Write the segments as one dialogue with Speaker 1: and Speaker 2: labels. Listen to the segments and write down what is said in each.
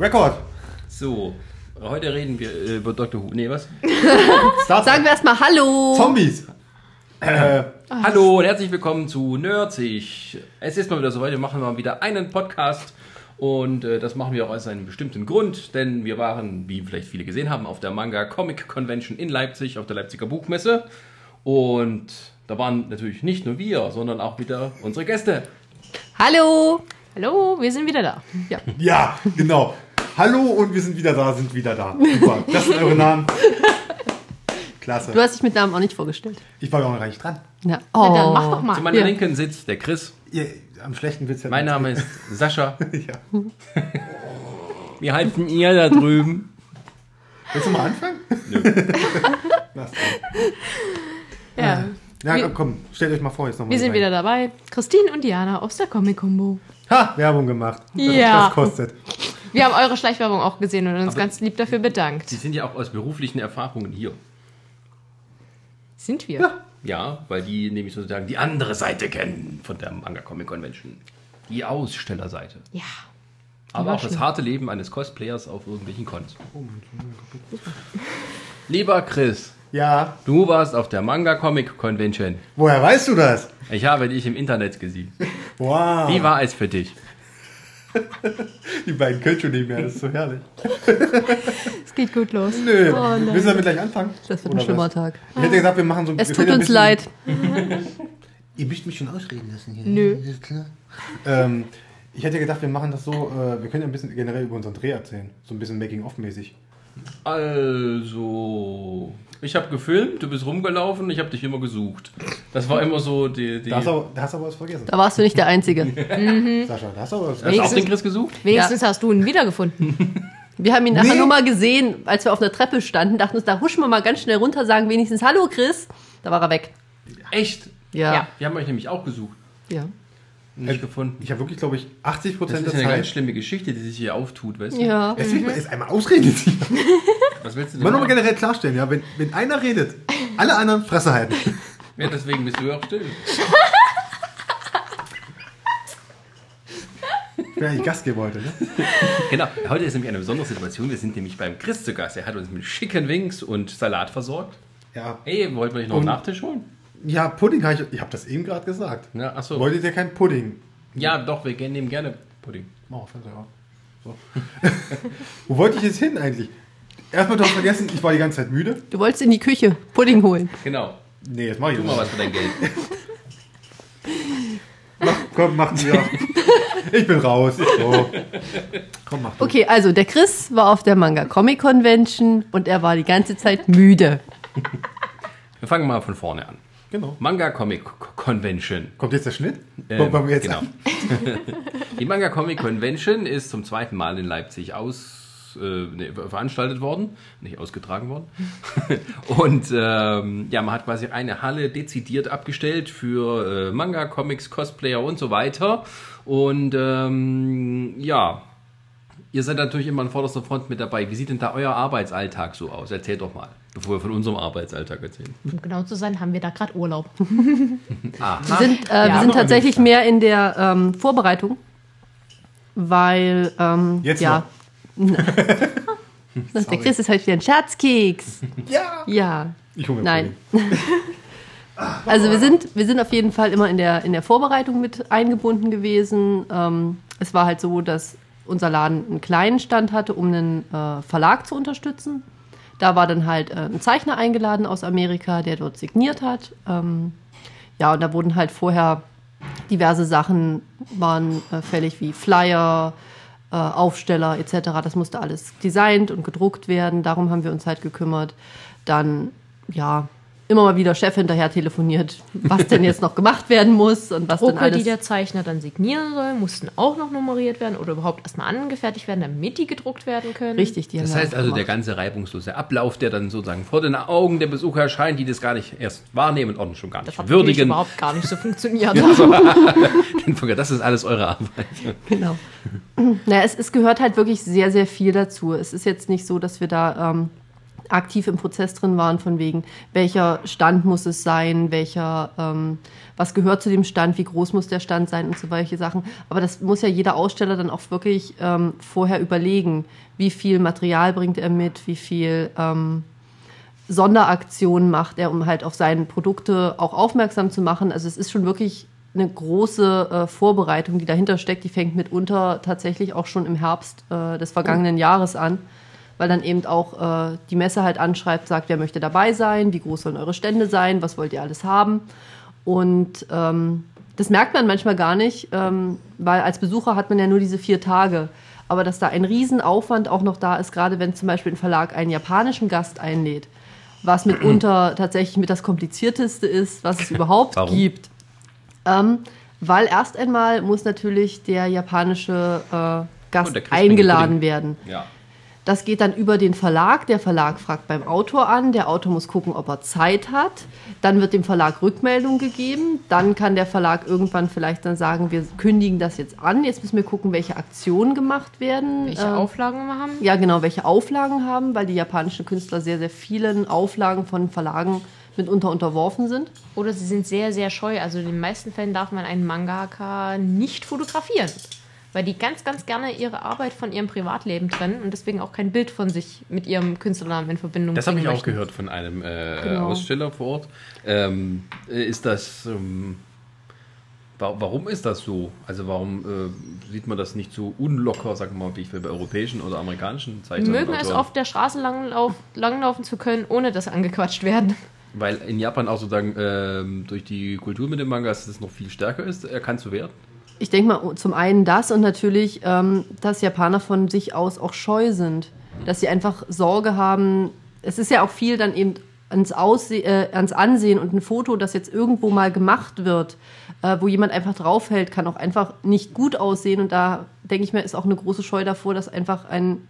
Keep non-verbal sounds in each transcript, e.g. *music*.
Speaker 1: Record.
Speaker 2: äh, So, heute reden wir äh, über Dr. Who. Nee, was?
Speaker 1: Start.
Speaker 3: Sagen wir erstmal Hallo.
Speaker 1: Zombies. Äh,
Speaker 2: Hallo und herzlich willkommen zu Nerdzig. Es ist mal wieder soweit, wir machen mal wieder einen Podcast. Und äh, das machen wir auch aus einem bestimmten Grund, denn wir waren, wie vielleicht viele gesehen haben, auf der Manga Comic Convention in Leipzig, auf der Leipziger Buchmesse. Und da waren natürlich nicht nur wir, sondern auch wieder unsere Gäste.
Speaker 3: Hallo.
Speaker 4: Hallo, wir sind wieder da.
Speaker 3: Ja.
Speaker 1: ja, genau. Hallo und wir sind wieder da, sind wieder da. Super. Das sind eure Namen. Klasse.
Speaker 3: Du hast dich mit Namen auch nicht vorgestellt. oh.
Speaker 1: Ich war ja auch noch gar nicht dran.
Speaker 3: Ja.
Speaker 4: Ja, dann mach doch
Speaker 2: Zu
Speaker 4: mal.
Speaker 2: meiner
Speaker 3: Ja.
Speaker 2: Linken sitzt der Chris.
Speaker 1: Ihr, am schlechten Witz.
Speaker 2: Mein Name ist Sascha.
Speaker 1: *laughs* Ja.
Speaker 2: Wir halten ihr da drüben.
Speaker 1: Willst du mal anfangen? *laughs*
Speaker 4: Ja.
Speaker 1: Ja,
Speaker 4: Wir-
Speaker 1: komm, stellt euch mal vor jetzt nochmal.
Speaker 4: Wir sind wieder dabei. Christine und Diana aus der Comic-Combo.
Speaker 1: Ha, Werbung gemacht. Das-
Speaker 4: Ja.
Speaker 1: Das kostet.
Speaker 4: Wir haben eure Schleichwerbung auch gesehen und uns
Speaker 2: Aber-
Speaker 4: ganz lieb dafür bedankt.
Speaker 2: Sie sind ja auch aus beruflichen Erfahrungen hier.
Speaker 4: Sind wir?
Speaker 2: Ja, weil die nämlich sozusagen die andere Seite kennen von der Manga Comic Convention. Die Ausstellerseite.
Speaker 4: Ja.
Speaker 2: Aber auch
Speaker 4: schlimm.
Speaker 2: das harte Leben eines Cosplayers auf irgendwelchen Cons. Lieber Chris,
Speaker 1: Ja.
Speaker 2: du warst auf der Manga Comic Convention.
Speaker 1: Woher weißt du das?
Speaker 2: Ich habe dich im Internet gesehen.
Speaker 1: Wow.
Speaker 2: Wie war es für dich?
Speaker 1: Die beiden können schon nicht mehr, das ist so herrlich.
Speaker 3: Es geht gut los.
Speaker 1: Nö. Willst du damit gleich anfangen?
Speaker 3: Oh, Das wird
Speaker 1: Oder
Speaker 3: ein schlimmer
Speaker 1: was?
Speaker 3: Tag.
Speaker 1: Ich hätte gesagt, wir machen so ein
Speaker 3: Es
Speaker 1: wir
Speaker 3: tut
Speaker 1: können ein
Speaker 3: uns
Speaker 1: bisschen-
Speaker 3: leid.
Speaker 1: Ihr müsst mich schon ausreden lassen hier.
Speaker 4: Nö.
Speaker 1: Das ist klar. Ähm, ich hätte gedacht, wir machen das so, äh, wir können ja ein bisschen generell über unseren Dreh erzählen. So ein bisschen Making-of-mäßig.
Speaker 2: Also, ich habe gefilmt, du bist rumgelaufen, ich habe dich immer gesucht. Das war immer so die. die
Speaker 1: Da hast du aber, da hast du aber was vergessen.
Speaker 3: Da warst du nicht der Einzige.
Speaker 1: Sascha, da hast du aber was
Speaker 2: hast du auch
Speaker 4: Wenigstens-
Speaker 2: den Chris gesucht?
Speaker 4: Wenigstens hast du ihn wiedergefunden.
Speaker 3: Wir haben ihn nachher
Speaker 1: Nee.
Speaker 3: nur mal gesehen, als wir auf einer Treppe standen, dachten uns, da huschen wir mal ganz schnell runter, sagen wenigstens Hallo Chris. Da war er weg.
Speaker 2: Echt?
Speaker 3: Ja.
Speaker 4: Ja.
Speaker 2: Wir haben euch nämlich auch gesucht.
Speaker 3: Ja.
Speaker 2: Nicht
Speaker 1: Äh,
Speaker 2: gefunden.
Speaker 1: Ich habe wirklich, glaube ich, 80
Speaker 2: Das
Speaker 1: Prozent
Speaker 2: ist
Speaker 1: der
Speaker 2: eine ganz
Speaker 1: Zeit.
Speaker 2: schlimme Geschichte, die sich hier auftut, weißt du?
Speaker 3: Ja.
Speaker 1: Es will ich mal erst einmal ausreden. *laughs*
Speaker 2: Was willst du denn?
Speaker 1: Man muss mal
Speaker 2: machen?
Speaker 1: generell klarstellen, ja, wenn, wenn einer redet, alle anderen Fresse halten.
Speaker 2: Ja, deswegen bist du ja auch still.
Speaker 1: Ich bin eigentlich Gastgeber heute, ne?
Speaker 2: Genau, heute ist nämlich eine besondere Situation. Wir sind nämlich beim Chris zu Gast. Er hat uns mit schicken Wings und Salat versorgt.
Speaker 1: Ja.
Speaker 2: Ey, wollten wir nicht noch einen Nachtisch holen?
Speaker 1: Ja, Pudding habe ich. Ich habe das eben gerade gesagt.
Speaker 2: Ja, ach so.
Speaker 1: Wolltet ihr keinen Pudding?
Speaker 2: Ja, doch, wir gern- nehmen gerne Pudding.
Speaker 1: Oh, Fernseher auf. So. *laughs* Wo wollte ich jetzt hin eigentlich? Erstmal doch vergessen, ich war die ganze Zeit müde.
Speaker 3: Du wolltest in die Küche Pudding holen.
Speaker 2: Genau.
Speaker 1: Nee, jetzt mach ich
Speaker 2: Tu mal was für dein Geld.
Speaker 1: Komm, machen wir. *laughs* Ich bin raus. So. Komm, mach du.
Speaker 3: Okay, also der Chris war auf der Manga Comic Convention und er war die ganze Zeit müde.
Speaker 2: Wir fangen mal von vorne an.
Speaker 1: Genau.
Speaker 2: Manga Comic Convention.
Speaker 1: Kommt jetzt der Schnitt?
Speaker 2: Ähm,
Speaker 1: Kommen wir jetzt
Speaker 2: genau.
Speaker 1: an?
Speaker 2: Die Manga Comic Convention ist zum zweiten Mal in Leipzig aus, äh, nee, ver- veranstaltet worden, nicht ausgetragen worden. *laughs* Und ähm, ja, man hat quasi eine Halle dezidiert abgestellt für äh, Manga, Comics, Cosplayer und so weiter. Und ähm, ja, ihr seid natürlich immer an vorderster Front mit dabei. Wie sieht denn da euer Arbeitsalltag so aus? Erzählt doch mal, bevor wir von unserem Arbeitsalltag erzählen.
Speaker 4: Um genau zu sein, haben wir da gerade Urlaub.
Speaker 3: Wir sind, äh, wir
Speaker 4: Ja.
Speaker 3: sind tatsächlich mehr in der ähm, Vorbereitung, weil ähm,
Speaker 1: Jetzt
Speaker 3: ja. Na. der Chris ist halt wieder ein Scherzkeks.
Speaker 1: Ja.
Speaker 3: Ja.
Speaker 1: Ich hol mir
Speaker 3: Nein. *laughs* Also wir sind, wir sind auf jeden Fall immer in der, in der Vorbereitung mit eingebunden gewesen. Ähm, es war halt so, dass unser Laden einen kleinen Stand hatte, um einen äh, Verlag zu unterstützen. Da war dann halt äh, ein Zeichner eingeladen aus Amerika, der dort signiert hat. Ähm, ja, und da wurden halt vorher diverse Sachen waren äh, fällig wie Flyer, äh, Aufsteller etc. Das musste alles designt und gedruckt werden. Darum haben wir uns halt gekümmert. Dann, ja, immer mal wieder Chef hinterher telefoniert, was
Speaker 2: *laughs*
Speaker 3: denn jetzt noch gemacht werden muss und was denn
Speaker 4: Drucke, die
Speaker 3: alles.
Speaker 4: der Zeichner dann signieren soll, mussten auch noch nummeriert werden oder überhaupt erstmal angefertigt werden, damit die gedruckt werden können.
Speaker 3: Richtig, die
Speaker 2: Das
Speaker 4: Genau.
Speaker 3: haben wir
Speaker 2: heißt also, der
Speaker 3: gemacht.
Speaker 2: ganze reibungslose Ablauf, der dann sozusagen vor den Augen der Besucher erscheint, die das gar nicht erst wahrnehmen und schon gar
Speaker 4: Das
Speaker 2: nicht
Speaker 4: hat natürlich
Speaker 2: würdigen. *laughs*
Speaker 4: überhaupt gar nicht so funktioniert.
Speaker 2: Das ist alles eure Arbeit.
Speaker 3: Genau. Naja, es, es gehört halt wirklich sehr, sehr viel dazu. Es ist jetzt nicht so, dass wir da ähm, aktiv im Prozess drin waren, von wegen, welcher Stand muss es sein, welcher, ähm, was gehört zu dem Stand, wie groß muss der Stand sein und so solche Sachen. Aber das muss ja jeder Aussteller dann auch wirklich ähm, vorher überlegen, wie viel Material bringt er mit, wie viel ähm, Sonderaktionen macht er, um halt auf seine Produkte auch aufmerksam zu machen. Also es ist schon wirklich eine große äh, Vorbereitung, die dahinter steckt. Die fängt mitunter tatsächlich auch schon im Herbst äh, des vergangenen Jahres an, weil dann eben auch äh, die Messe halt anschreibt, sagt, wer möchte dabei sein, wie groß sollen eure Stände sein, was wollt ihr alles haben. Und ähm, das merkt man manchmal gar nicht, ähm, weil als Besucher hat man ja nur diese vier Tage. Aber dass da ein Riesenaufwand auch noch da ist, gerade wenn zum Beispiel ein Verlag einen japanischen Gast einlädt,
Speaker 2: *clears throat*
Speaker 3: was mitunter tatsächlich mit das komplizierteste ist,
Speaker 2: *laughs*
Speaker 3: was es überhaupt
Speaker 2: Warum?
Speaker 3: gibt. Ähm, weil erst einmal muss natürlich der japanische äh,
Speaker 2: Und
Speaker 3: Gast
Speaker 2: Oh, der kriegt einen
Speaker 3: eingeladen
Speaker 2: Pudding.
Speaker 3: werden.
Speaker 2: Ja.
Speaker 3: Das geht dann über den Verlag. Der Verlag fragt beim Autor an. Der Autor muss gucken, ob er Zeit hat. Dann wird dem Verlag Rückmeldung gegeben. Dann kann der Verlag irgendwann vielleicht dann sagen, wir kündigen das jetzt an. Jetzt müssen wir gucken, welche Aktionen gemacht werden.
Speaker 4: Welche
Speaker 3: Ähm,
Speaker 4: Auflagen wir haben?
Speaker 3: ja, genau, welche Auflagen haben, weil die japanischen Künstler sehr, sehr vielen Auflagen von Verlagen mitunter unterworfen sind.
Speaker 4: Oder sie sind sehr, sehr scheu. Also in den meisten Fällen darf man einen Mangaka nicht fotografieren. Weil die ganz, ganz gerne ihre Arbeit von ihrem Privatleben trennen und deswegen auch kein Bild von sich mit ihrem Künstlernamen in Verbindung
Speaker 2: Das habe ich
Speaker 4: bringen
Speaker 2: auch
Speaker 4: möchten.
Speaker 2: gehört von einem äh,
Speaker 3: Genau.
Speaker 2: Aussteller vor Ort. Ähm, äh, ist das. Ähm, wa warum ist das so? Also, warum äh, sieht man das nicht so unlocker, sagen wir mal, wie ich will, bei europäischen oder amerikanischen Zeitungen? Also,
Speaker 4: Mögen es auf der Straße langlauf, langlaufen zu können, ohne dass sie angequatscht werden.
Speaker 2: Weil in Japan auch sozusagen ähm, durch die Kultur mit dem Mangas das noch viel stärker ist, erkannt zu werden.
Speaker 3: Ich denke mal, zum einen das und natürlich, ähm, dass Japaner von sich aus auch scheu sind. Dass sie einfach Sorge haben. Es ist ja auch viel dann eben ans, Ausse äh, ans Ansehen und ein Foto, das jetzt irgendwo mal gemacht wird, äh, wo jemand einfach draufhält, kann auch einfach nicht gut aussehen. Und da denke ich mir, ist auch eine große Scheu davor, dass einfach ein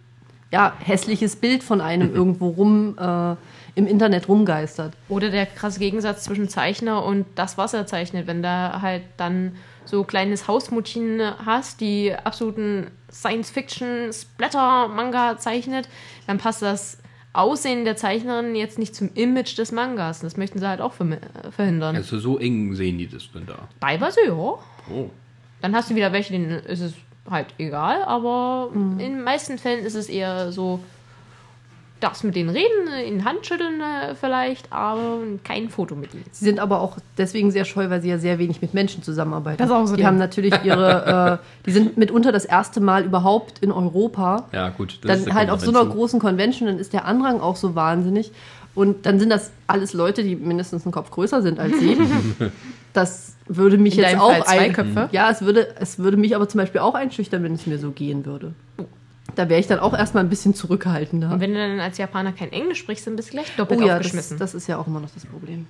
Speaker 3: ja, hässliches Bild von einem irgendwo rum äh, im Internet rumgeistert.
Speaker 4: Oder der krasse Gegensatz zwischen Zeichner und das, was er zeichnet. Wenn da halt dann so kleines Hausmutin hast, die absoluten Science-Fiction-Splatter-Manga zeichnet, dann passt das Aussehen der Zeichnerin jetzt nicht zum Image des Mangas. Das möchten sie halt auch vermi- äh, verhindern.
Speaker 2: Also, so eng sehen die das denn da.
Speaker 4: Teilweise, ja.
Speaker 2: Oh.
Speaker 4: Dann hast du wieder welche, denen ist es halt egal, aber in den meisten Fällen ist es eher so, darfst mit denen reden, in Hand schütteln äh, vielleicht, aber kein Foto mit ihnen.
Speaker 3: Sie sind aber auch deswegen sehr scheu, weil sie ja sehr wenig mit Menschen zusammenarbeiten.
Speaker 4: Das auch so
Speaker 3: die
Speaker 4: dem.
Speaker 3: haben natürlich
Speaker 4: *laughs*
Speaker 3: ihre, äh, die sind mitunter das erste Mal überhaupt in Europa.
Speaker 2: Ja, gut. das- da
Speaker 3: dann halt
Speaker 2: kommt
Speaker 3: auf so
Speaker 2: noch
Speaker 3: einer
Speaker 2: hinzu.
Speaker 3: großen Convention, dann ist der Andrang auch so wahnsinnig. Und dann sind das alles Leute, die mindestens einen Kopf größer sind als
Speaker 4: *laughs*
Speaker 3: sie. Das würde mich
Speaker 4: In
Speaker 3: jetzt
Speaker 4: deinem
Speaker 3: auch
Speaker 4: Fall zwei
Speaker 3: ein-
Speaker 4: Köpfe.
Speaker 3: Ja, es würde, es würde mich aber zum Beispiel auch einschüchtern, wenn es mir so gehen würde. Da wäre ich dann auch erstmal ein bisschen zurückhaltender.
Speaker 4: Und wenn du dann als Japaner kein Englisch sprichst, dann bist du gleich doppelt
Speaker 3: Oh ja, das,
Speaker 4: aufgeschmissen.
Speaker 3: das ist ja auch immer noch das Problem.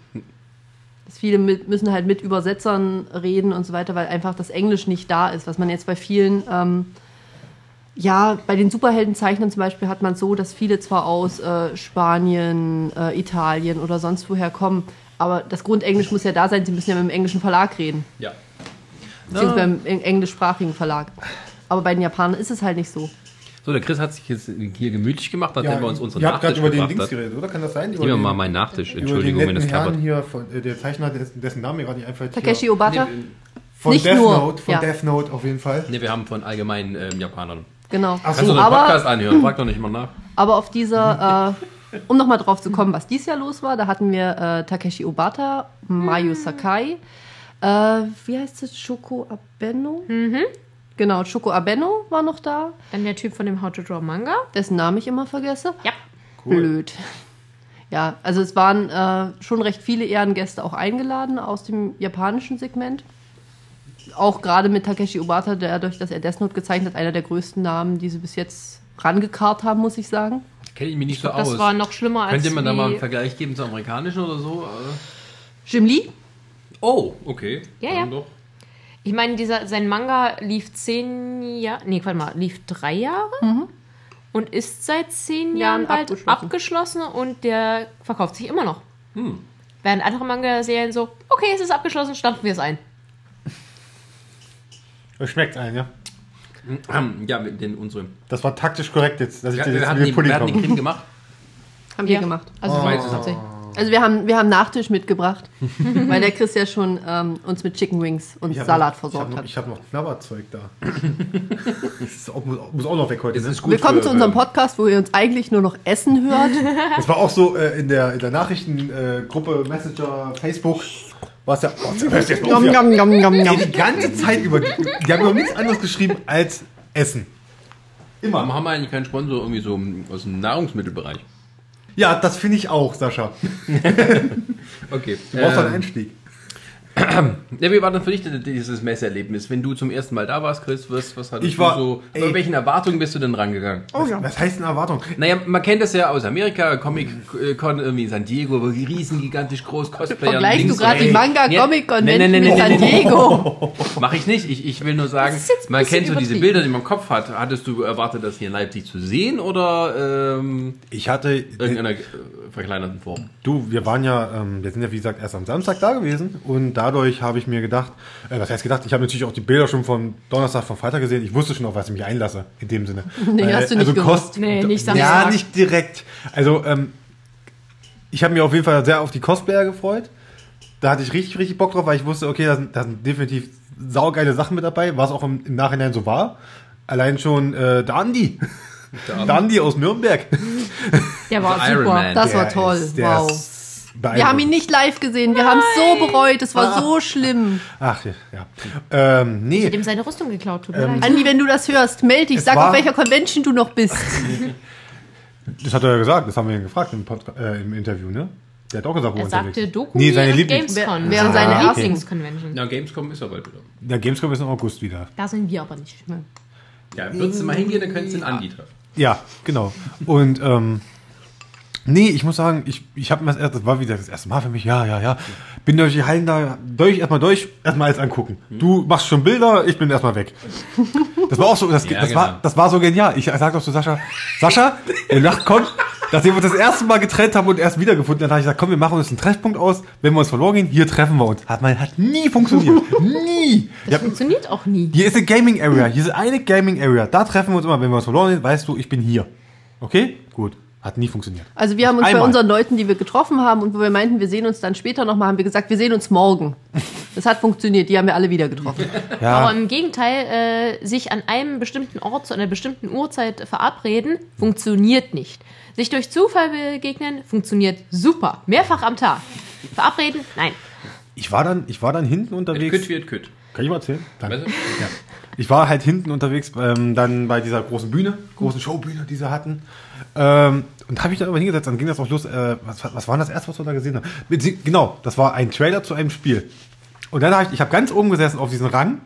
Speaker 3: Dass viele mit, müssen halt mit Übersetzern reden und so weiter, weil einfach das Englisch nicht da ist. Was man jetzt bei vielen, ähm, ja, bei den Superheldenzeichnern zum Beispiel hat man so, dass viele zwar aus äh, Spanien, äh, Italien oder sonst woher kommen, aber das Grundenglisch muss ja da sein. Sie müssen ja mit dem englischen Verlag reden,
Speaker 2: Ja.
Speaker 3: beziehungsweise mit dem eng- englischsprachigen Verlag. Aber bei den Japanern ist es halt nicht so.
Speaker 2: So, der Chris hat sich jetzt hier gemütlich gemacht, nachdem er uns unseren
Speaker 1: ihr habt gerade über den
Speaker 2: gebracht
Speaker 1: Dings
Speaker 2: hat.
Speaker 1: geredet, oder? Kann das sein? Über
Speaker 2: Nehmen wir
Speaker 1: den-
Speaker 2: mal meinen Nachtisch.
Speaker 1: Über den
Speaker 2: Entschuldigung, wenn
Speaker 1: netten
Speaker 2: das
Speaker 1: Herrn
Speaker 2: klappert.
Speaker 1: hier, von, äh, der Zeichner, dessen, dessen Name mir gerade nicht einfällt. hier.
Speaker 3: Takeshi Obata,
Speaker 1: Von
Speaker 3: Nicht
Speaker 1: Death
Speaker 3: nur,
Speaker 1: Note, von
Speaker 3: ja.
Speaker 1: Death Note auf jeden Fall.
Speaker 2: Ne, wir haben von allgemeinen ähm, Japanern.
Speaker 3: genau.
Speaker 1: Ach so,
Speaker 2: Kannst du den
Speaker 3: aber-
Speaker 2: Also Podcast anhören? Frag doch nicht mal nach.
Speaker 3: Aber auf dieser, äh, um nochmal drauf zu kommen, was dies Jahr los war, da hatten wir äh, Takeshi Obata, Mayu Sakai, äh, wie heißt es, Shoko Abeno? Genau, Shoko Abeno war noch da,
Speaker 4: dann der Typ von dem How to Draw Manga.
Speaker 3: dessen Namen ich immer vergesse.
Speaker 4: Ja.
Speaker 3: Blöd. Ja, also es waren äh, schon recht viele Ehrengäste auch eingeladen aus dem japanischen Segment. Auch gerade mit Takeshi Obata, der dadurch, dass er Death Note gezeichnet hat, einer der größten Namen, die sie bis jetzt rangekarrt haben, muss ich sagen.
Speaker 2: Kenne ich mich nicht so
Speaker 4: Das
Speaker 2: aus.
Speaker 4: war noch schlimmer als
Speaker 2: Könnte man da mal
Speaker 4: wie-
Speaker 2: einen Vergleich geben zu amerikanischen oder so? Äh,
Speaker 3: Jim Lee?
Speaker 2: Oh, okay.
Speaker 4: Ja,
Speaker 2: Dann
Speaker 4: ja.
Speaker 2: Doch. *clears throat*
Speaker 4: Ich meine, dieser, sein Manga lief zehn Jahre, nee, warte mal, lief drei Jahre und ist seit zehn
Speaker 3: Jahren
Speaker 4: Jahren bald
Speaker 3: abgeschlossen.
Speaker 4: abgeschlossen. und der verkauft sich immer noch. Während andere Manga-Serien so, okay, es ist abgeschlossen, stampfen wir es ein.
Speaker 1: Euch Schmeckt's ein, ja?
Speaker 2: Ähm, Ja, mit den unseren.
Speaker 1: Das war taktisch korrekt jetzt, dass ich
Speaker 2: Ja,
Speaker 1: dir
Speaker 2: wir,
Speaker 1: jetzt
Speaker 2: hatten
Speaker 1: mit
Speaker 2: die, wir
Speaker 1: dem Pudding *laughs*
Speaker 2: hatten die
Speaker 1: komme.
Speaker 2: Krim gemacht.
Speaker 3: Haben wir gemacht.
Speaker 4: Also
Speaker 2: Oh.
Speaker 4: wir tatsächlich.
Speaker 3: Also wir haben, wir haben Nachtisch mitgebracht, weil der Chris ja schon ähm, uns mit Chicken Wings und
Speaker 1: Ich hab
Speaker 3: Salat
Speaker 1: noch,
Speaker 3: versorgt
Speaker 1: ich hab
Speaker 3: hat.
Speaker 1: noch, Ich habe noch Knabberzeug da. *laughs* das ist auch, muss, muss auch noch weg heute.
Speaker 2: Es
Speaker 1: Ne?
Speaker 2: ist gut
Speaker 3: Willkommen
Speaker 2: für-
Speaker 3: zu unserem Podcast, wo ihr uns eigentlich nur noch Essen hört.
Speaker 1: Das war auch so äh, in der, in der Nachrichtengruppe, äh, Messenger, Facebook. Was ja. Oh, jetzt jetzt mal auf,
Speaker 3: Nom,
Speaker 1: ja.
Speaker 3: nom, nom, nom,
Speaker 1: Die
Speaker 3: nom.
Speaker 1: die ganze Zeit über. Die, die haben über nichts anderes geschrieben als Essen.
Speaker 2: Warum
Speaker 1: Immer.
Speaker 2: haben wir eigentlich keinen Sponsor irgendwie so mm, aus dem Nahrungsmittelbereich?
Speaker 1: Ja, das finde ich auch, Sascha.
Speaker 2: Okay.
Speaker 1: Du brauchst ähm, einen
Speaker 2: ähm,
Speaker 1: Einstieg.
Speaker 2: ja, wie war denn für dich denn dieses Messerlebnis? Wenn du zum ersten Mal da warst, Chris, was, was hattest
Speaker 1: Ich war-
Speaker 2: du so?
Speaker 1: ey.
Speaker 2: mit welchen Erwartungen bist du denn rangegangen?
Speaker 1: Was, was heißt eine Erwartung?
Speaker 2: Naja, man kennt das ja aus Amerika, Comic-Con irgendwie in San Diego, wo riesen, gigantisch groß, Cosplayer.
Speaker 3: Vergleichst du
Speaker 2: links
Speaker 3: gerade
Speaker 2: und
Speaker 3: die
Speaker 2: rechts. Nee, nee,
Speaker 3: Manga-Comic-Convention
Speaker 2: nee, nee,
Speaker 3: mit
Speaker 2: nee,
Speaker 3: San
Speaker 2: nee, nee.
Speaker 3: Diego?
Speaker 2: Mach ich nicht. Ich, ich will nur sagen,
Speaker 4: Das ist jetzt ein
Speaker 2: man
Speaker 4: bisschen
Speaker 2: kennt so diese
Speaker 4: übertrieben.
Speaker 2: Bilder, die man im Kopf hat. Hattest du erwartet, das hier in Leipzig zu sehen oder ähm,
Speaker 1: Ich hatte.
Speaker 2: irgendeiner äh, verkleinerten Form?
Speaker 1: Du, wir waren ja, ähm, wir sind ja wie gesagt erst am Samstag da gewesen und dadurch habe ich mir gedacht, äh, was heißt gedacht, ich habe natürlich auch die Bilder schon von Donnerstag, von Freitag gesehen, ich wusste schon, auf was ich mich einlasse, in dem Sinne.
Speaker 3: *laughs* Nee, hast du nicht
Speaker 1: also
Speaker 3: gewusst.
Speaker 1: Kost,
Speaker 4: Nee, nicht Samstag.
Speaker 1: Ja, nicht direkt. Also, ähm, ich habe mir auf jeden Fall sehr auf die Cosplayer gefreut. Da hatte ich richtig, richtig Bock drauf, weil ich wusste, okay, da sind, da sind definitiv saugeile Sachen mit dabei, was auch im, im Nachhinein so war. Allein schon äh, der Andi. Der Andi aus Nürnberg.
Speaker 4: Der war
Speaker 2: Also Iron
Speaker 4: super.
Speaker 2: Man.
Speaker 3: Das war
Speaker 1: Der
Speaker 3: toll.
Speaker 1: ist- der
Speaker 3: wow.
Speaker 1: ist
Speaker 3: Wir haben
Speaker 1: beeindruckend.
Speaker 3: ihn nicht live gesehen. Wir haben es so bereut. Es war so schlimm.
Speaker 1: Ach ja, ja. Ähm,
Speaker 4: Mit
Speaker 1: nee,
Speaker 4: dem seine Rüstung geklaut, tut mir leid.
Speaker 3: Andi, wenn du das hörst, melde dich.
Speaker 1: Es
Speaker 3: Sag,
Speaker 1: war-
Speaker 3: auf welcher Convention du noch bist.
Speaker 1: das hat er ja gesagt, das haben wir ihn gefragt im, Podca- äh, im Interview, ne? Der hat auch gesagt, wo
Speaker 4: Er sagte Doku
Speaker 1: Nee, seine
Speaker 4: und
Speaker 1: Lieblings.
Speaker 4: Gamescon.
Speaker 3: Während seiner
Speaker 4: Seine
Speaker 3: ersten-
Speaker 4: Lieblingsconvention.
Speaker 2: Ja, Gamescom ist ja bald wieder.
Speaker 1: Der Gamescom ist im August wieder.
Speaker 4: Da sind wir aber nicht. mehr.
Speaker 2: Ja, würdest du mal hingehen, dann könntest du den Andi treffen.
Speaker 1: Ja, genau. Und ähm, nee, ich muss sagen, ich, ich habe mir das erste, das war wieder das erste Mal für mich, ja, ja, ja. Bin durch die Hallen da durch, erstmal durch, erstmal alles angucken.
Speaker 2: Hm.
Speaker 1: Du machst schon Bilder, ich bin erstmal weg. Das war auch so, das,
Speaker 2: *laughs* Ja,
Speaker 1: das,
Speaker 2: genau.
Speaker 1: war, das war so genial. Ich sag doch zu Sascha, Sascha, wir nach komm, nachdem wir uns das erste Mal getrennt haben und erst wiedergefunden, dann habe ich gesagt, komm, wir machen uns einen Treffpunkt aus, wenn wir uns verloren gehen, hier treffen wir uns. Hat man hat
Speaker 2: *laughs*
Speaker 1: nie funktioniert. nie. Ich hab-
Speaker 4: Funktioniert auch nie.
Speaker 1: hier ist eine Gaming Area. Hier ist eine Gaming Area. Da treffen wir uns immer. Wenn wir uns verloren sind, weißt du, ich bin hier. Okay? Gut. Hat nie funktioniert.
Speaker 3: Also wir haben uns bei
Speaker 1: Einmal.
Speaker 3: unseren Leuten, die wir getroffen haben und wo wir meinten, wir sehen uns dann später nochmal, haben wir gesagt, wir sehen uns morgen. Das hat funktioniert, die haben wir alle wieder getroffen.
Speaker 4: Aber
Speaker 1: Ja.
Speaker 4: im Gegenteil, äh, sich an einem bestimmten Ort zu einer bestimmten Uhrzeit verabreden, funktioniert nicht. Sich durch Zufall begegnen, funktioniert super. Mehrfach am Tag. Verabreden? Nein.
Speaker 1: Ich war dann, ich war dann hinten unterwegs.
Speaker 2: Kütt wird Kütt.
Speaker 1: Kann ich mal erzählen?
Speaker 2: Weißt
Speaker 1: Danke.
Speaker 2: du?
Speaker 1: Ich war halt hinten unterwegs, ähm, dann bei dieser großen Bühne, großen Showbühne, die sie hatten. Ähm, und habe ich dann immer hingesetzt, dann ging das auch los. Äh, was, was war denn das erste, was wir da gesehen haben? Bezieh- Genau, das war ein Trailer zu einem Spiel. Und dann habe ich, ich habe ganz oben gesessen auf diesem Rang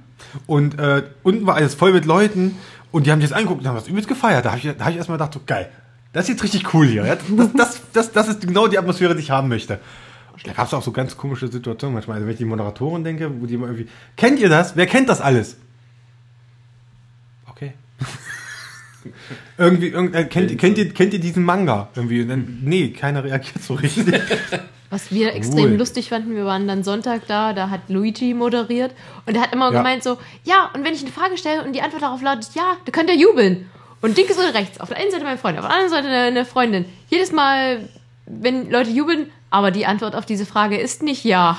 Speaker 1: und äh, unten war alles voll mit Leuten und die haben sich das angeguckt und haben das übelst gefeiert. Da habe ich, da hab ich erstmal gedacht, so, geil, das ist jetzt richtig cool hier. Ja? Das, das, das, das ist genau die Atmosphäre, die ich haben möchte. Da gab es auch so ganz komische Situationen manchmal. Also wenn ich die Moderatoren denke, wo die immer irgendwie, kennt ihr das? Wer kennt das alles? Okay. Irgendwie, irgend, äh, kennt, kennt, ihr, kennt ihr diesen Manga? Irgendwie, und dann, nee, keiner reagiert so richtig.
Speaker 4: Was wir extrem
Speaker 1: Cool.
Speaker 4: lustig fanden, wir waren dann Sonntag da, da hat Luigi moderiert und er hat immer
Speaker 1: Ja.
Speaker 4: gemeint so, ja, und wenn ich eine Frage stelle und die Antwort darauf lautet, ja, da könnt ihr jubeln. Und links oder rechts, auf der einen Seite mein Freund, auf der anderen Seite eine eine Freundin. Jedes Mal, wenn Leute jubeln, aber die Antwort auf diese Frage ist nicht ja.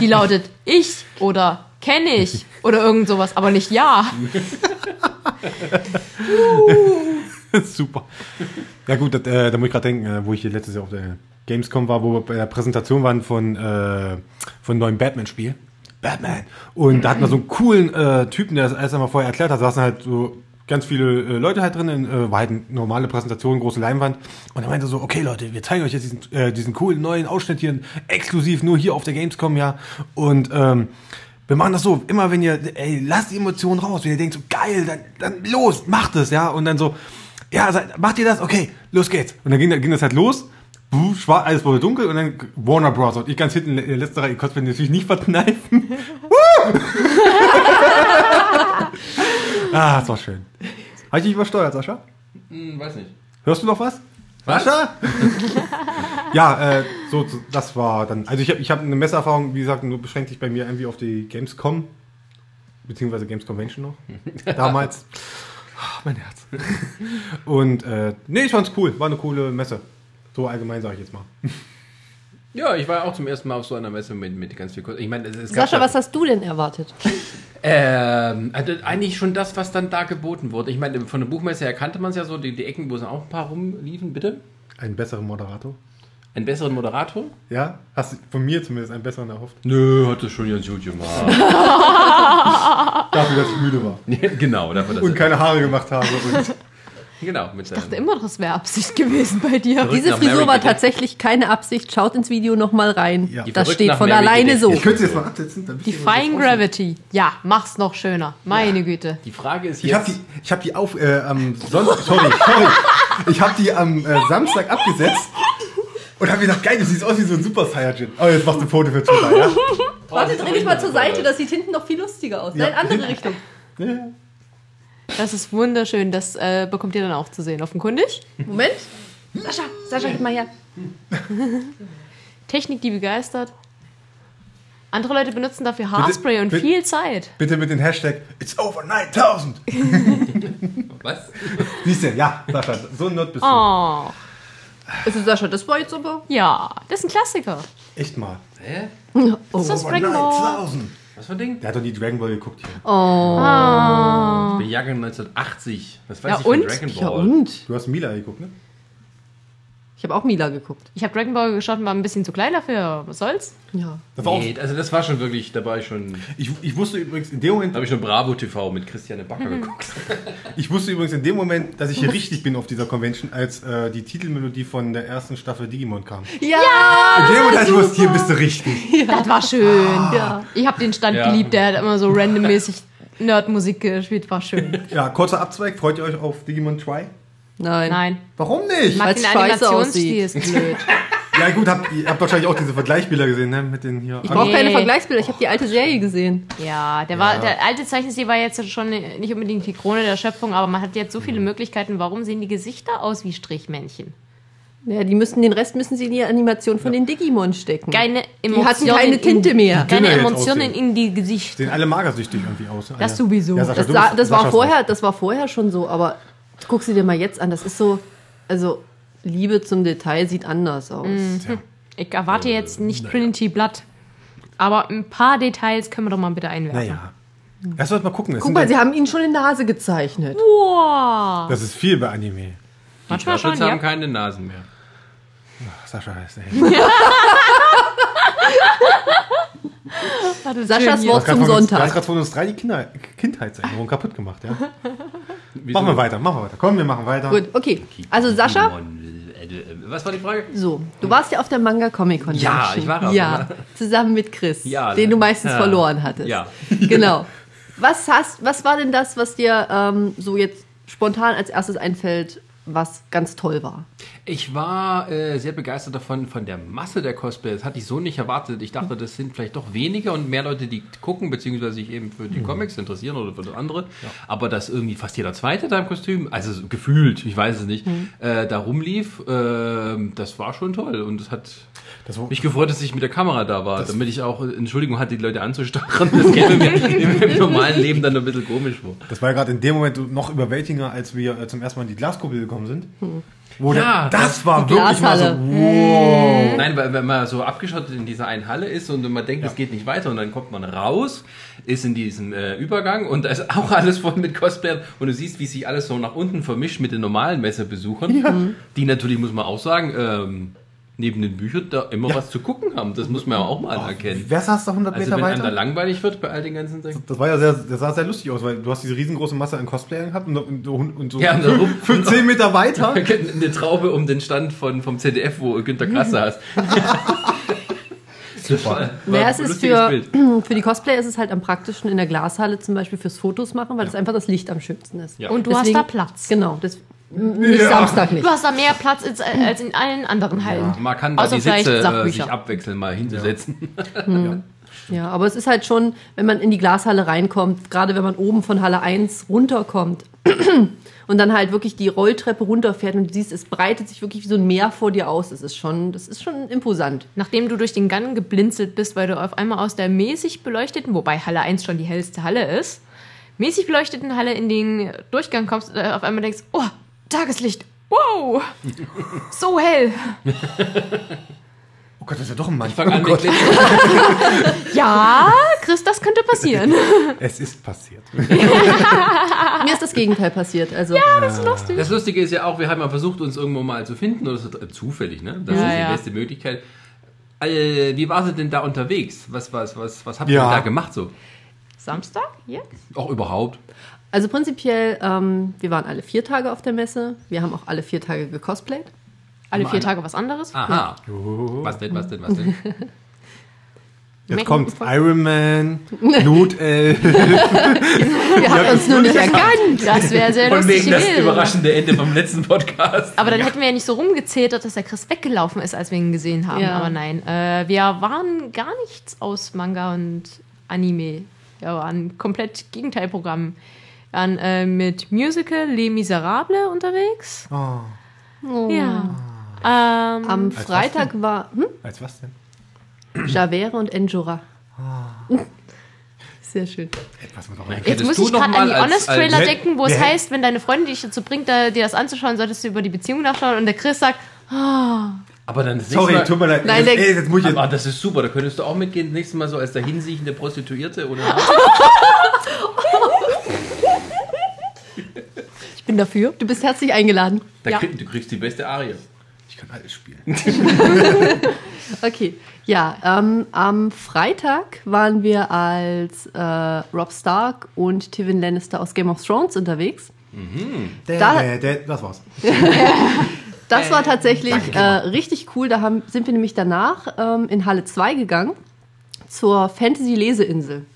Speaker 4: Die lautet ich oder kenne ich oder irgend sowas, aber nicht ja.
Speaker 1: *laughs* Super. Ja gut, das, äh, da muss ich gerade denken, äh, wo ich hier letztes Jahr auf der Gamescom war, wo wir bei der Präsentation waren von, äh, von neuem Batman-Spiel. Batman. Und da hatten wir so einen coolen äh, Typen, der das alles einmal vorher erklärt hat. Da saßen halt so ganz viele äh, Leute halt drin, äh, war halt eine normale Präsentation, große Leinwand. Und er meinte so, okay Leute, wir zeigen euch jetzt diesen, äh, diesen coolen neuen Ausschnitt hier, exklusiv nur hier auf der Gamescom, ja. Und ähm, wir machen das so, immer wenn ihr, ey, lasst die Emotionen raus, wenn ihr denkt so, geil, dann, dann los, macht es, ja. Und dann so, ja, seid- macht ihr das? Okay, los geht's. Und dann ging, ging das halt los. Buh, schwarz, alles wurde dunkel und dann Warner Bros. Und ich ganz hinten in der letzten Reihe, ich konnte mir natürlich nicht verkneifen. Woo! *laughs* ah, das war schön. Habe ich dich übersteuert, Sascha?
Speaker 2: Hm, weiß nicht.
Speaker 1: Hörst du noch was? Sascha? *laughs* ja, äh, so, so, das war dann. Also ich habe ich hab eine Messerfahrung, wie gesagt, nur beschränkt sich bei mir irgendwie auf die Gamescom, beziehungsweise Games Convention
Speaker 4: *laughs*
Speaker 1: noch. Damals. Ah, mein Herz. Und äh, nee, ich fand's cool. War eine coole Messe. So allgemein sage ich jetzt mal.
Speaker 2: Ja, ich war auch zum ersten Mal auf so einer Messe mit, mit ganz viel Kunst. Ich meine, es, es gab
Speaker 3: Sascha,
Speaker 2: da-
Speaker 3: was hast du denn erwartet?
Speaker 2: Ähm, also eigentlich schon das, was dann da geboten wurde. Ich meine, von der Buchmesse her kannte man es ja so, die, die Ecken, wo es auch ein paar rumliefen, bitte.
Speaker 1: Einen besseren Moderator?
Speaker 2: Einen besseren Moderator?
Speaker 1: Ja? Hast du von mir zumindest einen besseren erhofft?
Speaker 2: Nö, hat das schon ganz gut gemacht. *laughs*
Speaker 1: Dafür, dass ich müde war.
Speaker 2: genau, dafür das.
Speaker 1: Und keine Haare gemacht habe.
Speaker 4: *laughs*
Speaker 1: Und
Speaker 2: Genau, mit
Speaker 4: Ich dachte
Speaker 2: seinem.
Speaker 4: immer, das wäre Absicht gewesen bei dir.
Speaker 2: Verrückt
Speaker 3: Diese
Speaker 2: nach
Speaker 3: Frisur
Speaker 2: Mary
Speaker 3: war
Speaker 2: geht.
Speaker 3: tatsächlich keine Absicht. Schaut ins Video nochmal rein.
Speaker 1: Ja. Die
Speaker 3: Das
Speaker 2: verrückt
Speaker 3: steht
Speaker 2: nach
Speaker 3: von
Speaker 2: Mary
Speaker 3: alleine
Speaker 2: geht.
Speaker 3: so.
Speaker 2: Ich
Speaker 1: ich könnte es jetzt mal absetzen. Dann
Speaker 4: Die Fine Gravity. Ja, mach's noch schöner. Meine Güte.
Speaker 2: Die Frage ist
Speaker 1: Ich habe
Speaker 2: jetzt.
Speaker 1: die, ich hab die auf, äh, am Sonntag, sorry, sorry. Ich habe die am äh, Samstag abgesetzt und habe gedacht, geil, du siehst aus wie so ein Super Saiyajin. Oh, jetzt machst du ein Foto für Twitter, ja?
Speaker 3: Warte, dreh dich mal zur Seite. Das sieht hinten noch viel lustiger aus. Nein, andere Richtung.
Speaker 1: ja.
Speaker 4: Das ist wunderschön. Das äh, bekommt ihr dann auch zu sehen. Offenkundig.
Speaker 3: Moment. Sascha, Sascha, gib mal her.
Speaker 4: Technik, die begeistert. Andere Leute benutzen dafür Haarspray und
Speaker 1: bitte-
Speaker 4: viel Zeit.
Speaker 1: Bitte mit dem Hashtag It's over 9000.
Speaker 2: was?
Speaker 1: Siehst du, ja, Sascha, so ein Nerd bist du.
Speaker 4: Oh,
Speaker 3: Also Sascha, das war jetzt aber...
Speaker 4: ja. Das ist ein Klassiker.
Speaker 1: Echt mal.
Speaker 2: Hä?
Speaker 4: Das
Speaker 1: oh,
Speaker 4: ist Dragon Ball.
Speaker 2: Was für ein Ding?
Speaker 1: Der hat doch die Dragon Ball geguckt hier.
Speaker 2: Ich bin Jahrgang 1980. Das weiß
Speaker 4: Ah. Ja,
Speaker 2: ich von
Speaker 4: und?
Speaker 2: Dragon Ball.
Speaker 3: Ja und?
Speaker 1: Du hast Mila geguckt, ne?
Speaker 3: Ich habe auch Mila geguckt.
Speaker 4: Ich habe Dragon Ball geschaut und war ein bisschen zu klein dafür. Was soll's?
Speaker 3: Ja.
Speaker 1: Das war
Speaker 2: Nee, also das war schon wirklich, da war ich schon,
Speaker 1: auch, ich, ich wusste übrigens in dem
Speaker 2: da
Speaker 1: Moment,
Speaker 2: habe ich schon Bravo TV mit Christiane Backer
Speaker 4: Mhm.
Speaker 2: geguckt.
Speaker 1: ich wusste übrigens in dem Moment, dass ich hier richtig bin auf dieser Convention, als äh, die Titelmelodie von der ersten Staffel Digimon kam. In
Speaker 3: Ja!
Speaker 1: dem Moment, als ich wusste, hier bist du richtig.
Speaker 4: Das war schön. Ich habe den Stand
Speaker 2: Ja.
Speaker 4: geliebt. Der hat immer so randommäßig Nerdmusik gespielt.
Speaker 1: *laughs*
Speaker 4: War schön.
Speaker 1: Ja, kurzer Abzweig. Freut ihr euch auf Digimon Try?
Speaker 3: Nein.
Speaker 4: Nein.
Speaker 1: Warum nicht?
Speaker 4: Mag
Speaker 3: Weil's
Speaker 4: den
Speaker 3: scheiße
Speaker 4: Animationsstil ist blöd.
Speaker 1: Ja gut, habt, ihr habt wahrscheinlich auch diese Vergleichbilder gesehen, ne? Mit den hier.
Speaker 3: Ich brauche keine
Speaker 4: Nee.
Speaker 3: Vergleichsbilder. Ich habe die alte Serie gesehen.
Speaker 4: Ja, der, War, der alte Zeichenstil war jetzt schon nicht unbedingt die Krone der Schöpfung, aber man hat jetzt so
Speaker 1: Mhm.
Speaker 4: viele Möglichkeiten. Warum sehen die Gesichter aus wie Strichmännchen?
Speaker 3: Ja, die müssen, den Rest müssen sie in die Animation von den Digimon stecken.
Speaker 4: Keine
Speaker 3: Die hatten
Speaker 4: Emotionen.
Speaker 3: keine Tinte
Speaker 4: in,
Speaker 3: mehr.
Speaker 4: Keine
Speaker 1: Dünner jetzt
Speaker 4: Emotionen
Speaker 1: aussehen.
Speaker 4: in die Gesichter.
Speaker 1: Sehen alle magersüchtig irgendwie aus. Ah,
Speaker 4: Das sowieso.
Speaker 1: Sascha,
Speaker 3: Das,
Speaker 1: du
Speaker 3: sah,
Speaker 1: bist-
Speaker 3: das, war
Speaker 1: Saschas
Speaker 3: vorher, das war vorher schon so, aber guck sie dir mal jetzt an. Das ist so, also Liebe zum Detail sieht anders aus.
Speaker 4: Ich
Speaker 1: Äh,
Speaker 4: erwarte jetzt nicht Trinity Blood, aber ein paar Details können wir doch mal bitte einwerfen.
Speaker 1: Naja. Lass uns mal gucken. Das,
Speaker 3: Guck
Speaker 1: sind
Speaker 3: mal,
Speaker 1: ja,
Speaker 3: sie haben ihn schon in Nase gezeichnet. Oh,
Speaker 4: Boah.
Speaker 1: das ist viel bei Anime.
Speaker 4: Manchmal schon,
Speaker 2: Turtles haben
Speaker 4: ja.
Speaker 2: keine Nasen mehr.
Speaker 1: Ach, Sascha heißt ey.
Speaker 3: Saschas Wort
Speaker 1: Grad
Speaker 3: zum
Speaker 1: von Uns, du hast
Speaker 3: Sonntag.
Speaker 1: gerade von uns drei die Kinder, Kindheitserinnerung kaputt gemacht, ja?
Speaker 2: Wieso?
Speaker 1: Machen wir weiter, machen wir weiter. Komm, wir machen weiter.
Speaker 3: Gut, okay. Also Sascha,
Speaker 2: Digimon, äh, äh, Was war die Frage?
Speaker 3: so, du warst ja auf der Manga Comic Convention.
Speaker 2: Ja, ich war auf
Speaker 3: Ja,
Speaker 2: der
Speaker 3: zusammen mit Chris,
Speaker 2: Ja,
Speaker 3: den du meistens
Speaker 2: ja.
Speaker 3: verloren hattest.
Speaker 2: Ja.
Speaker 3: *laughs* Genau. Was, hast, was war denn das, was dir ähm, so jetzt spontan als erstes einfällt, was ganz toll war?
Speaker 2: Ich war äh, sehr begeistert davon, von der Masse der Cosplays. Hatte ich so nicht erwartet. Ich dachte, das sind vielleicht doch weniger und mehr Leute, die gucken, beziehungsweise sich eben für die Comics interessieren oder für das andere. Aber dass irgendwie fast jeder Zweite da im Kostüm, also so gefühlt, ich weiß es nicht,
Speaker 3: Hm.
Speaker 2: äh, da rumlief, äh, das war schon toll. Und es hat
Speaker 1: Das war-
Speaker 2: mich gefreut, dass ich mit der Kamera da war, damit ich auch äh, Entschuldigung hatte, die Leute anzustachen.
Speaker 3: *laughs*
Speaker 2: Das käme mir im, im normalen Leben dann ein bisschen komisch vor.
Speaker 1: Das war ja gerade in dem Moment noch überwältigender, als wir äh, zum ersten Mal in die Glaskuppel gekommen sind. Wo
Speaker 2: Ja,
Speaker 1: der, das, war
Speaker 3: Hm. die
Speaker 1: wirklich mal so, wow.
Speaker 2: Nein, weil wenn man so abgeschottet in dieser einen Halle ist und man denkt, es geht nicht weiter und dann kommt man raus, ist in diesem äh, Übergang und da ist auch alles voll mit Cosplayern und du siehst, wie sich alles so nach unten vermischt mit den normalen Messebesuchern,
Speaker 3: Mhm.
Speaker 2: die natürlich, muss man auch sagen, ähm, neben den Büchern da immer was zu gucken haben. Das muss man ja auch mal anerkennen.
Speaker 1: Wer saß da 100
Speaker 2: Also
Speaker 1: Meter
Speaker 2: wenn einem da
Speaker 1: weiter?
Speaker 2: langweilig wird bei all den ganzen *laughs* Sachen.
Speaker 1: Das war ja sehr, das sah sehr lustig aus, weil du hast diese riesengroße Masse an Cosplayern gehabt und, und, und, und so
Speaker 2: Ja, und da rum-
Speaker 1: für, für 10 Meter weiter.
Speaker 3: *laughs*
Speaker 2: Eine Traube um den Stand von, vom ZDF, wo Günter Grass
Speaker 1: Mhm. *laughs*
Speaker 2: saß. Super.
Speaker 3: Ja, es ist für, *clears throat* für die Cosplayer ist es halt am praktischen in der Glashalle zum Beispiel fürs Fotos machen, weil das einfach das Licht am schönsten ist.
Speaker 2: Ja.
Speaker 4: Und du hast da Platz.
Speaker 3: Genau, das, nicht
Speaker 1: Ja.
Speaker 3: Samstag nicht.
Speaker 4: Du hast da mehr Platz als, als in allen anderen Hallen.
Speaker 2: Man kann da
Speaker 4: Außer
Speaker 2: die
Speaker 4: vielleicht
Speaker 2: Sitze äh, sich
Speaker 4: Sachbücher.
Speaker 2: abwechseln, mal hinzusetzen.
Speaker 3: Ja, aber es ist halt schon, wenn man in die Glashalle reinkommt, gerade wenn man oben von Halle 1 runterkommt *clears throat* und dann halt wirklich die Rolltreppe runterfährt und du siehst, es breitet sich wirklich wie so ein Meer vor dir aus. Das ist schon, das ist schon imposant.
Speaker 4: Nachdem du durch den Gang geblinzelt bist, weil du auf einmal aus der mäßig beleuchteten, wobei Halle 1 schon die hellste Halle ist, mäßig beleuchteten Halle in den Durchgang kommst, äh, auf einmal denkst, oh, Tageslicht, Wow! So hell!
Speaker 1: Oh Gott, das ist ja doch ein Mann.
Speaker 2: Ich fange an,
Speaker 1: oh
Speaker 2: mit
Speaker 1: Gott,
Speaker 2: Glitzern.
Speaker 4: Ja, Chris, das könnte passieren.
Speaker 1: es ist passiert.
Speaker 4: Ah.
Speaker 3: Mir ist das Gegenteil passiert. Also,
Speaker 4: Das ist lustig.
Speaker 2: Das Lustige ist ja auch, wir haben ja versucht, uns irgendwo mal zu finden. Oder so, äh, zufällig, ne? Das
Speaker 4: Ja,
Speaker 2: ist die
Speaker 4: ja.
Speaker 2: beste Möglichkeit. Äh, wie warst du denn da unterwegs? Was, was, was, was habt ihr
Speaker 1: Ja.
Speaker 2: denn da gemacht so?
Speaker 4: Samstag? Ja?
Speaker 2: Auch überhaupt.
Speaker 3: also prinzipiell, ähm, wir waren alle vier Tage auf der Messe. Wir haben auch alle vier Tage gecosplayt.
Speaker 4: Alle
Speaker 2: Mal.
Speaker 4: vier Tage was anderes?
Speaker 2: Aha.
Speaker 1: Oh.
Speaker 2: Was denn, was denn, was
Speaker 4: *laughs*
Speaker 2: denn?
Speaker 1: Jetzt
Speaker 4: Mecken-
Speaker 1: kommt Iron
Speaker 3: *laughs*
Speaker 1: Man, Notelf.
Speaker 3: Wir haben uns nur nicht erkannt.
Speaker 4: Das wäre sehr lustig gewesen.
Speaker 2: Ende vom letzten Podcast.
Speaker 4: Aber dann hätten wir ja nicht so rumgezetert, dass der Chris weggelaufen ist, als wir ihn gesehen haben.
Speaker 3: Ja.
Speaker 4: Aber nein, äh, wir waren gar nichts aus Manga und Anime. Wir waren komplett Gegenteilprogramm. Wir waren äh, mit Musical Les Miserables unterwegs.
Speaker 1: Oh.
Speaker 4: Ja. Ähm,
Speaker 3: Am
Speaker 1: was
Speaker 3: Freitag war hm?
Speaker 1: Als was denn?
Speaker 3: Javert und Enjora.
Speaker 4: Ah.
Speaker 3: *laughs* Sehr schön.
Speaker 1: Etwas mit
Speaker 4: jetzt muss
Speaker 2: du
Speaker 4: ich
Speaker 2: noch
Speaker 4: gerade
Speaker 2: mal
Speaker 4: an die
Speaker 2: als-
Speaker 4: Honest-Trailer
Speaker 1: als-
Speaker 4: denken, wo es
Speaker 1: Wer-
Speaker 4: heißt, wenn deine Freundin dich dazu bringt, da, dir das anzuschauen, solltest du über die Beziehung nachschauen. Und der Chris sagt,
Speaker 2: Aber dann das
Speaker 1: Sorry,
Speaker 2: nächste
Speaker 1: tut
Speaker 2: Mal,
Speaker 1: mir leid.
Speaker 3: Nein,
Speaker 1: Ey,
Speaker 3: der-
Speaker 1: ey, jetzt muss ich jetzt.
Speaker 2: aber das ist super, da könntest du auch mitgehen, das nächste Mal so als dahinsiechende Prostituierte oder
Speaker 3: Ich bin dafür. Du bist herzlich eingeladen.
Speaker 2: da
Speaker 4: Ja.
Speaker 2: krieg, du kriegst die beste Arie.
Speaker 1: Ich kann alles spielen.
Speaker 3: Okay. Ja, ähm, am Freitag waren wir als äh, Rob Stark und Tywin Lannister aus Game of Thrones unterwegs. Da-
Speaker 1: Da, das war's. *laughs*
Speaker 3: Das war tatsächlich äh, richtig cool. Da haben, sind wir nämlich danach ähm, in Halle 2 gegangen zur Fantasy-Leseinsel.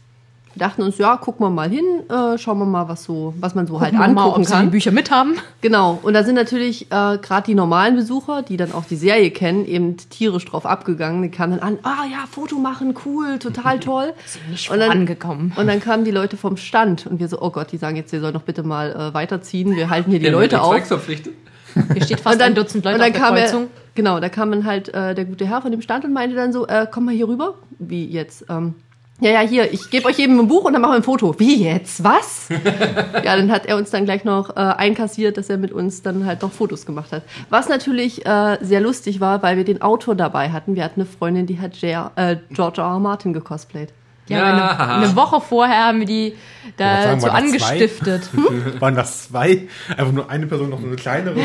Speaker 3: Wir dachten uns, ja, gucken wir mal hin, äh, schauen wir mal, was, so, was man so halt
Speaker 4: "Gucken wir
Speaker 3: angucken
Speaker 4: mal, ob sie
Speaker 3: kann.
Speaker 4: die Bücher mithaben.
Speaker 3: Genau, und da sind natürlich äh, gerade die normalen Besucher, die dann auch die Serie kennen, eben tierisch drauf abgegangen. Die kamen dann an, ah ja, Foto machen, cool, total toll.
Speaker 4: Nicht
Speaker 3: Und dann-
Speaker 4: angekommen.
Speaker 3: Und dann kamen die Leute vom Stand und wir so, oh Gott, die sagen jetzt, wir sollen doch bitte mal äh, weiterziehen, wir halten hier die Leute auf.
Speaker 2: Zeugs verpflichtet.
Speaker 4: Hier steht fast
Speaker 3: Und dann-
Speaker 4: ein Dutzend Leute
Speaker 3: und dann
Speaker 4: auf der
Speaker 3: kam
Speaker 4: Kreuzung.
Speaker 3: Er, genau, da kam dann halt äh, der gute Herr von dem Stand und meinte dann so, äh, komm mal hier rüber, wie jetzt. Ähm, ja, ja, hier, ich gebe euch eben ein Buch und dann machen wir ein Foto. Wie jetzt?
Speaker 4: *laughs*
Speaker 3: Was? ja, dann hat er uns dann gleich noch äh, einkassiert, dass er mit uns dann halt noch Fotos gemacht hat. Was natürlich äh, sehr lustig war, weil wir den Autor dabei hatten. Wir hatten eine Freundin, die hat J äh, George R. R. Martin gecosplayt.
Speaker 4: Ja, aber
Speaker 2: Ja.
Speaker 4: Eine, eine Woche vorher haben wir die
Speaker 1: Ja, sagen
Speaker 4: dazu
Speaker 1: wir mal zwei. *laughs*
Speaker 4: angestiftet.
Speaker 1: Waren das zwei? Einfach nur eine Person, noch so eine
Speaker 3: *laughs*
Speaker 1: kleinere.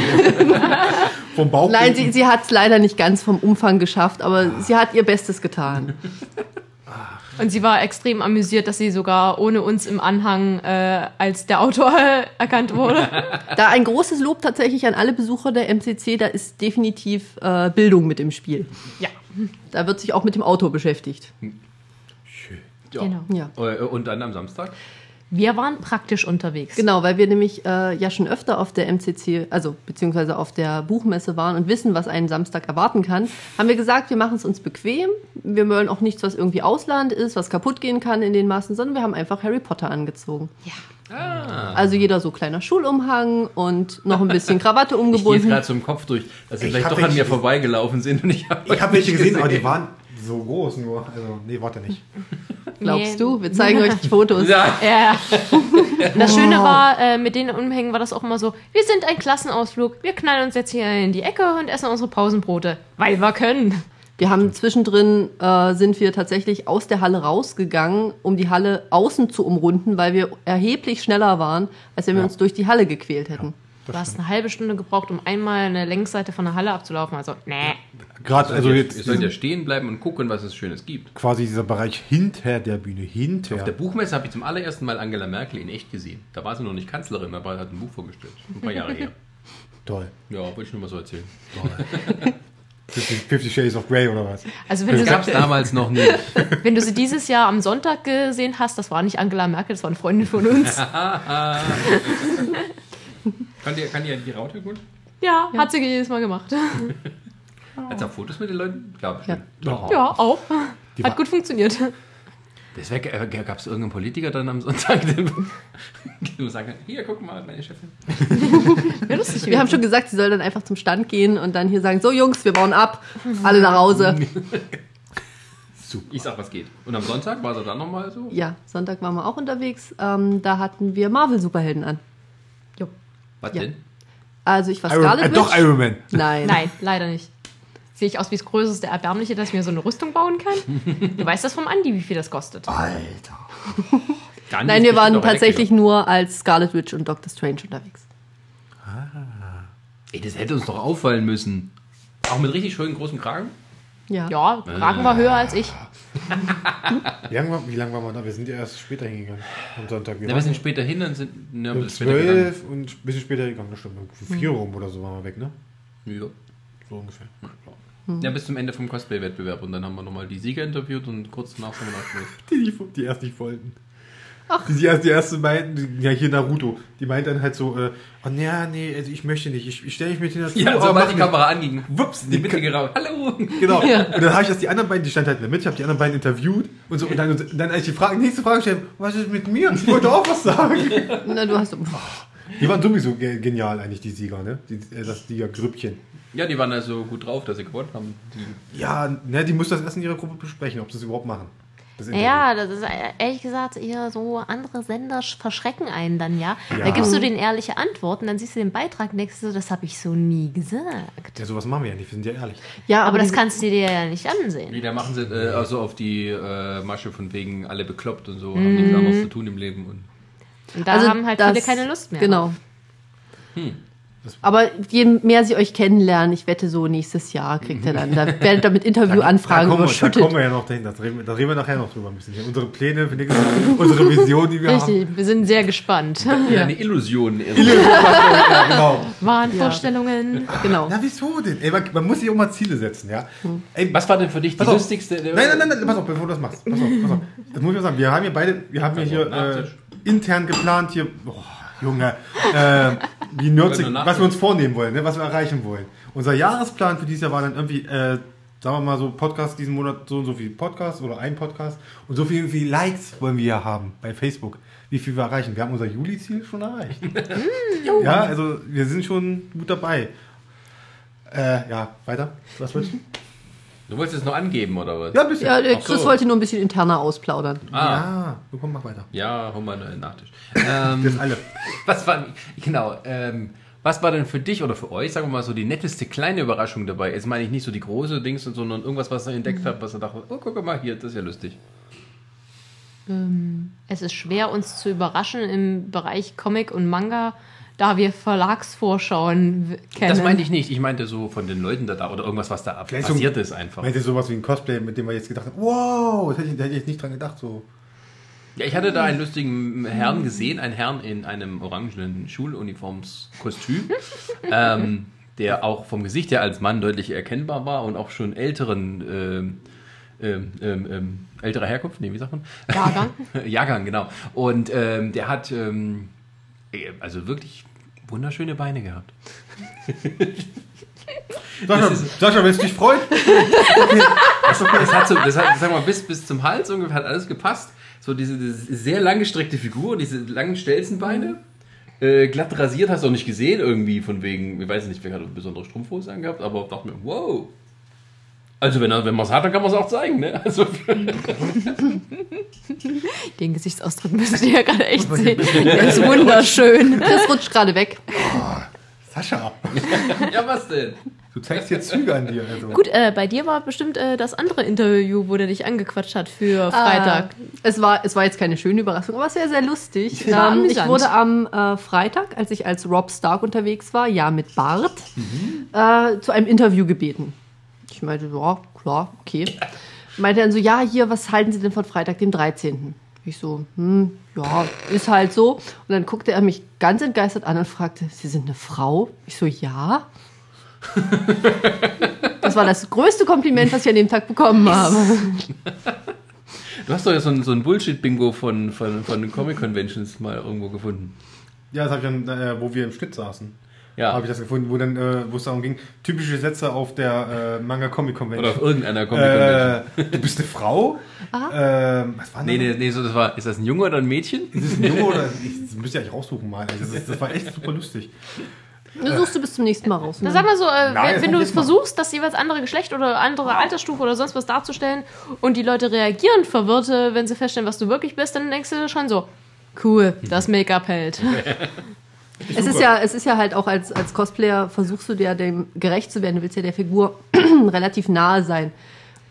Speaker 1: Vom Bauch.
Speaker 3: Nein, sie, sie hat es leider nicht ganz vom Umfang geschafft,
Speaker 4: Ah.
Speaker 3: aber sie hat ihr Bestes getan.
Speaker 4: Und sie war extrem amüsiert, dass sie sogar ohne uns im Anhang äh, als der Autor *laughs* erkannt wurde.
Speaker 3: Da ein großes Lob tatsächlich an alle Besucher der MCC, da ist definitiv äh, Bildung mit im Spiel.
Speaker 4: ja,
Speaker 3: Da wird sich auch mit dem Autor beschäftigt.
Speaker 2: Ja.
Speaker 4: genau.
Speaker 3: Ja.
Speaker 2: Äh, Und dann am Samstag?
Speaker 4: Wir waren praktisch unterwegs.
Speaker 3: Genau, weil wir nämlich äh, ja schon öfter auf der MCC, also beziehungsweise auf der Buchmesse waren und wissen, was einen Samstag erwarten kann, haben wir gesagt, wir machen es uns bequem. Wir wollen auch nichts, was irgendwie Ausland ist, was kaputt gehen kann in den Maßen, sondern wir haben einfach Harry Potter angezogen.
Speaker 4: Ja.
Speaker 3: Also jeder so kleiner Schulumhang und noch ein bisschen
Speaker 2: Ich
Speaker 3: Krawatte
Speaker 2: gehe jetzt
Speaker 3: umgebunden.
Speaker 2: gerade zum Kopf durch, dass sie
Speaker 1: Ich
Speaker 2: vielleicht
Speaker 1: hab
Speaker 2: doch an
Speaker 1: welche
Speaker 2: mir
Speaker 1: gesehen.
Speaker 2: vorbeigelaufen sind und ich habe
Speaker 1: Ich habe
Speaker 3: *laughs*
Speaker 1: welche gesehen, aber die waren so groß nur. Also, nee, warte nicht.
Speaker 3: Glaubst
Speaker 4: Nee.
Speaker 3: du? Wir zeigen euch
Speaker 2: *laughs*
Speaker 3: die Fotos.
Speaker 2: Ja,
Speaker 4: Ja. Und das Schöne war, äh, mit den Umhängen war das auch immer so, wir sind ein Klassenausflug, wir knallen uns jetzt hier in die Ecke und essen unsere Pausenbrote, weil wir können.
Speaker 3: Wir haben zwischendrin, äh, sind wir tatsächlich aus der Halle rausgegangen, um die Halle außen zu umrunden, weil wir erheblich schneller waren, als wenn wir uns durch die Halle gequält hätten.
Speaker 4: Du hast eine halbe Stunde gebraucht, um einmal eine Längsseite von der Halle abzulaufen. Also, nee.
Speaker 1: Gerade, also
Speaker 2: ihr
Speaker 1: jetzt
Speaker 2: sollt ja stehen bleiben und gucken, was es Schönes gibt.
Speaker 1: quasi dieser Bereich hinter der Bühne, hinter.
Speaker 2: Auf der Buchmesse habe ich zum allerersten Mal Angela Merkel in echt gesehen. Da war sie noch nicht Kanzlerin, aber hat ein Buch vorgestellt. Ein paar Jahre her.
Speaker 1: Toll.
Speaker 2: Ja, wollte ich nur mal so erzählen.
Speaker 1: 50, 50 Shades of Grey oder was?
Speaker 4: Also, wenn du,
Speaker 2: Das gab
Speaker 4: sie,
Speaker 2: es damals noch nicht.
Speaker 4: wenn du sie dieses Jahr am Sonntag gesehen hast, das war nicht Angela Merkel, das war eine Freundin von uns.
Speaker 2: *laughs* Kann die, kann die, die Raute gut?
Speaker 4: Ja, hat sie jedes Mal gemacht.
Speaker 2: Hat sie auch Fotos mit den Leuten? Klar, bestimmt.
Speaker 4: Ja, auch.
Speaker 1: war-
Speaker 4: Hat gut funktioniert.
Speaker 2: Das weg, äh, gab es irgendeinen Politiker dann am Sonntag, *laughs* der nur sagen kann, hier, guck mal, meine Chefin.
Speaker 4: Wäre lustig
Speaker 3: Wir haben schon gesagt, sie soll dann einfach zum Stand gehen und dann hier sagen, so Jungs, wir
Speaker 1: *laughs*
Speaker 3: bauen ab, alle nach Hause.
Speaker 2: Ich sag, was geht. Und am Sonntag war sie dann nochmal so?
Speaker 3: Ja, Sonntag waren wir auch unterwegs, ähm, da hatten wir Marvel-Superhelden an.
Speaker 2: Was
Speaker 3: Ja.
Speaker 2: denn?
Speaker 3: Also ich war
Speaker 1: Iron,
Speaker 3: Scarlet
Speaker 1: äh,
Speaker 3: Witch.
Speaker 1: doch Iron Man.
Speaker 3: Nein.
Speaker 4: Nein, leider nicht. Sehe ich aus wie das größte Erbärmliche, dass ich mir so eine Rüstung bauen kann? Du weißt das vom Andi, wie viel das kostet.
Speaker 1: Alter.
Speaker 2: Gandhi
Speaker 3: Nein,
Speaker 2: ist
Speaker 3: wir
Speaker 2: bestimmt
Speaker 3: waren
Speaker 2: auch
Speaker 3: tatsächlich
Speaker 2: Elektriker.
Speaker 3: nur als Scarlet Witch und Doctor Strange unterwegs.
Speaker 2: Ey, das hätte uns doch auffallen müssen. Auch mit richtig schönen großen Kragen?
Speaker 3: Ja.
Speaker 4: Ja, Kragen war höher als ich.
Speaker 1: Wie lange war, wie lang waren wir da? Wir sind ja erst später hingegangen am Sonntag.
Speaker 2: Ja, wir sind später hin und sind ne,
Speaker 1: um
Speaker 2: bis später gegangen.
Speaker 1: zwölf und ein bisschen später gegangen. Das stimmt. Um vier rum oder so waren wir weg, ne?
Speaker 2: Ja.
Speaker 1: So ungefähr.
Speaker 2: ja, bis zum Ende vom Cosplay-Wettbewerb. Und dann haben wir nochmal die Sieger interviewt und kurz danach haben wir nachgeschlossen.
Speaker 1: *laughs* Die, die, die erst nicht wollten. Die, die, erst, die erste meinten, ja hier Naruto, die meint dann halt so, äh, oh nee, nee, also ich möchte nicht, ich, ich stelle mich mit hinter zu,
Speaker 2: Ja,
Speaker 1: aber mach
Speaker 2: sobald Oh, die
Speaker 1: nicht.
Speaker 2: Kamera anging, wups, in die
Speaker 1: Die
Speaker 2: Mitte
Speaker 1: Ka-
Speaker 2: geraucht. Hallo! *laughs*
Speaker 1: Genau. Und dann habe ich erst die anderen beiden, die standen halt in der Mitte, habe die anderen beiden interviewt und so. Und dann, und dann als ich die Frage, nächste Frage stelle, was ist mit mir? Ich wollte auch was sagen.
Speaker 3: Na, du hast.
Speaker 1: Die waren sowieso ge genial eigentlich, die Sieger, ne? Die, äh, das Siegergrüppchen.
Speaker 2: Ja, die waren also gut drauf, dass sie gewonnen haben. Die,
Speaker 1: Ja, ne, die müssen das erst in ihrer Gruppe besprechen, ob sie es überhaupt machen. Das Interview.
Speaker 4: Ja, das ist äh, ehrlich gesagt eher so, andere Sender sch- verschrecken einen dann, ja.
Speaker 1: Ja.
Speaker 4: Da gibst du den ehrliche Antworten, dann siehst du den Beitrag und denkst so, das habe ich so nie gesagt.
Speaker 1: Ja, sowas machen wir ja nicht, wir sind ja ehrlich.
Speaker 3: Ja,
Speaker 4: Aber das
Speaker 3: die-
Speaker 4: kannst du dir ja nicht ansehen.
Speaker 2: da machen sie äh, also auf die äh, Masche von wegen alle bekloppt und so, haben nichts anderes zu tun im Leben. Und
Speaker 4: Und da haben halt
Speaker 3: Also das-
Speaker 4: viele keine Lust mehr.
Speaker 3: Genau.
Speaker 1: Hm.
Speaker 3: Aber je mehr sie euch kennenlernen, ich wette so, nächstes Jahr kriegt
Speaker 1: *laughs*
Speaker 3: er dann, da werdet ihr mit
Speaker 1: da,
Speaker 3: Interviewanfragen
Speaker 1: kommen wir, da
Speaker 3: überschüttet.
Speaker 1: kommen wir ja noch dahin, da reden, wir- da reden wir nachher noch drüber ein bisschen. Unsere Pläne für nächstes
Speaker 4: *laughs*
Speaker 1: Jahr, unsere Vision, die wir haben.
Speaker 4: Richtig, wir sind sehr *laughs* gespannt.
Speaker 2: ja. eine Illusion ist.
Speaker 1: Ja, genau.
Speaker 4: Wahnvorstellungen.
Speaker 3: Genau.
Speaker 1: Na, wieso denn? Ey, man, man muss sich auch mal Ziele setzen, ja? Ey,
Speaker 2: Was war denn für dich die
Speaker 1: Pass auf.
Speaker 2: lustigste?
Speaker 1: Nein, nein, nein, nein, pass auf, bevor du das machst. Pass auf, pass auf. Das muss ich mal sagen. Wir haben hier beide, wir haben ja hier
Speaker 2: Also, Nachtisch.
Speaker 1: äh, intern geplant, hier, boah, Junge, äh, wie nerdsig,
Speaker 2: Wenn du
Speaker 1: was wir uns vornehmen wollen, ne, was wir erreichen wollen. Unser Jahresplan für dieses Jahr war dann irgendwie, äh, sagen wir mal so, Podcast diesen Monat, so und so viel Podcast oder ein Podcast und so viel wie Likes wollen wir ja haben bei Facebook. Wie viel wir erreichen. Wir haben unser Juli-Ziel
Speaker 2: *laughs*
Speaker 1: schon erreicht. ja, also wir sind schon gut dabei. Äh, ja, weiter. Was willst du?
Speaker 2: Du wolltest es noch angeben, oder was?
Speaker 1: Ja, ein bisschen.
Speaker 3: Ja, der
Speaker 2: Ach
Speaker 3: Chris
Speaker 2: so.
Speaker 3: wollte nur ein bisschen interner ausplaudern.
Speaker 2: Ah,
Speaker 1: Ja, so, komm, mach weiter.
Speaker 2: ja, hol mal einen Nachtisch. Ähm,
Speaker 1: Das alle.
Speaker 2: *laughs* was war, genau, ähm, was war denn für dich oder für euch, sagen wir mal so, die netteste kleine Überraschung dabei? Jetzt meine ich nicht so die große Dings, sondern irgendwas, was ihr
Speaker 1: Mhm.
Speaker 2: entdeckt habt, was ihr dachte, oh, guck mal hier, das ist ja lustig.
Speaker 4: Es ist schwer, uns zu überraschen im Bereich Comic und Manga, da wir Verlagsvorschauen w- kennen.
Speaker 2: Das meinte ich nicht. Ich meinte so von den Leuten da, da oder irgendwas, was da ab-
Speaker 1: Vielleicht
Speaker 2: passiert
Speaker 1: so-
Speaker 2: ist einfach.
Speaker 1: Meint ihr sowas wie ein Cosplay, mit dem wir jetzt gedacht haben, wow, das hätte ich, da hätte ich nicht dran gedacht, so.
Speaker 2: Ja, ich hatte da einen lustigen Herrn gesehen, einen Herrn in einem orangenen Schuluniformskostüm, ähm, der auch vom Gesicht her als Mann deutlich erkennbar war und auch schon älteren, ähm, ähm, ähm, ähm, älterer Herkunft, nee, wie sagt man?
Speaker 4: Jahrgang?
Speaker 2: *laughs* Jahrgang, genau. Und ähm, der hat ähm, äh, also wirklich wunderschöne Beine gehabt.
Speaker 1: Sascha,
Speaker 2: Das ist-
Speaker 1: Sascha, willst du dich freuen?
Speaker 2: Das, das hat so, das hat, sag mal, bis, bis zum Hals ungefähr hat alles gepasst. So diese, diese sehr langgestreckte Figur, diese langen Stelzenbeine. Äh, glatt rasiert hast du auch nicht gesehen, irgendwie von wegen, ich weiß nicht, wer hat eine besondere Strumpfhose angehabt, aber dachte mir, wow. Also, wenn, er- wenn man es hat, dann kann man es auch zeigen, ne? Also, *laughs*
Speaker 4: Den Gesichtsausdruck müsst ihr ja gerade *laughs* echt sehen. Der ist wunderschön.
Speaker 1: *laughs*
Speaker 3: Chris rutscht gerade weg.
Speaker 1: Sascha,
Speaker 2: ja, was denn?
Speaker 1: du zeigst hier Züge an dir. Also.
Speaker 4: Gut, äh, bei dir war bestimmt äh, das andere Interview, wo der dich angequatscht hat für Freitag.
Speaker 3: Ah, es, war, es war jetzt keine schöne Überraschung, aber es war sehr lustig.
Speaker 4: Ja,
Speaker 3: Ähm, ich
Speaker 4: amüsant.
Speaker 3: wurde am äh, Freitag, als ich als Rob Stark unterwegs war, ja mit Bart, äh, zu einem Interview gebeten. Ich meinte, ja, klar, okay. Meinte dann so, ja, hier, was halten Sie denn von Freitag, dem 13.? Ich so, hm, ja, ist halt so. Und dann guckte er mich ganz entgeistert an und fragte, Sie sind eine Frau? Ich so, ja. Das war das größte Kompliment, was ich an dem Tag bekommen habe.
Speaker 2: Du hast doch ja so ein, so ein Bullshit-Bingo von, von, von den Comic-Conventions mal irgendwo gefunden.
Speaker 1: Ja, das habe ich dann, äh, wo wir im Schnitt saßen.
Speaker 2: Ja.
Speaker 1: Habe ich das gefunden, wo dann, äh, wo es darum ging, typische Sätze auf der äh, Manga
Speaker 2: Oder
Speaker 1: Comic
Speaker 2: auf
Speaker 1: Convention.
Speaker 2: irgendeiner Comic-Convention. Ah.
Speaker 1: äh, du bist eine Frau? Ähm, was war denn
Speaker 2: nee,
Speaker 1: das?
Speaker 2: nee, nee, so, das war, ist das ein Junge oder ein Mädchen?
Speaker 1: Ist das ein Junge oder? Ich, das müsst ihr eigentlich raussuchen mal. ey. Das, ist, das war echt super lustig.
Speaker 3: Das suchst du bis zum nächsten Mal raus. ne?
Speaker 4: Na, sag mal so, äh,
Speaker 1: Nein,
Speaker 4: wenn,
Speaker 1: komm,
Speaker 4: wenn du
Speaker 1: jetzt
Speaker 4: es
Speaker 1: mal.
Speaker 4: versuchst, das jeweils andere Geschlecht oder andere Altersstufe oder sonst was darzustellen und die Leute reagieren verwirrt, äh, wenn sie feststellen, was du wirklich bist, dann denkst du schon so, cool, das Make-up hält.
Speaker 3: Es ist, ja, es ist ja halt auch als, als Cosplayer versuchst du dir dem gerecht zu werden. Du willst ja der Figur *clears throat* relativ nahe sein.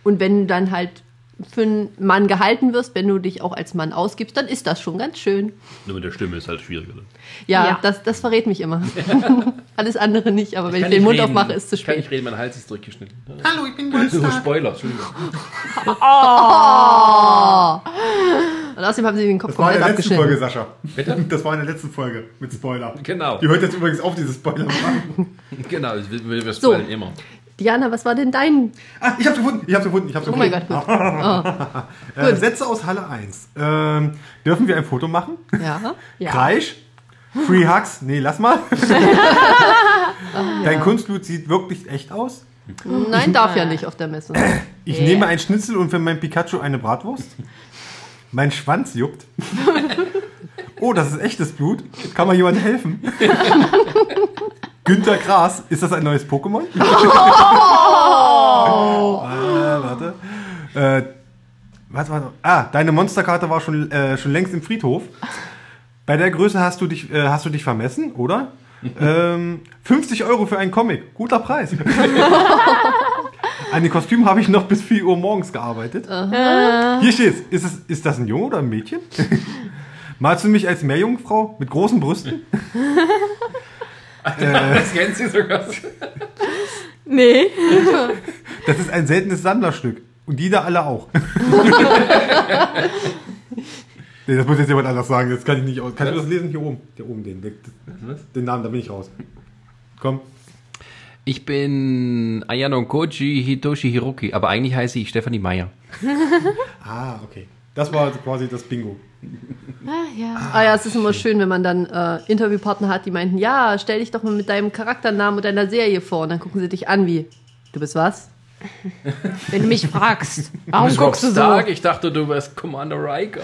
Speaker 3: Und wenn du dann halt für einen Mann gehalten wirst, wenn du dich auch als Mann ausgibst, dann ist das schon ganz schön.
Speaker 2: Nur mit der Stimme ist halt schwieriger. dann.
Speaker 3: Ja,
Speaker 4: Ja.
Speaker 3: Das, das verrät mich *laughs* immer. Alles andere nicht, aber wenn ich
Speaker 2: Kann
Speaker 3: den Mund
Speaker 2: reden.
Speaker 3: aufmache, ist es zu
Speaker 2: Kann
Speaker 3: spät.
Speaker 2: ich reden, mein Hals ist durchgeschnitten. Hallo, ich bin So, Spoiler, Entschuldigung.
Speaker 3: Und außerdem haben sie den Kopf
Speaker 1: Das war in
Speaker 3: komplett
Speaker 1: der letzten
Speaker 3: abgeschnitten.
Speaker 1: Folge, Sascha.
Speaker 2: Bitte?
Speaker 1: Das war in der letzten Folge mit Spoiler.
Speaker 2: Genau.
Speaker 1: Ihr hört jetzt übrigens auf, diese Spoiler zu machen.
Speaker 2: Genau, das wir, wir
Speaker 3: So.
Speaker 2: spoilern immer.
Speaker 3: Diana, was war denn dein?
Speaker 1: Ah, ich hab's gefunden, ich hab's gefunden, ich hab's
Speaker 3: Oh
Speaker 1: gefunden.
Speaker 3: mein Gott, gut.
Speaker 1: Äh, Sätze aus Halle 1. Ähm, dürfen wir ein Foto machen?
Speaker 3: Ja.
Speaker 4: Ja.
Speaker 1: Kreisch? Free Hugs? Nee, lass
Speaker 3: *laughs*
Speaker 1: mal. Dein Kunstblut sieht wirklich echt aus.
Speaker 3: Nein, darf ja nicht auf der Messe.
Speaker 1: Ich
Speaker 4: Ja.
Speaker 1: nehme ein Schnitzel und für mein Pikachu eine Bratwurst. Mein Schwanz juckt. Oh, das ist echtes Blut. Kann mal jemand helfen? Günter Gras, ist das ein neues Pokémon? Äh, warte. Äh, warte, warte. Ah, deine Monsterkarte war schon, äh, schon längst im Friedhof. Bei der Größe hast du dich, äh, hast du dich vermessen, oder? ähm, 50 Euro für einen Comic. Guter Preis. An dem Kostüm habe ich noch bis 4 Uhr morgens gearbeitet. Hier steht's. Ist, es, ist das ein Junge oder ein Mädchen? *laughs* Malst du mich als Meerjungfrau mit großen Brüsten?
Speaker 2: Das kennst du sogar.
Speaker 4: *laughs* Nee.
Speaker 1: Das ist ein seltenes Sammlerstück. Und die da alle
Speaker 2: *laughs*
Speaker 1: auch. nee, das muss jetzt jemand anders sagen. Das kann ich nicht aus. Kannst du das lesen? Hier oben. Hier oben den. Den, den Namen, da bin ich raus. Komm.
Speaker 2: Ich bin Ayano Koji Hitoshi Hiroki, aber eigentlich heiße ich Stefanie Meyer.
Speaker 1: Ah, okay. Das war quasi das Bingo.
Speaker 4: Ah, ja.
Speaker 3: Ah ja, es ist immer schön, wenn man dann äh, Interviewpartner hat, die meinten, ja, stell dich doch mal mit deinem Charakternamen und deiner Serie vor. Und dann gucken sie dich an wie, du bist was?
Speaker 4: Wenn du mich fragst, warum
Speaker 2: Bist
Speaker 4: guckst du
Speaker 2: auch
Speaker 4: so?
Speaker 2: stark? Ich dachte, du wärst Commander Riker.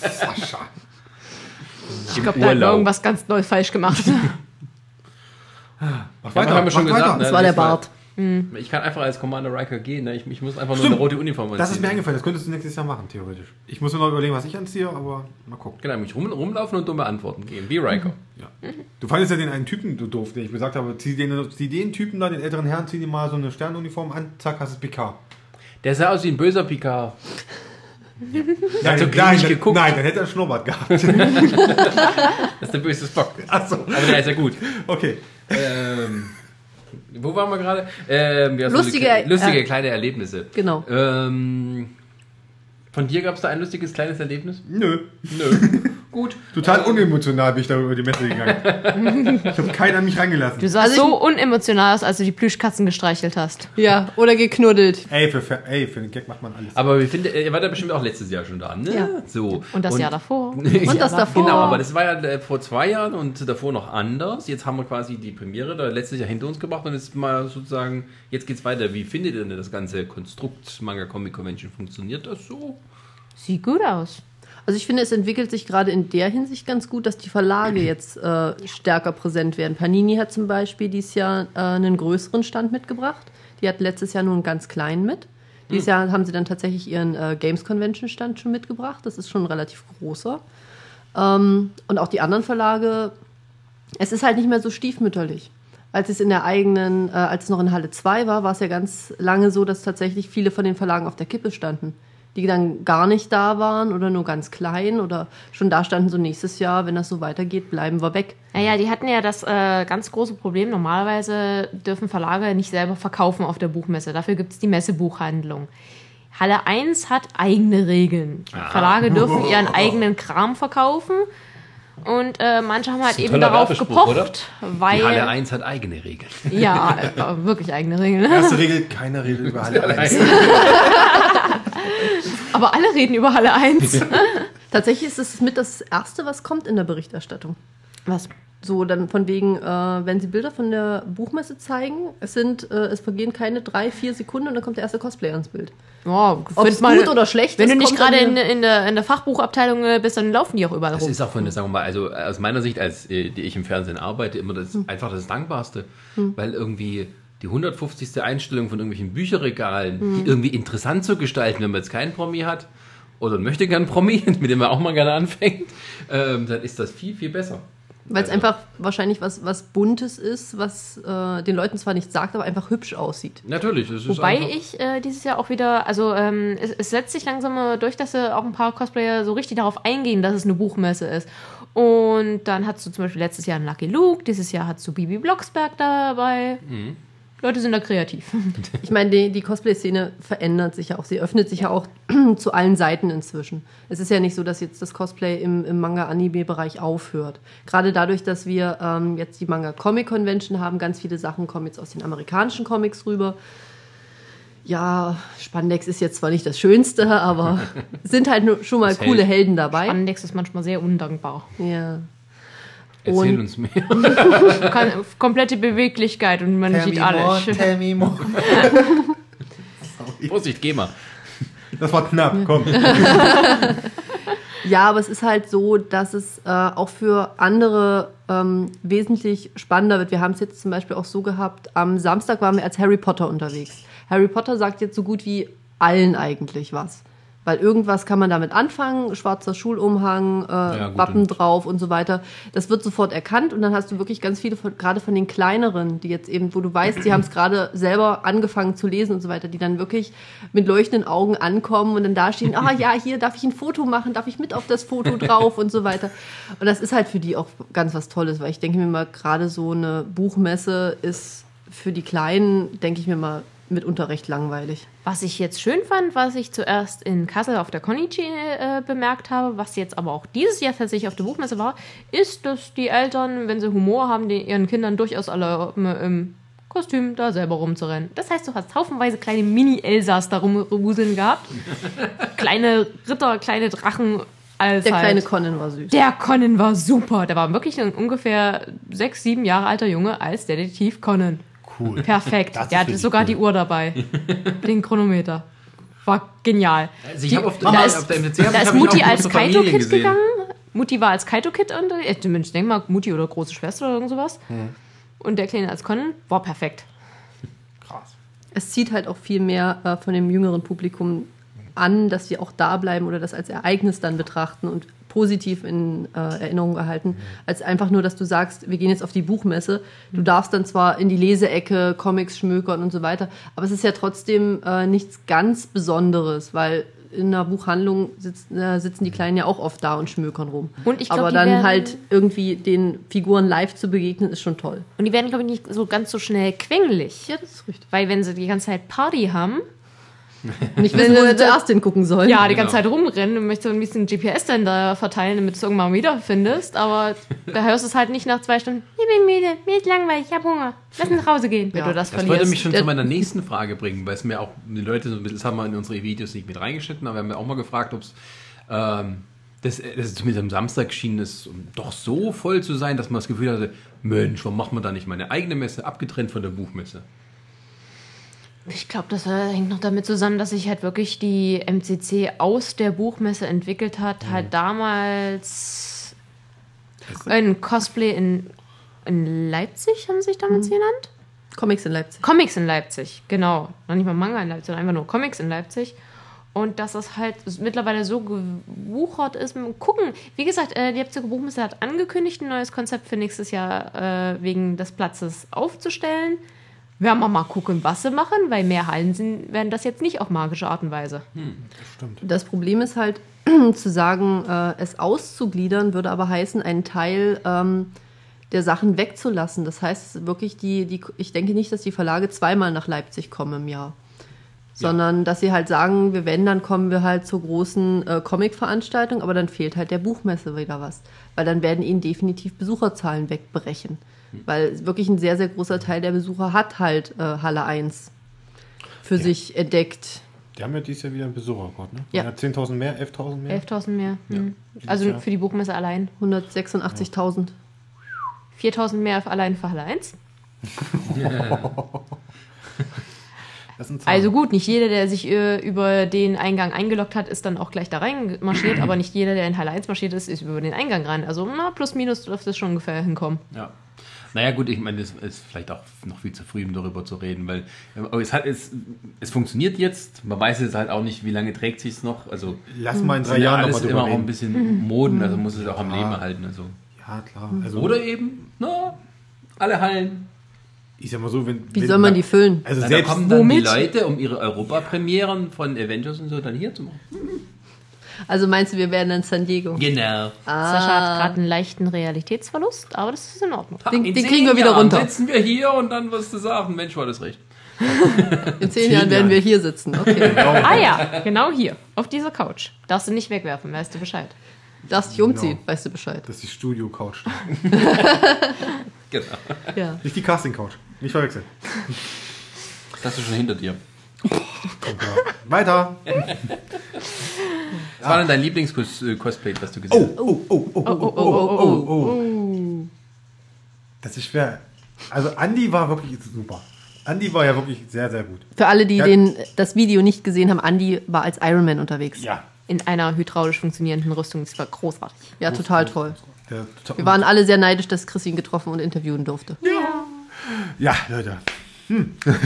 Speaker 1: Sascha.
Speaker 4: Ich glaube, da hat
Speaker 2: Urlaub.
Speaker 4: irgendwas ganz neu falsch gemacht.
Speaker 1: Mach
Speaker 2: Ja, haben wir schon
Speaker 1: mach
Speaker 2: gesagt,
Speaker 3: Das
Speaker 2: ne?
Speaker 3: war der
Speaker 2: das war-
Speaker 3: Bart.
Speaker 2: Ich kann einfach als Commander Riker gehen. Ne? Ich, ich muss einfach nur
Speaker 1: Stimmt.
Speaker 2: eine rote Uniform anziehen.
Speaker 1: Das ist mir eingefallen. Das könntest du nächstes Jahr machen, theoretisch. Ich muss mir noch überlegen, was ich anziehe, aber mal gucken.
Speaker 2: Genau, mich rum, rumlaufen und dumme Antworten geben. Wie Riker.
Speaker 1: Ja. Du fandest ja den einen Typen du doof, den ich gesagt habe, zieh den, zieh den Typen da, den älteren Herrn, zieh dir mal so eine Sternuniform an, zack, hast du PK.
Speaker 2: Der sah aus wie ein böser Picard.
Speaker 1: Nein,
Speaker 2: so grimmig geguckt.
Speaker 1: nein, dann hätte er Schnurrbart gehabt. *laughs*
Speaker 2: Das ist der böse Spock.
Speaker 1: Achso,
Speaker 2: Aber der ist ja gut.
Speaker 1: okay.
Speaker 2: ähm, wo waren wir gerade? Ähm, wir hatten
Speaker 3: Lustige-
Speaker 2: so die- lustige
Speaker 3: äh,
Speaker 2: kleine Erlebnisse.
Speaker 3: Genau.
Speaker 2: Ähm, von dir gab es da ein lustiges kleines Erlebnis?
Speaker 1: Nö,
Speaker 3: *laughs*
Speaker 2: Nö. gut.
Speaker 1: total unemotional bin ich da über die Messe gegangen. ich habe keiner mich
Speaker 4: Du
Speaker 1: reingelassen.
Speaker 4: sahst
Speaker 3: Also ich-
Speaker 4: so unemotional aus, als du die Plüschkatzen gestreichelt hast.
Speaker 3: Ja, oder geknuddelt.
Speaker 1: Ey für, für, ey, für den Gag macht man alles.
Speaker 2: Aber wir finden, ihr wart ja bestimmt auch letztes Jahr schon da, ne?
Speaker 3: Ja.
Speaker 2: So.
Speaker 4: Und das Jahr davor.
Speaker 3: Und das davor.
Speaker 2: Genau, aber das war ja äh, vor zwei Jahren und davor noch anders. Jetzt haben wir quasi die Premiere da letztes Jahr hinter uns gebracht und jetzt mal sozusagen, jetzt geht's weiter. Wie findet ihr denn das ganze Konstrukt Manga Comic Convention? Funktioniert das so?
Speaker 4: Sieht gut aus.
Speaker 3: Also ich finde, es entwickelt sich gerade in der Hinsicht ganz gut, dass die Verlage jetzt äh, stärker präsent werden. Panini hat zum Beispiel dieses Jahr äh, einen größeren Stand mitgebracht. Die hat letztes Jahr nur einen ganz kleinen mit.
Speaker 2: Hm.
Speaker 3: Dieses Jahr haben sie dann tatsächlich ihren äh, Games Convention Stand schon mitgebracht. Das ist schon ein relativ großer. Ähm, und auch die anderen Verlage, es ist halt nicht mehr so stiefmütterlich. Als es in der eigenen, äh, als es noch in Halle 2 war, war es ja ganz lange so, dass tatsächlich viele von den Verlagen auf der Kippe standen, die dann gar nicht da waren oder nur ganz klein oder schon da standen, so nächstes Jahr, wenn das so weitergeht, bleiben wir weg.
Speaker 4: Naja, die hatten ja das äh, ganz große Problem. Normalerweise dürfen Verlage nicht selber verkaufen auf der Buchmesse. Dafür gibt es die Messebuchhandlung. Halle 1 hat eigene Regeln.
Speaker 2: Ah.
Speaker 4: Verlage dürfen
Speaker 2: *laughs*
Speaker 4: ihren eigenen Kram verkaufen. Und äh, manche haben halt
Speaker 2: ein
Speaker 4: eben
Speaker 2: toller
Speaker 4: darauf
Speaker 2: Werbespruch,
Speaker 4: gepocht,
Speaker 2: oder?
Speaker 4: weil.
Speaker 2: Die Halle 1 hat eigene Regeln.
Speaker 4: Ja, äh, wirklich eigene Regeln. *laughs*
Speaker 1: Erste Regel, keine Regel über Halle 1.
Speaker 4: Aber alle reden über Halle
Speaker 2: *laughs*
Speaker 4: 1.
Speaker 3: Tatsächlich ist es mit das Erste, was kommt in der Berichterstattung.
Speaker 4: Was?
Speaker 3: So, dann von wegen, äh, wenn sie Bilder von der Buchmesse zeigen, es sind, äh, es vergehen keine drei, vier Sekunden und dann kommt der erste Cosplayer ins Bild.
Speaker 4: Oh,
Speaker 3: Ob
Speaker 4: find's
Speaker 3: es
Speaker 4: mal-
Speaker 3: gut oder schlecht
Speaker 4: Wenn
Speaker 3: ist,
Speaker 4: du nicht
Speaker 3: kommt dann
Speaker 4: gerade in,
Speaker 3: hier.
Speaker 4: in, der, in der Fachbuchabteilung äh, bist, dann laufen die auch überall
Speaker 2: Das
Speaker 4: rum.
Speaker 2: ist auch von, sagen wir mal, also aus meiner Sicht, als äh, die ich im Fernsehen arbeite, immer das
Speaker 4: Hm.
Speaker 2: einfach das Dankbarste. Weil irgendwie die
Speaker 4: Hm.
Speaker 2: 150. Einstellung von irgendwelchen Bücherregalen, die irgendwie interessant zu gestalten, wenn man jetzt keinen Promi hat. oder ein möchte gern Promi, *laughs* mit dem er auch mal gerne anfängt, ähm, dann ist das viel, viel besser.
Speaker 3: Weil es
Speaker 2: Also-
Speaker 3: einfach wahrscheinlich was, was Buntes ist, was äh, den Leuten zwar nichts sagt, aber einfach hübsch
Speaker 2: *laughs*
Speaker 3: aussieht.
Speaker 2: Natürlich, das ist
Speaker 4: Wobei
Speaker 2: einfach-
Speaker 4: ich äh, dieses Jahr auch wieder, also ähm, es, es setzt sich langsam mal durch, dass äh, auch ein paar Cosplayer so richtig darauf eingehen, dass es eine Buchmesse ist. Und dann hattest du zum Beispiel letztes Jahr einen Lucky Luke, dieses Jahr hattest du Bibi Blocksberg dabei.
Speaker 2: Mhm.
Speaker 4: Leute sind da kreativ.
Speaker 3: Ich meine, die, die Cosplay-Szene verändert sich ja auch. Sie öffnet sich ja auch *clears throat* zu allen Seiten inzwischen. Es ist ja nicht so, dass jetzt das Cosplay im, im Manga-Anime-Bereich aufhört. Gerade dadurch, dass wir ähm, jetzt die Manga-Comic-Convention haben, ganz viele Sachen kommen jetzt aus den amerikanischen Comics rüber. Ja, Spandex ist jetzt zwar nicht das Schönste,
Speaker 2: *laughs*
Speaker 3: aber es sind halt nur schon mal
Speaker 2: Es hält.
Speaker 3: coole Helden dabei.
Speaker 4: Andex ist manchmal sehr undankbar.
Speaker 3: ja.
Speaker 2: Erzähl
Speaker 3: und-
Speaker 2: uns mehr. *laughs*
Speaker 4: Kann, *laughs* komplette Beweglichkeit und man sieht alles.
Speaker 2: Vorsicht, geh mal.
Speaker 5: Das war knapp, komm.
Speaker 3: Ja, aber es ist halt so, dass es äh, auch für andere ähm, wesentlich spannender wird. Wir haben es jetzt zum Beispiel auch so gehabt, am Samstag waren wir als Harry Potter unterwegs. Harry Potter sagt jetzt so gut wie allen eigentlich was. Weil irgendwas kann man damit anfangen, schwarzer Schulumhang, äh,
Speaker 2: gut,
Speaker 3: Wappen
Speaker 2: und-
Speaker 3: drauf und so weiter. Das wird sofort erkannt und dann hast du wirklich ganz viele, von, gerade von den kleineren, die jetzt eben, wo du weißt, die haben es gerade selber angefangen zu lesen und so weiter, die dann wirklich mit leuchtenden Augen ankommen und dann da stehen, ah ja, hier darf ich ein Foto machen, darf ich mit auf das Foto drauf und so weiter. Und das ist halt für die auch ganz was Tolles, weil ich denke mir mal, gerade so eine Buchmesse ist für die Kleinen, denke ich mir mal, mitunter recht langweilig.
Speaker 4: Was ich jetzt schön fand, was ich zuerst in Kassel auf der Konichi äh, bemerkt habe, was jetzt aber auch dieses Jahr tatsächlich auf der Buchmesse war, ist, dass die Eltern, wenn sie Humor haben, den, ihren Kindern durchaus erlauben, im Kostüm da selber rumzurennen. Das heißt, du hast haufenweise kleine Mini-Elsas da
Speaker 3: *laughs*
Speaker 4: rumruseln gehabt. kleine Ritter, kleine Drachen. Als
Speaker 3: Der
Speaker 4: halt.
Speaker 3: kleine Conan war süß.
Speaker 4: Der Conan war super. Der war wirklich ein ungefähr sechs, sieben Jahre alter Junge als Detektiv Conan.
Speaker 5: Cool.
Speaker 4: Perfekt.
Speaker 5: Das ist
Speaker 4: Der hatte
Speaker 5: richtig
Speaker 4: sogar
Speaker 5: cool.
Speaker 4: die Uhr dabei.
Speaker 2: *laughs*
Speaker 4: Den Chronometer. War genial.
Speaker 2: Also ich
Speaker 4: Die-
Speaker 2: hab auf der-
Speaker 4: da
Speaker 2: auf
Speaker 4: ist,
Speaker 2: der MCC hab
Speaker 4: da
Speaker 2: ich-
Speaker 4: ist
Speaker 2: hab ich
Speaker 4: Mutti
Speaker 2: auch
Speaker 4: als
Speaker 2: große Familien
Speaker 4: Kaito-Kid
Speaker 2: gesehen.
Speaker 4: gegangen. Mutti war als Kaito-Kid unter. Ich Mensch, denk mal, Mutti oder große Schwester oder irgend sowas.
Speaker 2: Hm.
Speaker 4: Und der Kleine als Conan war perfekt.
Speaker 5: Krass.
Speaker 3: es zieht halt auch viel mehr äh, von dem jüngeren Publikum an, dass sie auch da bleiben oder das als Ereignis dann betrachten und positiv in äh, Erinnerung erhalten, als einfach nur, dass du sagst, wir gehen jetzt auf die Buchmesse. Du
Speaker 4: Mhm.
Speaker 3: darfst dann zwar in die Leseecke Comics schmökern und so weiter, aber es ist ja trotzdem äh, nichts ganz Besonderes, weil in einer Buchhandlung sitzt, äh, sitzen die Kleinen ja auch oft da und schmökern rum.
Speaker 4: Und ich glaub,
Speaker 3: aber
Speaker 4: die
Speaker 3: dann
Speaker 4: werden-
Speaker 3: halt irgendwie den Figuren live zu begegnen, ist schon toll.
Speaker 4: Und die werden, glaube ich, nicht so ganz so schnell quengelig.
Speaker 3: Ja, das ist richtig.
Speaker 4: Weil wenn sie die ganze Zeit Party haben,
Speaker 3: Und ich wissen, wo sie zuerst hingucken sollen.
Speaker 4: ja, die ganze
Speaker 2: Genau.
Speaker 4: Zeit rumrennen und möchtest so ein bisschen GPS dann da verteilen, damit du es irgendwann wiederfindest. *laughs* Aber da hörst du es halt nicht nach zwei Stunden. Ich bin müde, mir ist langweilig, ich habe Hunger. Lass uns nach Hause gehen, wenn
Speaker 3: Ja.
Speaker 4: du das,
Speaker 2: Das
Speaker 4: verlierst.
Speaker 2: würde mich schon
Speaker 3: Der-
Speaker 2: zu meiner nächsten Frage bringen, weil es mir auch die Leute so ein bisschen, das haben wir in unsere Videos nicht mit reingeschnitten, aber wir haben ja auch mal gefragt, ob es ähm, das, das zumindest am Samstag schien es um doch so voll zu sein, dass man das Gefühl hatte, Mensch, warum macht man da nicht meine eigene Messe, abgetrennt von der Buchmesse?
Speaker 4: Ich glaube, das äh, hängt noch damit zusammen, dass sich halt wirklich die MCC aus der Buchmesse entwickelt hat. Halt damals ein Cosplay in, in Leipzig, haben sie sich damals genannt?
Speaker 3: Comics in Leipzig.
Speaker 4: Comics in Leipzig, genau. Noch nicht mal Manga in Leipzig, sondern einfach nur Comics in Leipzig. Und dass das halt mittlerweile so gewuchert ist mit dem Gucken. Wie gesagt, äh, die Leipziger Buchmesse hat angekündigt, ein neues Konzept für nächstes Jahr äh, wegen des Platzes aufzustellen. Werden wir mal gucken, was sie machen, weil mehr Hallen sind, werden das jetzt nicht auf magische Art und Weise.
Speaker 3: Das Problem ist halt, *clears throat* zu sagen, äh, es auszugliedern, würde aber heißen, einen Teil ähm, der Sachen wegzulassen. Das heißt wirklich, die, die, ich denke nicht, dass die Verlage zweimal nach Leipzig kommen im Jahr. Sondern dass sie halt sagen, wir wenn, dann kommen wir halt zur großen äh, Comic-Veranstaltung, aber dann fehlt halt der Buchmesse wieder was. Weil dann werden ihnen definitiv Besucherzahlen wegbrechen. Weil wirklich ein sehr, sehr großer Teil der Besucher hat halt äh, Halle 1 für sich entdeckt.
Speaker 5: Die haben ja dieses Jahr wieder einen Besucherrekord, ne?
Speaker 3: Ja.
Speaker 5: Ja. 10.000 mehr, 11.000 mehr.
Speaker 4: 11.000 mehr. Hm. Also
Speaker 5: Jahr.
Speaker 4: für die Buchmesse allein.
Speaker 3: 186.000.
Speaker 4: 4.000 mehr allein für Halle 1.
Speaker 5: Das sind Zahlen.
Speaker 4: Also gut, nicht jeder, der sich äh, über den Eingang eingeloggt hat, ist dann auch gleich da reinmarschiert, aber nicht jeder, der in Halle 1 marschiert ist, ist über den Eingang rein. Also na, plus minus dürfte es schon ungefähr hinkommen.
Speaker 2: Ja. Naja, gut, ich meine, es ist vielleicht auch noch viel zu früh, um darüber zu reden, weil aber es, hat, es, es funktioniert jetzt. Man weiß jetzt halt auch nicht, wie lange trägt sich noch. Also,
Speaker 1: Lass mal in drei
Speaker 2: sind ja
Speaker 1: Jahren
Speaker 2: alles
Speaker 1: nochmal drüber
Speaker 2: immer auch ein
Speaker 1: reden.
Speaker 2: bisschen Moden, also muss es auch am Leben erhalten. Also.
Speaker 1: Ja, klar. Also,
Speaker 2: Oder eben, na, alle Hallen.
Speaker 1: ich sag mal so, wenn.
Speaker 3: Wie
Speaker 1: wenn,
Speaker 3: soll man die füllen?
Speaker 1: Also
Speaker 2: Na, da
Speaker 1: selbst.
Speaker 2: kommen dann
Speaker 3: Womit?
Speaker 2: die Leute, um ihre Europapremieren von Avengers und so dann hier zu machen.
Speaker 3: Also meinst du, wir wären in San Diego?
Speaker 2: Genau.
Speaker 3: Ah,
Speaker 4: Sascha hat gerade einen leichten Realitätsverlust, aber das ist in Ordnung.
Speaker 2: Ha,
Speaker 3: Den-
Speaker 2: in
Speaker 3: den
Speaker 2: zehn
Speaker 3: kriegen wir wieder
Speaker 2: Jahren
Speaker 3: runter.
Speaker 2: sitzen wir hier und dann wirst du sagen, Mensch, war das recht.
Speaker 3: In zehn Jahren werden wir hier sitzen.
Speaker 1: *laughs*
Speaker 3: Okay.
Speaker 4: Ah ja, genau hier, auf dieser Couch. Darfst du nicht wegwerfen, weißt du Bescheid.
Speaker 3: Darfst dich umziehen,
Speaker 1: genau.
Speaker 3: weißt du Bescheid.
Speaker 1: Das ist die Studio-Couch.
Speaker 2: Genau.
Speaker 3: Ja.
Speaker 1: Nicht die Casting-Couch. Nicht verwechseln.
Speaker 2: Das hast du schon hinter dir.
Speaker 1: Weiter.
Speaker 2: Was war denn dein Lieblings-Cosplay, was du gesehen hast?
Speaker 1: oh, oh, oh,
Speaker 4: Oh, oh, oh, oh, oh.
Speaker 1: Das ist schwer. Also Andy war wirklich super. Andy war ja wirklich sehr, sehr gut.
Speaker 3: Für alle, die
Speaker 1: Ja.
Speaker 3: den, das Video nicht gesehen haben, Andy war als Iron Man unterwegs.
Speaker 1: Ja.
Speaker 4: In einer hydraulisch funktionierenden Rüstung, das war großartig.
Speaker 3: Ja, total toll.
Speaker 1: Der,
Speaker 3: Wir waren alle sehr neidisch, dass Chris ihn getroffen und interviewen durfte.
Speaker 1: ja,
Speaker 3: *laughs*
Speaker 1: Leute.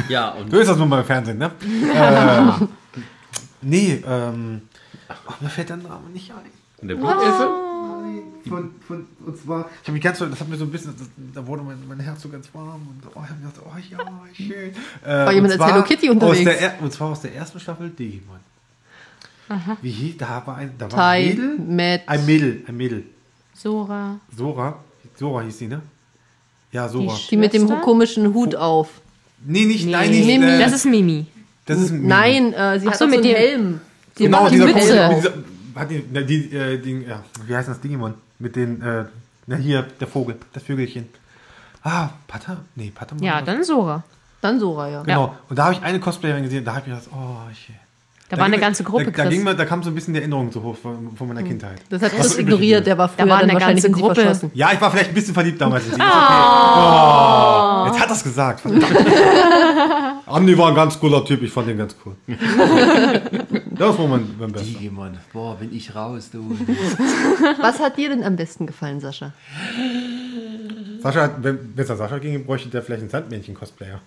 Speaker 2: Ja, und
Speaker 1: So ist das nun beim Fernsehen, ne? äh, nee, ähm. Ach, mir fällt der Name nicht ein.
Speaker 2: eine Blutelfe?
Speaker 1: Von, von, und zwar, ich habe mich ganz, so- das hat mir so ein bisschen, das, da wurde mein, mein Herz so ganz warm und oh, ich habe gedacht, oh ja, schön. Äh,
Speaker 3: War jemand
Speaker 1: und
Speaker 3: als
Speaker 1: zwar
Speaker 3: Hello Kitty
Speaker 1: Aus
Speaker 3: unterwegs?
Speaker 1: der, er- und zwar aus der ersten Staffel Digimon. Wie hieß, da war ein, da war ein
Speaker 3: Thai,
Speaker 1: Mädel.
Speaker 3: Matt,
Speaker 1: Ein Mädel, ein Mädel.
Speaker 4: Sora,
Speaker 1: Sora. Sora hieß die, ne? Ja,
Speaker 4: die
Speaker 1: Sora.
Speaker 3: die mit dem
Speaker 4: Schwester?
Speaker 3: komischen Hut auf.
Speaker 1: Nee, nicht, nein,
Speaker 4: Nee,
Speaker 1: nicht.
Speaker 3: Mimi.
Speaker 1: Äh,
Speaker 4: Das ist Mimi.
Speaker 1: das ist
Speaker 3: Nein, äh, sie
Speaker 4: Ach
Speaker 3: hat
Speaker 4: so,
Speaker 3: so,
Speaker 4: mit
Speaker 3: mit so einen
Speaker 4: dem-
Speaker 3: Helm.
Speaker 4: Die
Speaker 1: Genau,
Speaker 4: macht die
Speaker 1: dieser
Speaker 4: Mütze.
Speaker 1: komische, mit dieser, hat die, na, die, äh, den, ja, wie heißt das Digimon? Mit den, äh, na hier, der Vogel, das Vögelchen. Ah, Pater? Nee, Patamon.
Speaker 4: Ja, dann Sora.
Speaker 3: Dann Sora, ja.
Speaker 1: Genau. Und da habe ich eine Cosplayerin gesehen, da habe ich mir gedacht, oh, ich.
Speaker 4: Da, war
Speaker 1: ging
Speaker 4: eine
Speaker 1: mir-
Speaker 4: ganze Gruppe,
Speaker 1: Da, da, ging
Speaker 4: Chris. Hm.
Speaker 1: mir, da kam so ein bisschen die Erinnerung zu hoch von, von meiner Kindheit.
Speaker 3: Das hat
Speaker 1: Was
Speaker 3: Chris
Speaker 1: übrig
Speaker 3: ignoriert,
Speaker 1: geblieben.
Speaker 3: der war früher
Speaker 4: war
Speaker 3: dann
Speaker 4: eine
Speaker 3: wahrscheinlich
Speaker 4: ganze
Speaker 3: in sie
Speaker 4: Gruppe.
Speaker 3: verschossen.
Speaker 1: Ja, ich war vielleicht ein bisschen verliebt damals in sie. Ist Okay. Oh,
Speaker 4: Ah.
Speaker 1: jetzt hat er es gesagt. verdammt.
Speaker 4: *laughs*
Speaker 1: Andi war ein ganz cooler Typ, ich fand ihn ganz cool. das war mein, mein Bestes.
Speaker 2: Digimon. Boah, bin ich raus, du.
Speaker 3: Was hat dir denn am besten gefallen, Sascha?
Speaker 1: Sascha, hat- wenn es an Sascha ginge, bräuchte der vielleicht ein Sandmännchen-Cosplayer.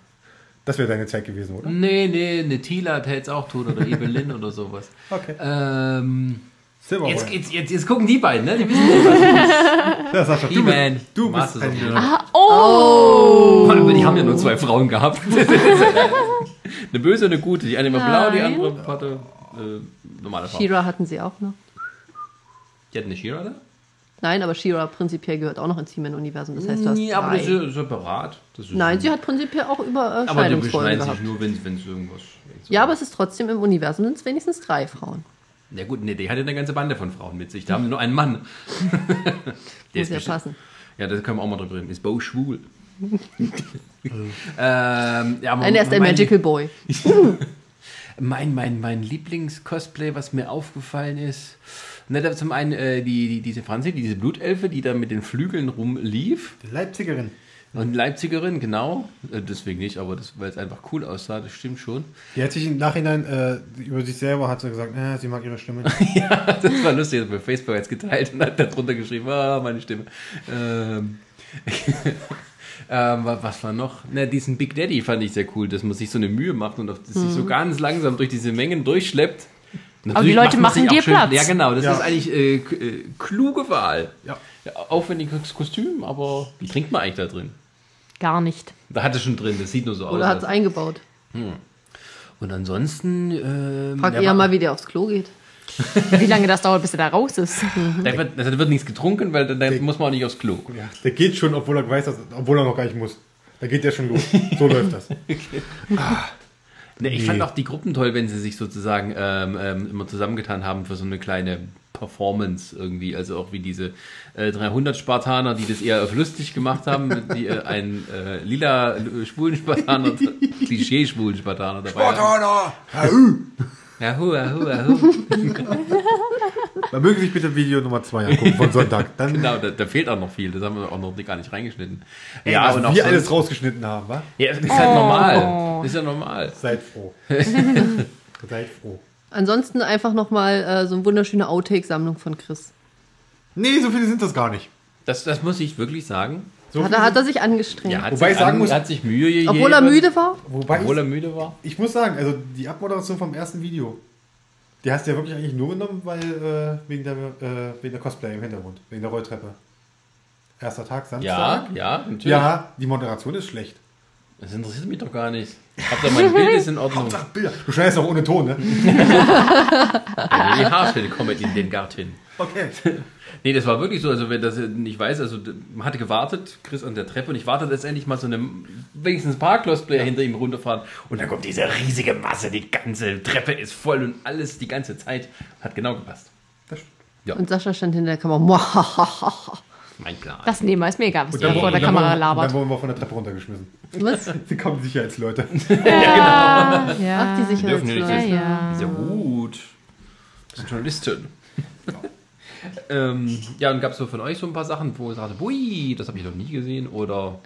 Speaker 1: Das wäre deine Zeit gewesen, oder?
Speaker 2: nee, nee, eine Tila tät's auch tot oder Evelyn oder sowas.
Speaker 1: Okay.
Speaker 2: Ähm,
Speaker 1: Silverware.
Speaker 2: jetzt, jetzt, jetzt, jetzt gucken die beiden, ne? Die wissen nicht, was
Speaker 1: Ja, Sascha,
Speaker 2: die
Speaker 1: du bist,
Speaker 2: man
Speaker 1: du
Speaker 2: Masters
Speaker 1: bist
Speaker 2: of
Speaker 1: ein
Speaker 2: the-
Speaker 4: Ah. Oh!
Speaker 2: Mann, aber Die haben ja nur zwei Frauen gehabt. *laughs* eine böse und eine gute. Die eine war blau, die
Speaker 4: Nein.
Speaker 2: andere hatte äh, normale Farbe.
Speaker 3: Shira hatten sie auch noch.
Speaker 2: Die hatten eine Shira da?
Speaker 3: Nein, aber Shira prinzipiell gehört auch noch ins He-Man-Universum. Das heißt, du hast
Speaker 2: Nee, aber
Speaker 3: drei.
Speaker 2: das ist ja separat. Das ist
Speaker 3: Nein, sie hat prinzipiell auch über äh,
Speaker 2: Aber die
Speaker 3: Scheidungsfolgen
Speaker 2: beschneiden sich
Speaker 3: gehabt.
Speaker 2: nur, wenn es irgendwas. wenn's
Speaker 3: Ja, aber es ist trotzdem im Universum sind es wenigstens drei Frauen.
Speaker 2: Na gut, nee, die hatte eine ganze Bande von Frauen mit sich. Da haben wir nur einen
Speaker 3: *laughs*
Speaker 2: Mann. der
Speaker 3: Muss ja
Speaker 2: bestimmt-
Speaker 3: passen.
Speaker 2: Ja, da können wir auch mal drüber reden. Ist Bo
Speaker 3: *laughs*
Speaker 2: schwul? *laughs* ähm, ja, aber
Speaker 3: Nein, er ist ein
Speaker 2: mein-
Speaker 3: Magical Boy.
Speaker 2: Mein, mein, mein Lieblings-Cosplay, was mir aufgefallen ist. Na, da zum einen äh, die, die, diese Franzi, diese Blutelfe, die da mit den Flügeln rumlief.
Speaker 1: Leipzigerin.
Speaker 2: Und Leipzigerin, genau. Äh, deswegen nicht, aber das, weil es einfach cool aussah, das stimmt schon.
Speaker 1: Die hat sich im Nachhinein äh, über sich selber hat sie gesagt, äh, sie mag ihre Stimme.
Speaker 2: Das war lustig, das hat bei Facebook jetzt geteilt und hat da drunter geschrieben, ah, meine Stimme. Ähm, *laughs* ähm, wa- was war noch? Na, diesen Big Daddy fand ich sehr cool, dass man sich so eine Mühe macht und auf, sich so ganz langsam durch diese Mengen durchschleppt. Natürlich
Speaker 4: Mhm. Leute
Speaker 2: macht man
Speaker 4: machen
Speaker 2: sich auch
Speaker 4: dir Platz.
Speaker 2: Ja, genau, das
Speaker 1: Ja.
Speaker 2: ist eigentlich äh, k- äh, kluge Wahl.
Speaker 1: Ja.
Speaker 2: aufwendiges Kostüm, aber wie trinkt man eigentlich da drin?
Speaker 4: Gar nicht.
Speaker 2: Da hat es schon drin, das sieht nur so
Speaker 3: Oder hat
Speaker 2: aus.
Speaker 3: es eingebaut.
Speaker 2: Und ansonsten. Ähm,
Speaker 3: Frag
Speaker 2: ja,
Speaker 3: eher
Speaker 2: wa-
Speaker 3: mal, wie der aufs Klo geht.
Speaker 4: Wie lange das dauert, bis er da raus ist.
Speaker 2: Da wird, also da wird nichts getrunken, weil dann, dann muss man auch nicht aufs Klo.
Speaker 1: ja, der geht schon, obwohl er weiß, dass, obwohl er noch gar nicht muss. Da geht der schon los. *laughs* So läuft das.
Speaker 2: Ne, ich
Speaker 1: Nee.
Speaker 2: fand auch die Gruppen toll, wenn sie sich sozusagen ähm, ähm, immer zusammengetan haben für so eine kleine Performance irgendwie. Also auch wie diese äh, 300 Spartaner, die das eher auf lustig gemacht haben. Die, äh, ein äh, lila äh, schwulen Spartaner, Klischee-schwulen Spartaner dabei. haben. Ahu, ahu, ahu.
Speaker 1: Dann mögen Sie sich bitte Video Nummer 2 angucken von Sonntag. Dann,
Speaker 2: Genau, da, da fehlt auch noch viel. Das haben wir auch noch gar nicht reingeschnitten.
Speaker 1: ja, was Also wir
Speaker 2: sonst-
Speaker 1: alles rausgeschnitten haben, wa?
Speaker 2: ja, ist halt
Speaker 3: Oh.
Speaker 2: normal. Ist ja normal.
Speaker 1: Seid *laughs* froh. Seid froh.
Speaker 3: Ansonsten einfach nochmal äh, so eine wunderschöne Outtake-Sammlung von Chris.
Speaker 1: Nee, so viele sind das gar nicht.
Speaker 2: Das, das muss ich wirklich sagen.
Speaker 1: So
Speaker 3: Hat
Speaker 1: viel-
Speaker 3: er, hat er sich angestrengt.
Speaker 2: Ja, hat,
Speaker 1: Wobei
Speaker 2: sich
Speaker 1: ich sagen
Speaker 2: an,
Speaker 1: muss-
Speaker 2: hat sich Mühe gegeben.
Speaker 3: Obwohl er müde war?
Speaker 1: Wobei
Speaker 2: Obwohl er
Speaker 1: ich,
Speaker 2: müde war.
Speaker 1: ich muss sagen, also die Abmoderation vom ersten Video, die hast du ja wirklich eigentlich nur genommen, weil äh, wegen, der, äh, wegen der Cosplay im Hintergrund, wegen der Rolltreppe. Erster Tag,
Speaker 2: Ja,
Speaker 1: Samstag.
Speaker 2: ja, natürlich.
Speaker 1: ja die Moderation ist schlecht.
Speaker 2: Das interessiert mich doch gar nicht. Habt ihr mein Bild ist in Ordnung.
Speaker 1: Ach, Bilder. Du schneidest auch ohne Ton, *laughs* ne?
Speaker 2: Also die Haarschnitte kommen in den Garten.
Speaker 1: Okay.
Speaker 2: Nee, das war wirklich so. Also, wenn das nicht weiß, also d- man hatte gewartet, Chris an der Treppe, und ich warte letztendlich mal so einem, wenigstens ein paar Cosplayer hinter ihm runterfahren. Und dann kommt diese riesige Masse, die ganze Treppe ist voll und alles die ganze Zeit. Hat genau gepasst.
Speaker 3: Und Sascha stand hinter der Kamera. Muahahaha.
Speaker 2: Mein Plan.
Speaker 4: Das nehmen wir, ist mir egal, was der
Speaker 1: wurden-
Speaker 4: vor der
Speaker 1: dann
Speaker 4: Kamera
Speaker 1: wurden- Dann
Speaker 4: labert.
Speaker 1: wurden wir von der Treppe runtergeschmissen. *laughs*
Speaker 3: Was?
Speaker 1: Sie kommen Sicherheitsleute.
Speaker 3: Ach, die
Speaker 2: Die dürfen nicht
Speaker 3: Sicherheitsleute.
Speaker 2: sitzen.
Speaker 4: ja.
Speaker 2: Sehr gut. Das sind Journalistin. *laughs* ähm, ja, und gab es so von euch so ein paar Sachen, wo ihr sagte, bui, das habe ich noch nie gesehen oder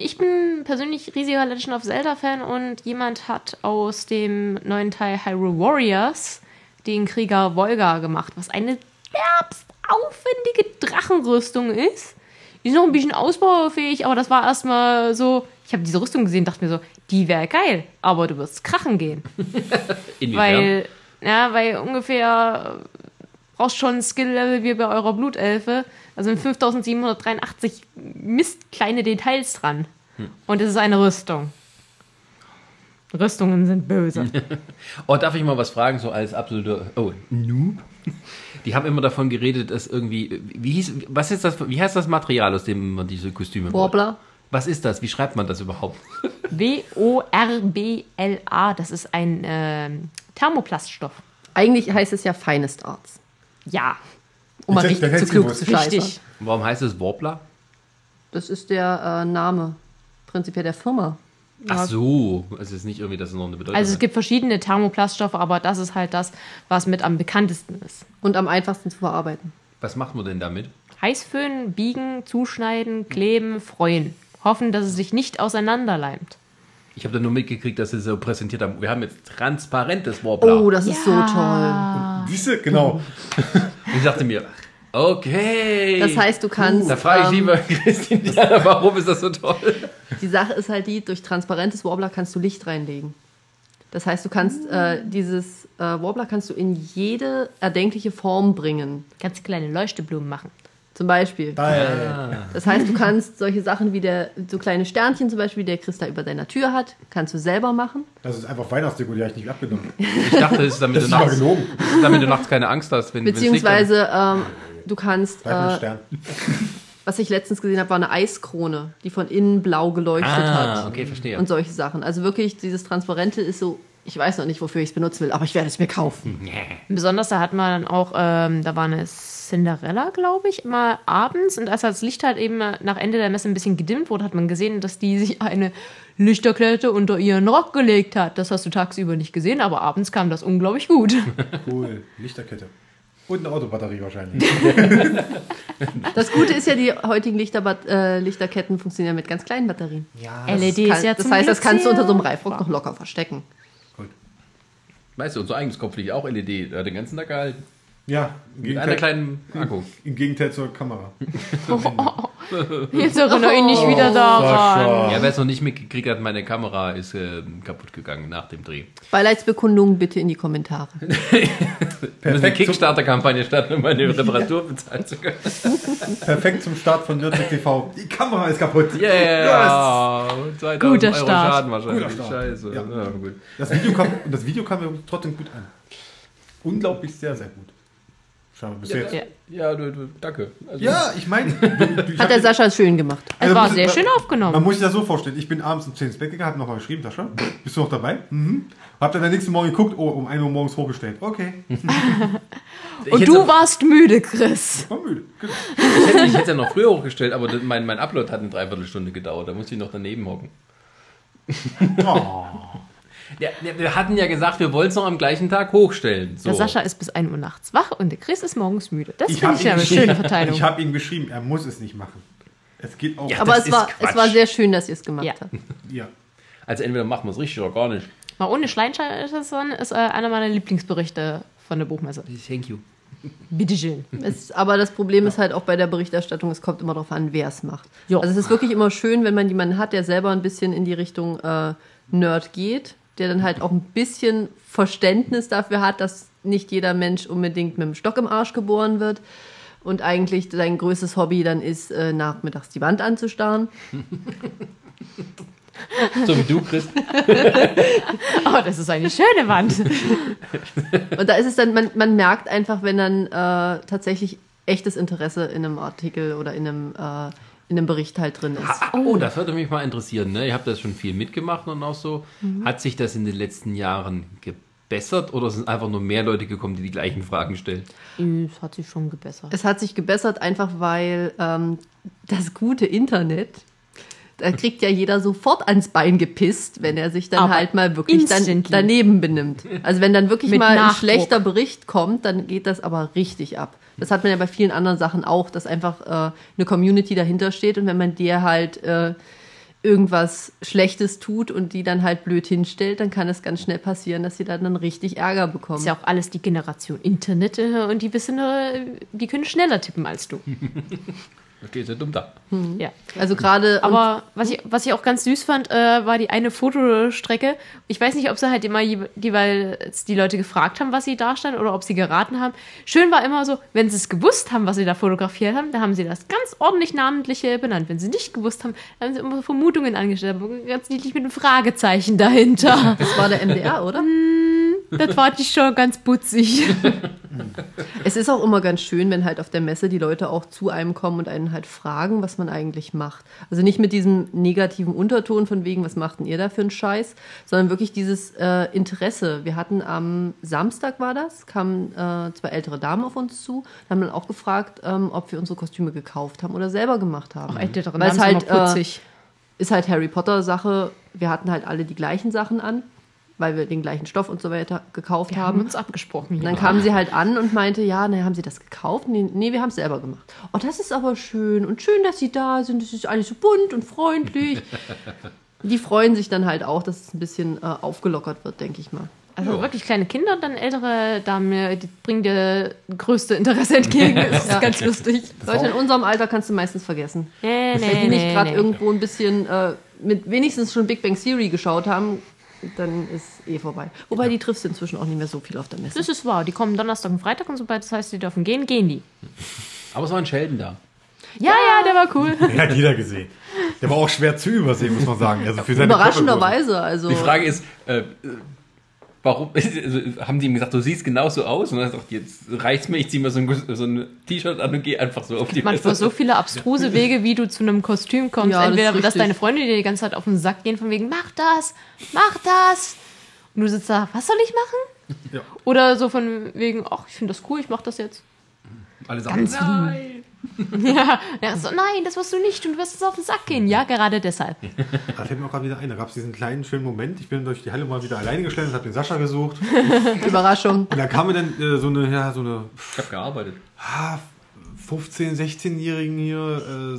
Speaker 4: Ich bin persönlich riesiger Legend of Zelda-Fan und jemand hat aus dem neuen Teil Hyrule Warriors den Krieger Volga gemacht, was eine derbst aufwendige Drachenrüstung ist. Die ist noch ein bisschen ausbaufähig, aber das war erstmal so. Ich habe diese Rüstung gesehen, dachte mir so, die wäre geil, aber du wirst krachen gehen. Weil, ja, weil ungefähr äh, brauchst schon ein Skill-Level wie bei eurer Blutelfe. Also in 5783 misst kleine Details dran. Und es ist eine Rüstung. Rüstungen sind böse. *laughs*
Speaker 2: Oh, darf ich mal was fragen, so als absoluter oh, Noob? Die haben immer davon geredet, dass irgendwie, wie hieß, was ist das, wie heißt das Material, aus dem man diese Kostüme baut?
Speaker 3: Warbler.
Speaker 2: Was ist das? Wie schreibt man das überhaupt?
Speaker 4: W-O-R-B-L-A, das ist ein ähm, Thermoplaststoff.
Speaker 3: Eigentlich heißt es ja Finest Arts.
Speaker 4: Ja,
Speaker 3: Um mal
Speaker 1: Jetzt hätte-
Speaker 3: richtig zu
Speaker 1: jetzt
Speaker 3: klug
Speaker 1: hätte
Speaker 3: zu
Speaker 1: sie
Speaker 3: scheißen.
Speaker 4: richtig.
Speaker 2: Und Warum heißt es Warbler?
Speaker 3: Das ist der äh, Name. Prinzipiell der Firma.
Speaker 2: Ach so, es ist nicht irgendwie, dass es noch eine Bedeutung
Speaker 4: Also es
Speaker 2: hat.
Speaker 4: gibt verschiedene Thermoplaststoffe, aber das ist halt das, was mit am bekanntesten ist.
Speaker 3: Und am einfachsten zu verarbeiten.
Speaker 2: Was macht man denn damit?
Speaker 4: Heißföhnen, biegen, zuschneiden, kleben, freuen. Hoffen, dass es sich nicht auseinanderleimt.
Speaker 2: Ich habe da nur mitgekriegt, dass sie so präsentiert haben. Wir haben jetzt transparentes Warbler.
Speaker 3: Oh, das ist so toll.
Speaker 4: Ah.
Speaker 1: *laughs* Diese, genau.
Speaker 2: Und ich dachte mir, okay.
Speaker 3: Das heißt, du kannst.
Speaker 2: da frage ich
Speaker 3: ähm,
Speaker 2: lieber *laughs* Christine, Diana, warum ist das so toll?
Speaker 3: Die Sache ist halt die, durch transparentes Warbler kannst du Licht reinlegen. Das heißt, du kannst äh, dieses äh, Warbler kannst du in jede erdenkliche Form bringen.
Speaker 4: Ganz kleine Leuchteblumen machen.
Speaker 3: Zum Beispiel.
Speaker 2: Ah.
Speaker 3: Das heißt, du kannst solche Sachen wie der, so kleine Sternchen zum Beispiel, wie der Chris da über deiner Tür hat, kannst du selber machen.
Speaker 1: Das ist einfach Weihnachtsdeko, die habe ich nicht
Speaker 4: *laughs*
Speaker 1: abgenommen.
Speaker 2: Ich dachte, es ist, damit,
Speaker 1: Das
Speaker 2: du
Speaker 1: ist mal
Speaker 2: nachts,
Speaker 4: Genau.
Speaker 1: gelogen.
Speaker 2: damit du nachts keine Angst hast, wenn wenn es liegt.
Speaker 3: Beziehungsweise ähm, du kannst,
Speaker 4: Ah.
Speaker 1: Bleib mit
Speaker 3: äh,
Speaker 1: Stern.
Speaker 3: was ich letztens gesehen habe, war eine Eiskrone, die von innen blau geleuchtet
Speaker 2: Ah,
Speaker 3: hat.
Speaker 2: okay, verstehe.
Speaker 3: Und solche Sachen. Also wirklich, dieses Transparente ist so, ich weiß noch nicht, wofür ich es benutzen will, aber ich werde es mir kaufen.
Speaker 4: Besonders da hat man dann auch, ähm, da war eine Cinderella, glaube ich, immer abends. Und als das Licht halt eben nach Ende der Messe ein bisschen gedimmt wurde, hat man gesehen, dass die sich eine Lichterklette unter ihren Rock gelegt hat. Das hast du tagsüber nicht gesehen, aber abends kam das unglaublich *laughs* gut.
Speaker 1: Cool. Lichterkette. Und eine Autobatterie
Speaker 4: *laughs*
Speaker 1: wahrscheinlich.
Speaker 2: Hm.
Speaker 3: Das Gute ist ja, die heutigen Lichterbat äh, Lichterketten funktionieren mit ganz kleinen Batterien.
Speaker 4: LED
Speaker 3: Kann,
Speaker 4: E ist ja
Speaker 3: das
Speaker 4: zum
Speaker 3: heißt, das
Speaker 4: Glück
Speaker 3: kannst du
Speaker 4: sehr-
Speaker 3: unter so einem Reifrock noch locker verstecken.
Speaker 2: Weißt du, unser eigenes Kopflicht auch LED, der hat den ganzen Tag gehalten.
Speaker 1: Ja, im
Speaker 2: Mit einer
Speaker 1: Gegenteil,
Speaker 2: kleinen Akku.
Speaker 1: im Gegenteil zur Kamera.
Speaker 4: Jetzt erinnere ich nicht wieder
Speaker 1: Ah.
Speaker 4: daran.
Speaker 2: Ja, wer es noch nicht mitgekriegt hat, meine Kamera ist ähm, kaputt gegangen nach dem Dreh.
Speaker 3: Beileidsbekundungen bitte in
Speaker 2: *laughs*
Speaker 3: die Kommentare.
Speaker 2: Wir müssen eine
Speaker 1: Perfekt zum-
Speaker 2: Kickstarter-Kampagne starten, um meine Reparatur bezahlen zu
Speaker 1: *laughs*
Speaker 2: können.
Speaker 1: Perfekt zum Start von Nürnberg TV. Die Kamera ist kaputt.
Speaker 2: Yeah! 2000
Speaker 4: Guter
Speaker 2: Euro
Speaker 4: Start.
Speaker 2: Schaden wahrscheinlich.
Speaker 1: Guter Start.
Speaker 2: Scheiße.
Speaker 1: Ja.
Speaker 2: Ja, gut.
Speaker 1: Das Video kam, und das Video kam mir trotzdem gut an. Unglaublich sehr, sehr gut. Schau, bis jetzt.
Speaker 4: Ja.
Speaker 2: ja du, du, danke. Also,
Speaker 1: Ja, ich meine. du- du- ich
Speaker 3: Hat
Speaker 1: hab-
Speaker 3: der Sascha es schön gemacht.
Speaker 4: Es
Speaker 1: Also
Speaker 4: war
Speaker 1: muss-
Speaker 2: äh,
Speaker 4: sehr schön
Speaker 1: Man
Speaker 4: aufgenommen.
Speaker 1: muss sich das so vorstellen. Ich bin abends um 10 ins Bett gegangen, hab nochmal geschrieben, Sascha. Bist du noch dabei? Mhm. Hab dann am nächsten Morgen geguckt, oh, um 1 Uhr morgens hochgestellt. Okay,
Speaker 2: äh, ich
Speaker 4: Und
Speaker 2: hätte-
Speaker 4: du warst müde, Chris.
Speaker 1: ich war müde. Genau.
Speaker 2: Ich hätte, ich hätte ja noch früher hochgestellt, aber das- mein, mein Upload hat eine Dreiviertelstunde gedauert. Da musste ich noch daneben hocken.
Speaker 1: Oh.
Speaker 2: Ja, ja, wir hatten ja gesagt, wir wollten es noch am gleichen Tag hochstellen. So.
Speaker 4: Der Sascha ist bis 1 Uhr nachts wach und der Chris ist morgens müde. Das
Speaker 1: Ich
Speaker 4: finde
Speaker 1: hab
Speaker 4: *laughs* ich ja
Speaker 1: ihn
Speaker 4: eine schöne Verteilung.
Speaker 1: Ich habe ihm geschrieben, er muss es nicht machen. Es geht auch.
Speaker 2: Ja,
Speaker 3: Aber
Speaker 2: das
Speaker 3: es war,
Speaker 2: ist Quatsch.
Speaker 3: es war sehr schön, dass ihr es gemacht
Speaker 4: Ja.
Speaker 3: habt.
Speaker 5: *laughs*
Speaker 1: Ja.
Speaker 2: Also entweder machen wir es richtig oder gar nicht.
Speaker 4: Mal ohne Schleinschatten ist äh, einer meiner Lieblingsberichte von der Buchmesse.
Speaker 2: Thank you.
Speaker 4: Bitteschön.
Speaker 3: Es, aber das Problem ist halt auch bei der Berichterstattung, es kommt immer darauf an, wer es macht.
Speaker 4: Jo.
Speaker 3: Also es ist wirklich immer schön, wenn man jemanden hat, der selber ein bisschen in die Richtung äh, Nerd geht, der dann halt auch ein bisschen Verständnis dafür hat, dass nicht jeder Mensch unbedingt mit dem Stock im Arsch geboren wird und eigentlich sein größtes Hobby dann ist, äh, nachmittags die Wand anzustarren.
Speaker 2: So wie du, Chris.
Speaker 4: Oh, das ist eine schöne Wand.
Speaker 3: Und da ist es dann, man, man merkt einfach, wenn dann äh, tatsächlich echtes Interesse in einem Artikel oder in einem, äh, in einem Bericht halt drin ist.
Speaker 2: Ah, Oh, das würde mich mal interessieren. Ne? Ihr habt das schon viel mitgemacht und auch so. Hat sich das in den letzten Jahren gebessert oder sind einfach nur mehr Leute gekommen, die die gleichen Fragen stellen?
Speaker 4: *laughs* Es hat sich schon gebessert.
Speaker 3: Es hat sich gebessert, einfach weil ähm, das gute Internet, da kriegt ja jeder sofort ans Bein gepisst, wenn er sich dann
Speaker 4: Aber
Speaker 3: halt mal wirklich dann
Speaker 4: instantly.
Speaker 3: daneben benimmt. Also wenn dann wirklich
Speaker 4: Mit
Speaker 3: mal ein
Speaker 4: Nachdruck.
Speaker 3: schlechter Bericht kommt, dann geht das aber richtig ab. Das hat man ja bei vielen anderen Sachen auch, dass einfach äh, eine Community dahinter steht und wenn man dir halt äh, irgendwas Schlechtes tut und die dann halt blöd hinstellt, dann kann es ganz schnell passieren, dass sie dann, dann richtig Ärger bekommen.
Speaker 4: Ist ja auch alles die Generation Internet äh, und die wissen, äh, die können schneller tippen als du.
Speaker 2: Okay, ist ja dumm da.
Speaker 4: Ja.
Speaker 3: Also gerade und-
Speaker 4: Aber was ich, was ich auch ganz süß fand, äh, war die eine Fotostrecke. Ich weiß nicht, ob sie halt immer je- jeweils die Leute gefragt haben, was sie darstellen oder ob sie geraten haben. Schön war immer so, wenn sie es gewusst haben, was sie da fotografiert haben, da haben sie das ganz ordentlich namentlich äh, benannt. Wenn sie nicht gewusst haben, dann haben sie immer Vermutungen angestellt, aber ganz niedlich mit einem
Speaker 3: *laughs*
Speaker 4: Fragezeichen dahinter.
Speaker 3: das war der MDR, oder?
Speaker 4: das war die schon ganz putzig.
Speaker 3: Es ist auch immer ganz schön, wenn halt auf der Messe die Leute auch zu einem kommen und einen halt fragen, was man eigentlich macht. Also nicht mit diesem negativen Unterton von wegen, was macht denn ihr da für einen Scheiß, sondern wirklich dieses äh, Interesse. Wir hatten am Samstag war das, kamen äh, zwei ältere Damen auf uns zu, haben dann auch gefragt, ähm, ob wir unsere Kostüme gekauft haben oder selber gemacht haben.
Speaker 4: Ältere
Speaker 3: Weil es
Speaker 4: Damen sind
Speaker 3: halt,
Speaker 4: immer
Speaker 3: äh, ist halt Harry Potter Sache. Wir hatten halt alle die gleichen Sachen an, weil wir den gleichen Stoff und so weiter gekauft
Speaker 4: Wir haben
Speaker 3: haben.
Speaker 4: uns abgesprochen.
Speaker 3: Und dann
Speaker 4: Hier.
Speaker 3: kam sie halt an und meinte, ja, naja, haben Sie das gekauft? Nee, nee wir haben es selber gemacht. Oh, das ist aber schön und schön, dass Sie da sind. Es ist alles so bunt und freundlich. *laughs* Die freuen sich dann halt auch, dass es ein bisschen äh, aufgelockert wird, denke ich mal.
Speaker 4: Also wirklich kleine Kinder und dann ältere Damen, äh, die bringen dir größte
Speaker 3: *laughs*
Speaker 4: Interesse entgegen. Das ist
Speaker 3: Ja.
Speaker 4: ganz lustig.
Speaker 3: Leute in unserem Alter kannst du meistens vergessen.
Speaker 4: Nee,
Speaker 3: Wenn die
Speaker 4: nee,
Speaker 3: nicht
Speaker 4: nee,
Speaker 3: gerade
Speaker 4: nee.
Speaker 3: irgendwo ein bisschen äh, mit wenigstens schon Big Bang Theory geschaut haben, dann ist eh vorbei. Wobei die triffst du inzwischen auch nicht mehr so viel auf der Messe.
Speaker 4: Das ist wahr. Die kommen Donnerstag und Freitag und sobald das heißt, die dürfen gehen, gehen die.
Speaker 2: Aber es waren Schelden da.
Speaker 4: Ja, ja, der war cool.
Speaker 5: Den hat jeder gesehen. Der war auch schwer zu übersehen, muss man sagen. Also für seine
Speaker 3: Überraschenderweise, also.
Speaker 2: Die Frage ist, äh, äh, warum *laughs* also, haben die ihm gesagt, du siehst genauso aus? Und dann sagt, jetzt reicht's mir, ich zieh mir so ein, so ein T-Shirt an und gehe einfach so auf die
Speaker 4: *laughs* Manchmal so viele abstruse Wege, wie du zu einem Kostüm kommst.
Speaker 3: Ja, das
Speaker 4: Entweder,
Speaker 3: ist
Speaker 4: dass
Speaker 3: richtig.
Speaker 4: deine Freunde dir die ganze Zeit auf den Sack gehen, von wegen, mach das, mach das. Und du sitzt da, was soll ich machen? Oder so von wegen, ach, ich finde das cool, ich mach das jetzt.
Speaker 2: Alle sagen, nein.
Speaker 4: Ja, *laughs* ja so, nein, das wirst du nicht und du wirst es auf den Sack gehen. Ja, gerade deshalb.
Speaker 5: Da fällt mir auch gerade wieder ein. Da gab es diesen kleinen schönen Moment. Ich bin durch die Halle mal wieder alleine geschlendert, habe den Sascha gesucht.
Speaker 3: Überraschung.
Speaker 5: Und da kam mir dann äh, so eine, ja, so eine
Speaker 2: Ich habe gearbeitet.
Speaker 5: ah, 15-, 16-Jährigen hier. Äh,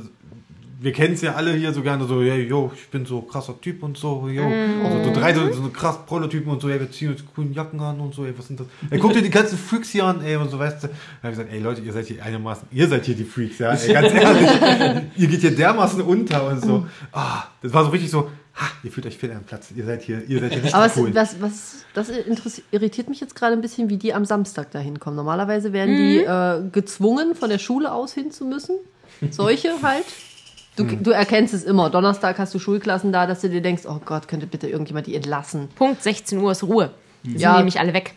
Speaker 5: wir kennen es ja alle hier so gerne so, ja, yo, ich bin so krasser Typ und so, yo.
Speaker 3: Mhm.
Speaker 5: Also, so drei so, so krass Prototypen und so, ja, wir ziehen uns grüne Jacken an und so, ey, was sind das? Ey, guck dir die ganzen Freaks hier an, ey, und so, weißt du. Da hab ich gesagt, ey, Leute, ihr seid hier einigermaßen, ihr seid hier die Freaks, ja, ey, ganz ehrlich.
Speaker 3: *laughs*
Speaker 5: ihr geht hier dermaßen unter und so. Ah, das war so richtig so, ha, ihr fühlt euch fehl am Platz, ihr seid hier, ihr seid hier richtig
Speaker 3: Aber was,
Speaker 5: cool.
Speaker 3: was, was, das interess- irritiert mich jetzt gerade ein bisschen, wie die am Samstag da hinkommen. Normalerweise werden die äh, gezwungen, von der Schule aus hinzumüssen.
Speaker 5: *laughs*
Speaker 3: Solche halt. Du,
Speaker 5: Mhm.
Speaker 3: du erkennst es immer. Donnerstag hast du Schulklassen da, dass du dir denkst, oh Gott, könnte bitte irgendjemand die entlassen.
Speaker 4: Punkt 16 Uhr ist Ruhe. Sind
Speaker 3: Ja.
Speaker 4: nämlich alle weg.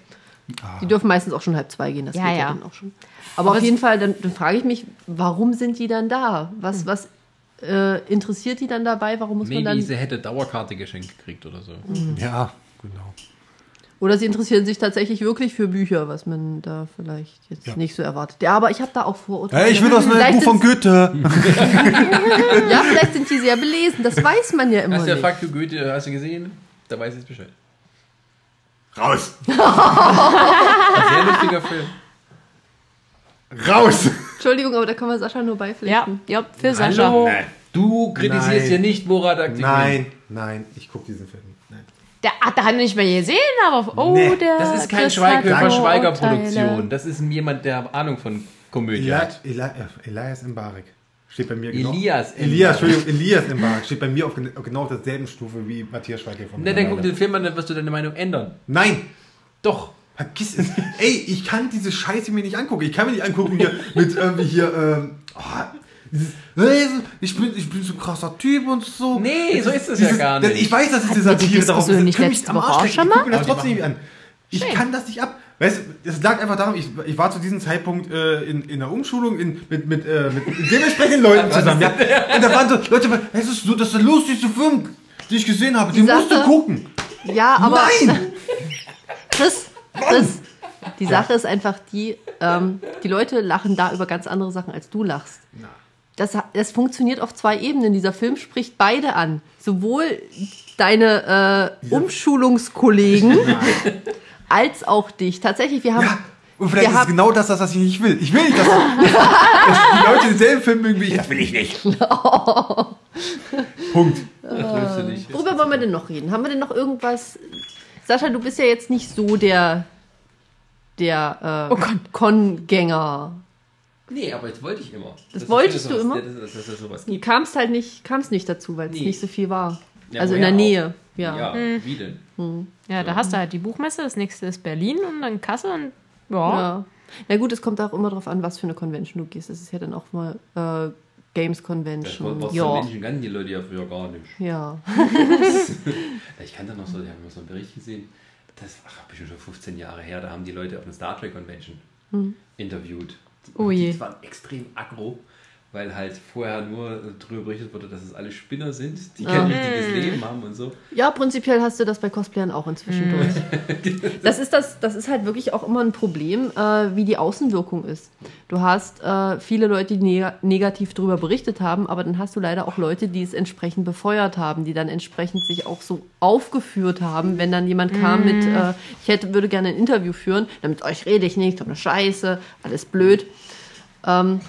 Speaker 5: Ah.
Speaker 3: Die dürfen meistens auch schon halb zwei gehen. Das
Speaker 4: Ja,
Speaker 3: geht ja.
Speaker 4: ja.
Speaker 3: dann auch schon. Aber, auf jeden Fall, dann, dann frage ich mich, warum sind die dann da? Was, was äh, interessiert die dann dabei? Warum muss
Speaker 2: Maybe
Speaker 3: man
Speaker 2: sie
Speaker 3: dann...
Speaker 2: hätte Dauerkarte geschenkt gekriegt oder so.
Speaker 5: ja, genau.
Speaker 3: Oder sie interessieren sich tatsächlich wirklich für Bücher, was man da vielleicht jetzt nicht so erwartet. Ja, aber ich habe da auch Vorurteile.
Speaker 5: Ey, ich will das neue
Speaker 3: Vielleicht
Speaker 5: Buch von
Speaker 3: sind's-
Speaker 5: Goethe.
Speaker 3: *laughs* Ja, vielleicht sind die sehr belesen. Das weiß man ja immer
Speaker 2: Hast du ja
Speaker 3: nicht.
Speaker 2: Fakio Goethe, hast du gesehen? Da weiß ich jetzt Bescheid.
Speaker 5: Raus!
Speaker 2: Sehr lustiger Film.
Speaker 5: Raus!
Speaker 3: Entschuldigung, aber da kann man Sascha nur
Speaker 4: Ja,
Speaker 3: beipflichten.
Speaker 4: ja, für Sascha.
Speaker 2: Hallo. Du kritisierst
Speaker 5: Nein.
Speaker 2: hier nicht Morat Aktivin.
Speaker 5: Nein, nein, ich gucke diesen Film. nicht. Nein.
Speaker 4: Der hat, der hat ihn nicht mehr gesehen, aber oh,
Speaker 1: Nee,
Speaker 4: der.
Speaker 2: Das ist kein
Speaker 4: Chris
Speaker 2: Schweighöfer
Speaker 4: hat
Speaker 2: Schweiger-Produktion.
Speaker 4: Vorurteile.
Speaker 2: Das ist jemand, der Ahnung von Komödie
Speaker 1: Eli
Speaker 2: hat.
Speaker 1: Eli Elias Mbarek steht bei mir
Speaker 2: Elias
Speaker 1: genau. Elias, Entschuldigung, Elias Mbarek steht bei mir auf gen- auf genau auf derselben Stufe wie Matthias Schweighöfer.
Speaker 2: Na, dann guck dir den Film an, dann wirst du deine Meinung ändern.
Speaker 1: Nein,
Speaker 2: Doch.
Speaker 1: vergiss es. Ey, ich kann diese Scheiße mir nicht angucken. Ich kann mir nicht angucken hier mit irgendwie hier. Ähm, oh, dieses, hey, ich bin, ich bin so ein krasser Typ und so.
Speaker 2: Nee, so ist es ja gar nicht.
Speaker 1: Ich weiß, dass es eine
Speaker 4: wir die
Speaker 1: Satire
Speaker 4: Diskussion
Speaker 1: ist.
Speaker 4: nicht
Speaker 1: Können
Speaker 4: letzte
Speaker 1: mich am
Speaker 4: Woche
Speaker 1: Arsch
Speaker 4: auch
Speaker 1: lecken.
Speaker 4: schon
Speaker 1: Ich guck
Speaker 4: mal?
Speaker 1: mir das
Speaker 2: Aber die
Speaker 1: trotzdem nicht an. Ich
Speaker 4: Schön.
Speaker 1: kann das nicht ab. Weißt du, es lag einfach daran, ich, ich war zu diesem Zeitpunkt äh, in, in der Umschulung in, mit, mit, äh, mit dementsprechenden Leuten zusammen. Ja. Und da waren so Leute, es ist so, das ist der lustigste Film, den ich gesehen habe. Den musst du
Speaker 3: Sache-
Speaker 1: gucken.
Speaker 3: Ja, aber.
Speaker 1: Nein!
Speaker 3: *laughs* Chris, Chris, die Sache ist einfach die, ähm, die Leute lachen da über ganz andere Sachen, als du lachst. Das, ha- das funktioniert auf zwei Ebenen. Dieser Film spricht beide an. Sowohl deine äh, Umschulungskollegen als auch dich. Tatsächlich, wir haben.
Speaker 1: Und vielleicht
Speaker 3: Wir
Speaker 1: ist es
Speaker 3: haben-
Speaker 1: genau das, das, was ich nicht will. Ich will nicht, dass, *laughs* dass die Leute denselben Film mögen wie ich. Das will ich nicht. Punkt.
Speaker 3: Oh.
Speaker 2: Das du nicht.
Speaker 3: Worüber wollen wir denn noch reden? Haben wir denn noch irgendwas? Sascha, du bist ja jetzt nicht so der. Der äh, Kongänger.
Speaker 2: Nee, aber das wollte ich immer.
Speaker 3: Das
Speaker 2: ist
Speaker 3: wolltest
Speaker 2: schön, dass
Speaker 3: du
Speaker 2: sowas-
Speaker 3: immer?
Speaker 2: Dass, dass, dass es sowas
Speaker 3: Du
Speaker 2: gibt.
Speaker 3: kamst halt nicht, kamst nicht dazu, weil es
Speaker 2: Nee.
Speaker 3: nicht so viel war.
Speaker 2: Ja,
Speaker 3: also in
Speaker 2: woher
Speaker 3: der
Speaker 2: auch?
Speaker 3: Nähe. Ja.
Speaker 2: Ja, wie denn?
Speaker 4: Ja, da hast du halt die Buchmesse, das nächste ist Berlin und dann Kassel und ja.
Speaker 3: Ja. Na gut, es kommt auch immer darauf an, was für eine Convention du gehst. Es ist ja dann auch mal äh, Games
Speaker 2: Das war-
Speaker 3: Convention.
Speaker 2: was für
Speaker 3: ja.
Speaker 2: Menschen kannten die Leute ja früher gar nicht.
Speaker 3: ja.
Speaker 2: Ich kannte noch so, die haben immer so einen Bericht gesehen. Das war bestimmt schon 15 Jahre her. Da haben die Leute auf einer Star Trek Convention
Speaker 3: Hm.
Speaker 2: interviewt.
Speaker 4: Oh
Speaker 2: die,
Speaker 4: je.
Speaker 2: die waren extrem aggro, weil halt vorher nur darüber berichtet wurde, dass es alle Spinner sind, die
Speaker 3: Ah.
Speaker 2: kein
Speaker 3: Hm.
Speaker 2: richtiges Leben haben und so.
Speaker 3: Ja, prinzipiell hast du das bei Cosplayern auch inzwischen durch. Das ist, das, das ist halt wirklich auch immer ein Problem, äh, wie die Außenwirkung ist. Du hast äh, viele Leute, die neg negativ darüber berichtet haben, aber dann hast du leider auch Leute, die es entsprechend befeuert haben, die dann entsprechend sich auch so aufgeführt haben, wenn dann jemand kam mit, äh, ich hätte, würde gerne ein Interview führen, damit euch rede ich nicht, so eine Scheiße, alles blöd. Ähm,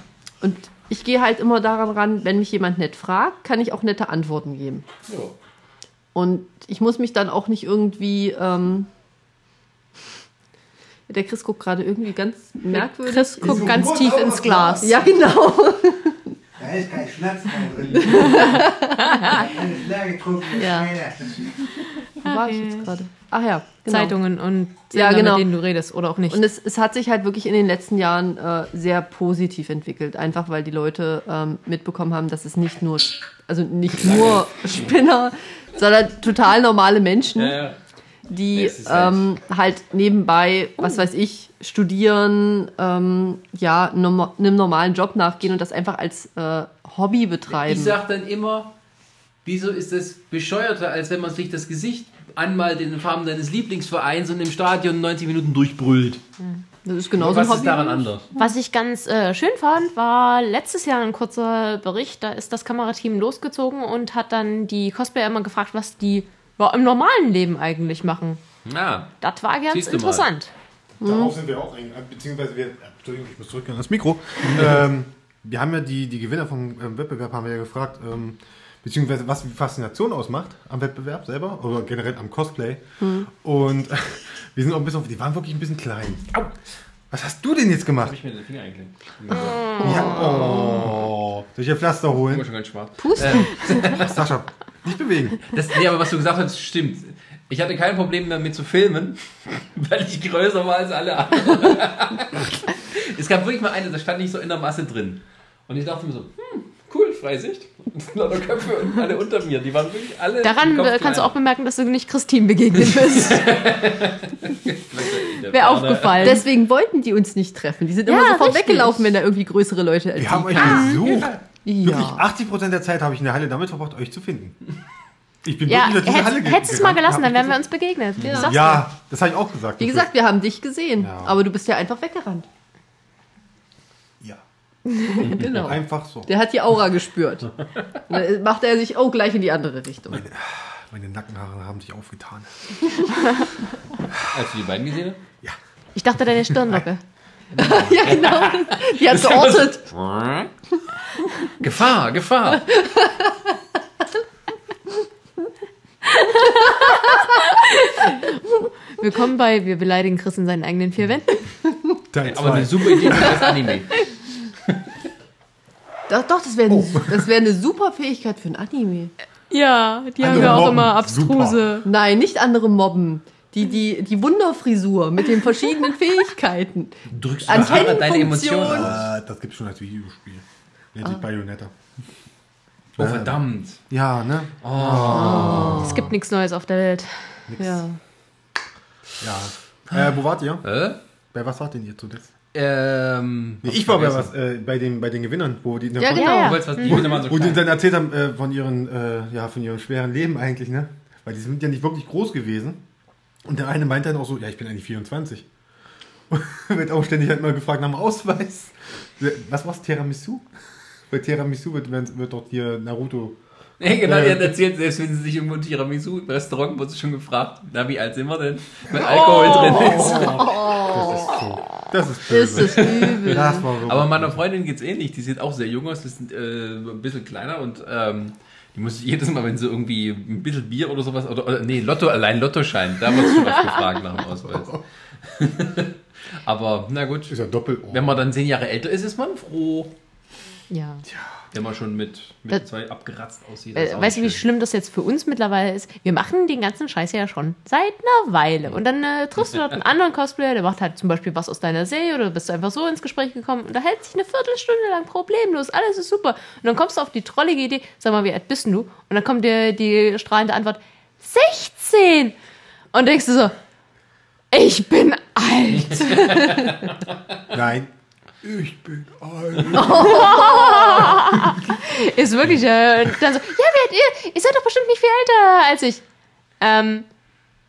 Speaker 3: und ich gehe halt immer daran ran, wenn mich jemand nett fragt, kann ich auch nette Antworten geben.
Speaker 2: Ja.
Speaker 3: Und ich muss mich dann auch nicht irgendwie. Ähm, der Chris guckt gerade irgendwie ganz merkwürdig.
Speaker 4: Chris guckt ganz tief ins Glas.
Speaker 3: *laughs* Ja, genau.
Speaker 1: Da ist kein Schnaps
Speaker 4: *laughs*
Speaker 1: drin.
Speaker 3: Ja. Wo war ich jetzt gerade? Ach ja, genau.
Speaker 4: Zeitungen und
Speaker 3: Ja,
Speaker 4: Sender,
Speaker 3: genau.
Speaker 4: mit denen du redest oder auch nicht.
Speaker 3: Und es, es hat sich halt wirklich in den letzten Jahren äh, sehr positiv entwickelt. Einfach weil die Leute ähm, mitbekommen haben, dass es nicht nur, also nicht nur Spinner, sondern total normale Menschen.
Speaker 2: Ja,
Speaker 3: die
Speaker 2: Es ist halt-
Speaker 3: ähm, halt nebenbei, was
Speaker 2: Oh.
Speaker 3: weiß ich, studieren, ähm, ja, norm einem normalen Job nachgehen und das einfach als äh, Hobby
Speaker 2: Ich
Speaker 4: Ähm,
Speaker 3: betreiben.
Speaker 2: sag dann immer, wieso ist das bescheuerter, als wenn man sich das Gesicht anmalt in den Farben seines Lieblingsvereins und im Stadion 90 Minuten durchbrüllt.
Speaker 3: Das ist genauso ein
Speaker 2: Was ist
Speaker 3: Hobby.
Speaker 2: daran anders?
Speaker 4: Was ich ganz äh, schön fand, war letztes Jahr ein kurzer Bericht. Da ist das Kamerateam losgezogen und hat dann die Cosplayer immer gefragt, was die wa- im normalen Leben eigentlich machen.
Speaker 2: Na,
Speaker 4: Das war ganz
Speaker 2: Siehst du mal.
Speaker 4: interessant.
Speaker 1: Darauf sind wir auch eingegangen, beziehungsweise wir, äh, Entschuldigung, ich muss zurückgehen ans Mikro. ähm, wir haben ja die, die Gewinner vom ähm, Wettbewerb haben wir ja gefragt, ähm, beziehungsweise was die Faszination ausmacht am Wettbewerb selber oder generell am Cosplay. Und *laughs* wir sind auch ein bisschen, die waren wirklich ein bisschen klein. Au, was hast du denn jetzt gemacht?
Speaker 2: ich mir den Finger eingeklemmt.
Speaker 1: Oh, soll ich ihr Pflaster holen?
Speaker 2: schon ganz schwarz.
Speaker 1: Sascha, nicht bewegen.
Speaker 2: Das, nee, aber was du gesagt hast, stimmt. Ich hatte kein Problem damit zu filmen, *laughs* weil ich größer war als alle anderen. es gab wirklich mal eine, da stand ich so in der Masse drin. Und ich dachte mir so, hm, cool, Freisicht. *laughs* Lauter Köpfe und alle unter mir. Die waren wirklich alle.
Speaker 4: Daran äh, kannst du auch bemerken, dass du nicht Christine begegnet bist.
Speaker 2: ne.
Speaker 4: Wäre aufgefallen.
Speaker 3: Deswegen wollten die uns nicht treffen. Die sind
Speaker 4: Ja,
Speaker 3: immer sofort
Speaker 4: richtig.
Speaker 3: weggelaufen, wenn da irgendwie größere Leute als
Speaker 1: Wir haben
Speaker 3: die.
Speaker 1: euch gesucht. Wirklich
Speaker 3: Ja.
Speaker 1: 80% der Zeit habe ich in der Halle damit verbracht, euch zu finden. Ich bin
Speaker 4: ja,
Speaker 1: wirklich in die Halle
Speaker 4: hättest hättest es mal
Speaker 1: gegangen,
Speaker 4: gelassen,
Speaker 1: hab
Speaker 4: dann wären wir uns begegnet. Ja. Sagst du?
Speaker 1: Ja, das habe ich auch gesagt.
Speaker 3: Wie gesagt, wir haben dich gesehen, aber du bist ja einfach weggerannt.
Speaker 1: Ja.
Speaker 3: Genau.
Speaker 1: Einfach so.
Speaker 3: Der hat die Aura gespürt.
Speaker 1: *laughs*
Speaker 3: Und dann macht er sich, oh, gleich in die andere Richtung.
Speaker 1: Meine Nackenhaare haben sich aufgetan.
Speaker 2: Als du die beiden gesehen hast?
Speaker 4: Ich dachte, deine Stirnlocke.
Speaker 3: ja, genau. Die hat geortet.
Speaker 2: *laughs* Gefahr, Gefahr.
Speaker 4: Willkommen bei Wir beleidigen Chris in seinen eigenen vier Wänden.
Speaker 1: Teil
Speaker 2: Aber
Speaker 1: zwei.
Speaker 2: eine super Idee für das Anime.
Speaker 3: Doch, doch das wäre
Speaker 1: Oh.
Speaker 3: das wäre eine super Fähigkeit für ein Anime.
Speaker 4: Ja, die haben
Speaker 1: Andere
Speaker 4: ja auch
Speaker 1: mobben.
Speaker 4: immer abstruse.
Speaker 3: Nein, nicht andere Mobben. Die, die, die Wunderfrisur mit den
Speaker 4: *laughs*
Speaker 3: verschiedenen Fähigkeiten.
Speaker 2: Drückst du
Speaker 3: Antennenfunktion.
Speaker 2: Sarah deine Emotionen aus.
Speaker 1: Ah, das gibt's schon als Videospiel. Nennt
Speaker 4: Ah.
Speaker 1: sich Bayonetta.
Speaker 2: Oh, verdammt.
Speaker 1: Ja, ne?
Speaker 4: Es gibt nichts Neues auf der Welt.
Speaker 3: Ja.
Speaker 1: Ja. Äh, wo wart ihr?
Speaker 2: Äh?
Speaker 1: Bei was wart denn ihr zuletzt?
Speaker 2: Ähm,
Speaker 1: Nee, ich war bei was, äh, bei, den, bei den Gewinnern, wo die,
Speaker 3: Ja,
Speaker 1: wo-
Speaker 3: genau.
Speaker 2: Du wolltest was, die Gewinne waren so
Speaker 1: wo die
Speaker 2: klein.
Speaker 1: dann erzählt haben äh, von, ihren, äh, ja, von ihrem schweren Leben eigentlich, ne? Weil die sind ja nicht wirklich groß gewesen. Und der eine meinte dann auch so, ja, ich bin eigentlich 24. *laughs* wird auch ständig halt mal gefragt nach dem Ausweis. Was war's, Tiramisu? Bei Tiramisu wird, wird dort hier Naruto
Speaker 2: Nee, genau,
Speaker 1: Ja.
Speaker 2: die hat erzählt, selbst wenn sie sich irgendwo ein Tiramisu im Restaurant wurde sie schon gefragt, na, wie alt sind wir denn?
Speaker 3: Oh.
Speaker 2: Wenn Alkohol drin ist.
Speaker 1: Das ist so. Das ist
Speaker 3: Ist
Speaker 1: böse.
Speaker 3: es übel.
Speaker 1: Das war so.
Speaker 2: Aber meiner Freundin geht's ähnlich. Die sieht auch sehr jung aus, ist äh, ein bisschen kleiner und ähm, die muss jedes Mal, wenn sie irgendwie ein bisschen Bier oder sowas, oder, oder nee, Lotto, allein Lottoschein, da wird sie schon oft gefragt nach dem Ausweis. *laughs* Aber na gut,
Speaker 1: ist ja Doppelohr.
Speaker 2: wenn man dann zehn Jahre älter ist, ist man froh,
Speaker 4: Ja.
Speaker 2: wenn man schon mit,
Speaker 4: Das-
Speaker 2: mit zwei abgeratzt aussieht. Das ist
Speaker 4: Äh,
Speaker 2: auch
Speaker 4: weißt du,
Speaker 2: nicht
Speaker 4: wie
Speaker 2: schön.
Speaker 4: schlimm das jetzt für uns mittlerweile ist? Wir machen den ganzen Scheiß ja schon seit einer Weile. Und dann äh, triffst du
Speaker 2: *laughs*
Speaker 4: dort einen anderen Cosplayer, der macht halt zum Beispiel was aus deiner Serie oder bist du einfach so ins Gespräch gekommen und da hält sich eine Viertelstunde lang problemlos, alles ist super. Und dann kommst du auf die trollige Idee, sag mal, wie alt bist denn du? Und dann kommt dir die strahlende Antwort, 16! Und denkst du so, ich bin alt.
Speaker 2: *laughs*
Speaker 1: Nein. Ich bin alt.
Speaker 4: Ist wirklich, äh, und dann so, ja, wer, ihr, ihr seid doch bestimmt nicht viel älter als ich. Ähm,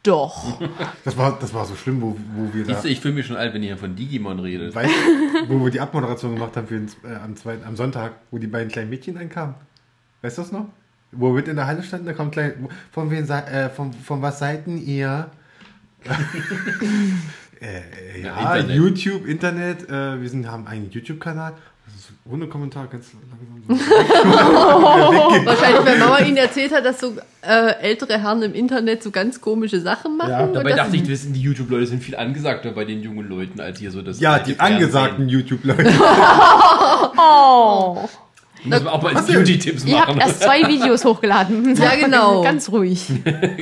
Speaker 4: doch.
Speaker 2: *laughs*
Speaker 1: Das war, das war so schlimm, wo, wo wir da.
Speaker 2: Siehst du, ich fühle mich schon alt, wenn ihr von Digimon redet.
Speaker 1: Weißt du, *laughs* wo wir die Abmoderation gemacht haben für den, äh, am, zweiten, am Sonntag, wo die beiden kleinen Mädchen ankamen? Weißt du das noch? Wo wir in der Halle standen, da kommt klein. Von, wen, sei- äh, von, von was seiten *laughs* ihr? äh, ja,
Speaker 2: Internet.
Speaker 1: YouTube, Internet. Äh, wir sind, haben einen YouTube-Kanal. Das ist Ohne Kommentar, ganz langsam. So.
Speaker 3: Wahrscheinlich, wenn Mama ihnen erzählt hat, dass so äh, ältere Herren im Internet so ganz komische Sachen machen.
Speaker 1: Ja.
Speaker 3: und
Speaker 2: Dabei
Speaker 3: das-
Speaker 2: dachte ich, wissen die YouTube-Leute sind viel angesagter bei den jungen Leuten als hier so das.
Speaker 1: Ja,
Speaker 2: alte
Speaker 1: die angesagten YouTube-Leute.
Speaker 4: Oh.
Speaker 2: Fernsehen. Müssen wir auch mal Beauty-Tipps
Speaker 4: Ihr habt
Speaker 2: machen.
Speaker 4: erst zwei Videos *laughs* hochgeladen.
Speaker 3: Ja, genau.
Speaker 4: Ganz ruhig.
Speaker 2: *laughs*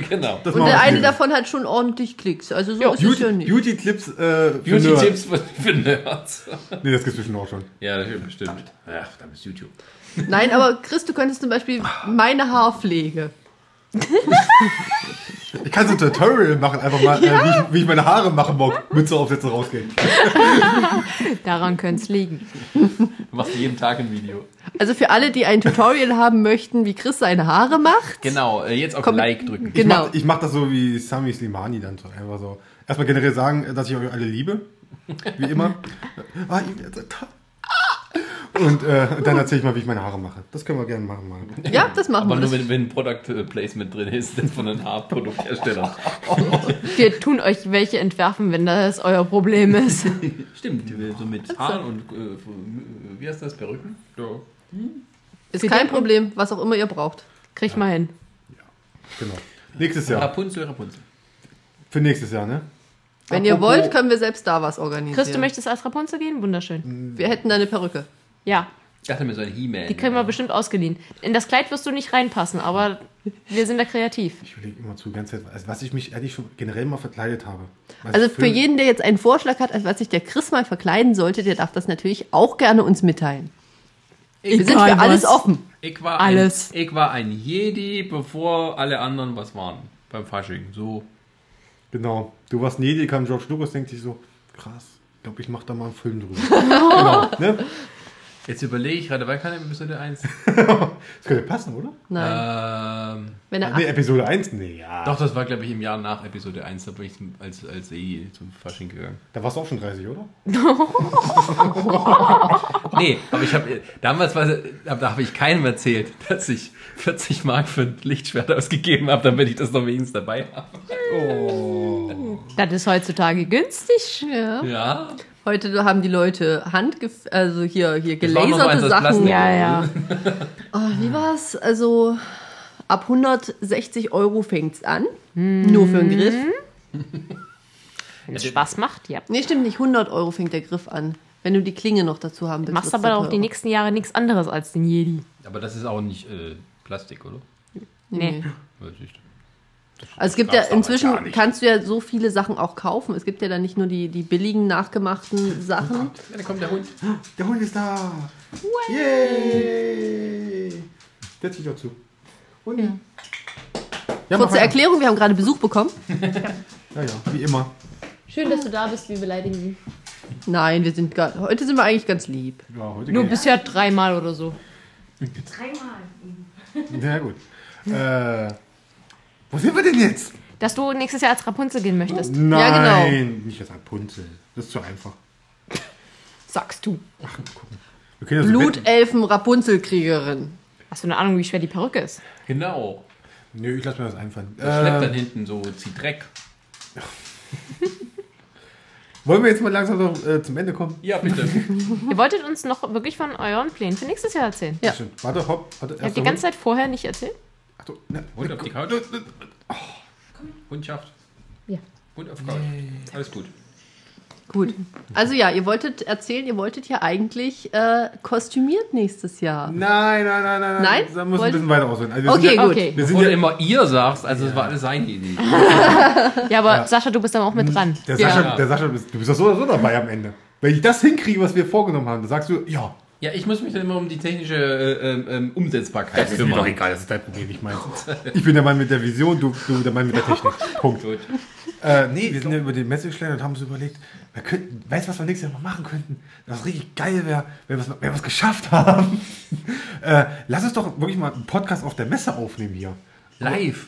Speaker 2: genau.
Speaker 1: Das
Speaker 3: Und
Speaker 1: machen wir
Speaker 3: der eine
Speaker 1: nicht.
Speaker 3: davon hat schon ordentlich Klicks. Also so ist es ja
Speaker 1: Beauty-
Speaker 3: nicht.
Speaker 1: Beauty-Clips. äh, für
Speaker 2: Beauty-Tipps für, für Nerds.
Speaker 1: Nerds. Nee, das gibt's bestimmt auch schon.
Speaker 2: Ja, das stimmt, bestimmt. Ach, da ist YouTube.
Speaker 3: Nein, aber Chris, du könntest zum Beispiel meine Haarpflege.
Speaker 1: Ich kann so ein Tutorial machen, einfach mal, äh, wie, ich, wie ich meine Haare mache morgen. Mütze aufsetzen, rausgehen.
Speaker 4: Daran könnte es liegen.
Speaker 2: Du machst jeden Tag ein Video.
Speaker 3: Also für alle, die ein Tutorial haben möchten, wie Chris seine Haare macht.
Speaker 2: Genau, äh, jetzt auf
Speaker 3: Komm-
Speaker 2: Like drücken.
Speaker 1: Ich
Speaker 3: Genau.
Speaker 1: mach, ich mach das so wie Sami Slimani dann so. Einfach so. Erstmal generell sagen, dass ich euch alle liebe. Wie immer.
Speaker 3: *laughs*
Speaker 1: Ah, ihr werdet so toll. Und äh, und dann erzähle ich mal, wie ich meine Haare mache. Das können wir gerne machen. Mal.
Speaker 3: Ja, das machen
Speaker 2: Aber
Speaker 3: wir.
Speaker 2: nur,
Speaker 3: Das,
Speaker 2: wenn, wenn ein Product-Placement drin ist, das von einem Haarprodukthersteller.
Speaker 4: Wir tun euch welche entwerfen, wenn das euer Problem ist.
Speaker 2: *laughs* Stimmt, so mit Haaren und, äh, wie heißt das, Perücken? Ja.
Speaker 3: ist kein Problem, was auch immer ihr braucht.
Speaker 4: Krieg mal hin.
Speaker 1: Genau. Nächstes Jahr.
Speaker 2: Rapunzel, Rapunzel.
Speaker 1: Für nächstes Jahr, ne?
Speaker 3: Wenn ihr
Speaker 1: Apropos-
Speaker 3: wollt, können wir selbst da was organisieren.
Speaker 4: Chris, du möchtest als Rapunzel gehen? Wunderschön.
Speaker 3: wir hätten da eine Perücke.
Speaker 4: Ja,
Speaker 2: Ich dachte mir so ein He-Man.
Speaker 4: die kriegen wir bestimmt ausgeliehen. In das Kleid wirst du nicht reinpassen, aber wir sind da kreativ.
Speaker 1: Ich überlege immer zu, die ganze Zeit, also was ich mich ehrlich schon generell mal verkleidet habe. Was
Speaker 3: Also
Speaker 1: ich
Speaker 3: für jeden, der jetzt einen Vorschlag hat, als was sich der Chris mal verkleiden sollte, der darf das natürlich auch gerne uns mitteilen. Wir sind für alles offen.
Speaker 2: Ich war
Speaker 4: Alles.
Speaker 2: Ein, ich war ein Jedi, bevor alle anderen was waren. Beim Fasching. So.
Speaker 1: Genau. Du warst nie, kam George Lucas, denkt sich so, krass, ich glaube, ich mache da mal einen Film
Speaker 3: *laughs*
Speaker 1: drüber. genau, ne?
Speaker 2: Jetzt überlege ich gerade, weil keine Episode *laughs* 1.
Speaker 1: Das könnte passen, oder? Ah,
Speaker 3: Nein.
Speaker 2: ähm,
Speaker 3: Wenn er
Speaker 1: Nee, Episode 1? Nee, ja.
Speaker 2: doch, das war, glaube ich, im Jahr nach Episode 1. Da bin ich zum- als, als Jedi zum Fasching gegangen.
Speaker 1: Da warst du auch schon 30, oder?
Speaker 2: Nee, aber ich habe damals war, da habe ich keinem erzählt, dass ich 40 Mark für ein Lichtschwert ausgegeben habe, damit ich das noch wenigstens dabei habe.
Speaker 4: Das ist heutzutage günstig.
Speaker 3: ja.
Speaker 2: Ja.
Speaker 3: Heute haben die Leute handgef also hier, hier
Speaker 2: Das war noch eins
Speaker 3: gelaserte
Speaker 2: aus
Speaker 3: Sachen.
Speaker 2: Plastik.
Speaker 4: ja.
Speaker 3: Wie war's? Also Ab 160 Euro fängt's an.
Speaker 4: Hm.
Speaker 3: Nur für den Griff.
Speaker 4: Wenn es Spaß macht, ja.
Speaker 3: Nee, stimmt nicht. 100 Euro fängt der Griff an. Wenn du die Klinge noch dazu haben willst.
Speaker 4: Machst
Speaker 3: wird's
Speaker 4: aber
Speaker 3: dann
Speaker 4: auch die
Speaker 3: teurer.
Speaker 4: nächsten Jahre nichts anderes als den Jedi.
Speaker 2: Aber das ist auch nicht äh, Plastik, oder?
Speaker 4: Nee.
Speaker 2: Ja, siehst du.
Speaker 3: Also es gibt ja
Speaker 2: Darfst aber
Speaker 3: inzwischen
Speaker 2: gar nicht.
Speaker 3: kannst du ja so viele Sachen auch kaufen. Es gibt ja dann nicht nur die, die billigen nachgemachten Sachen.
Speaker 2: Ja, da kommt der Hund.
Speaker 1: Der Hund ist da. Yay. Der zieht dazu. Und ja. Ja, mach
Speaker 3: Kurze
Speaker 1: weiter.
Speaker 3: Erklärung, wir haben gerade Besuch bekommen.
Speaker 1: ja, ja, wie immer.
Speaker 4: Schön, dass du da bist. Wir beleidigen ihn.
Speaker 3: Nein, wir sind gar, heute sind wir eigentlich ganz lieb.
Speaker 1: Ja, heute
Speaker 4: Nur
Speaker 1: geht's.
Speaker 4: bisher dreimal oder so.
Speaker 1: Ja, gut. Äh, wo sind wir denn jetzt?
Speaker 4: Dass du nächstes Jahr als Rapunzel gehen möchtest,
Speaker 3: genau.
Speaker 4: genau.
Speaker 1: Nein,
Speaker 3: Ja,
Speaker 1: nicht das Rapunzel. Das ist zu einfach.
Speaker 4: sagst du.
Speaker 1: Also Wir können ja so wetten.
Speaker 3: Blutelfen Rapunzelkriegerin.
Speaker 4: Hast du eine Ahnung, wie schwer die Perücke ist?
Speaker 2: Genau.
Speaker 1: Nö, ich lasse mir das einfallen.
Speaker 2: Der schleppt
Speaker 1: Äh,
Speaker 2: dann hinten so, zieht Dreck.
Speaker 1: Äh, wollen wir jetzt mal langsam noch, äh, zum Ende kommen?
Speaker 2: Ja, bitte. *laughs*
Speaker 4: Ihr wolltet uns noch wirklich von euren Plänen für nächstes Jahr erzählen.
Speaker 3: Ja.
Speaker 1: Stimmt. Warte, hopp. Warte,
Speaker 4: Ihr habt die ganze Zeit vorher nicht erzählt?
Speaker 1: Achtung, ne,
Speaker 2: Hund auf die Couch. Hundschaft.
Speaker 4: Ja.
Speaker 2: Hund auf Couch. Alles gut.
Speaker 3: Gut. Also ja, ihr wolltet erzählen, ihr wolltet ja eigentlich äh, kostümiert nächstes Jahr.
Speaker 1: Nein, nein, nein, nein.
Speaker 3: Nein?
Speaker 1: Da muss ein
Speaker 3: Wollt-
Speaker 1: bisschen weiter aussehen. Also wir
Speaker 3: Okay,
Speaker 1: sind ja,
Speaker 3: gut.
Speaker 4: Okay.
Speaker 1: Wir sind
Speaker 2: Obwohl du
Speaker 1: ja,
Speaker 2: immer ihr sagst, also es war alles seine Idee.
Speaker 4: Ja, aber Sascha, du bist dann auch mit dran.
Speaker 1: der
Speaker 3: Ja.
Speaker 1: Sascha, der Sascha bist, du bist doch so oder so dabei am Ende. Wenn ich das hinkriege, was wir vorgenommen haben, dann sagst du, ja.
Speaker 2: Ja, ich muss mich dann immer um die technische äh, ähm, ähm, Umsetzbarkeit
Speaker 1: egal, das ist dein Problem, ich meine. Ich bin der Mann mit der Vision, du, du der Mann mit der Technik. Punkt.
Speaker 2: Gut.
Speaker 1: Äh, nee, wir sind ja über den Message-Lern und haben uns überlegt, wir könnten, weißt du, was wir nächstes Jahr mal machen könnten? Das richtig geil wäre, wenn wir's- wenn wir es geschafft haben. *laughs* äh, lass uns doch wirklich mal einen Podcast auf der Messe aufnehmen hier.
Speaker 2: Live.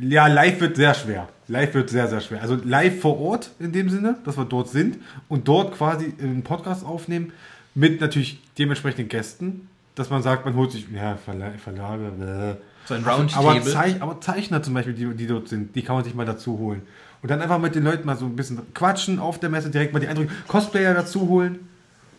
Speaker 1: Ja, live wird sehr schwer. Live wird sehr, sehr schwer. Also live vor Ort in dem Sinne, dass wir dort sind und dort quasi einen Podcast aufnehmen mit natürlich dementsprechenden Gästen, dass man sagt, man holt sich, ja, Verla Verlage, bläh.
Speaker 2: So ein
Speaker 1: Aber,
Speaker 2: Roundtable.
Speaker 1: Zeich aber Zeichner zum Beispiel, die, die dort sind, die kann man sich mal dazu holen. Und dann einfach mit den Leuten mal so ein bisschen quatschen auf der Messe, direkt mal die Eindrücke, Cosplayer dazu holen,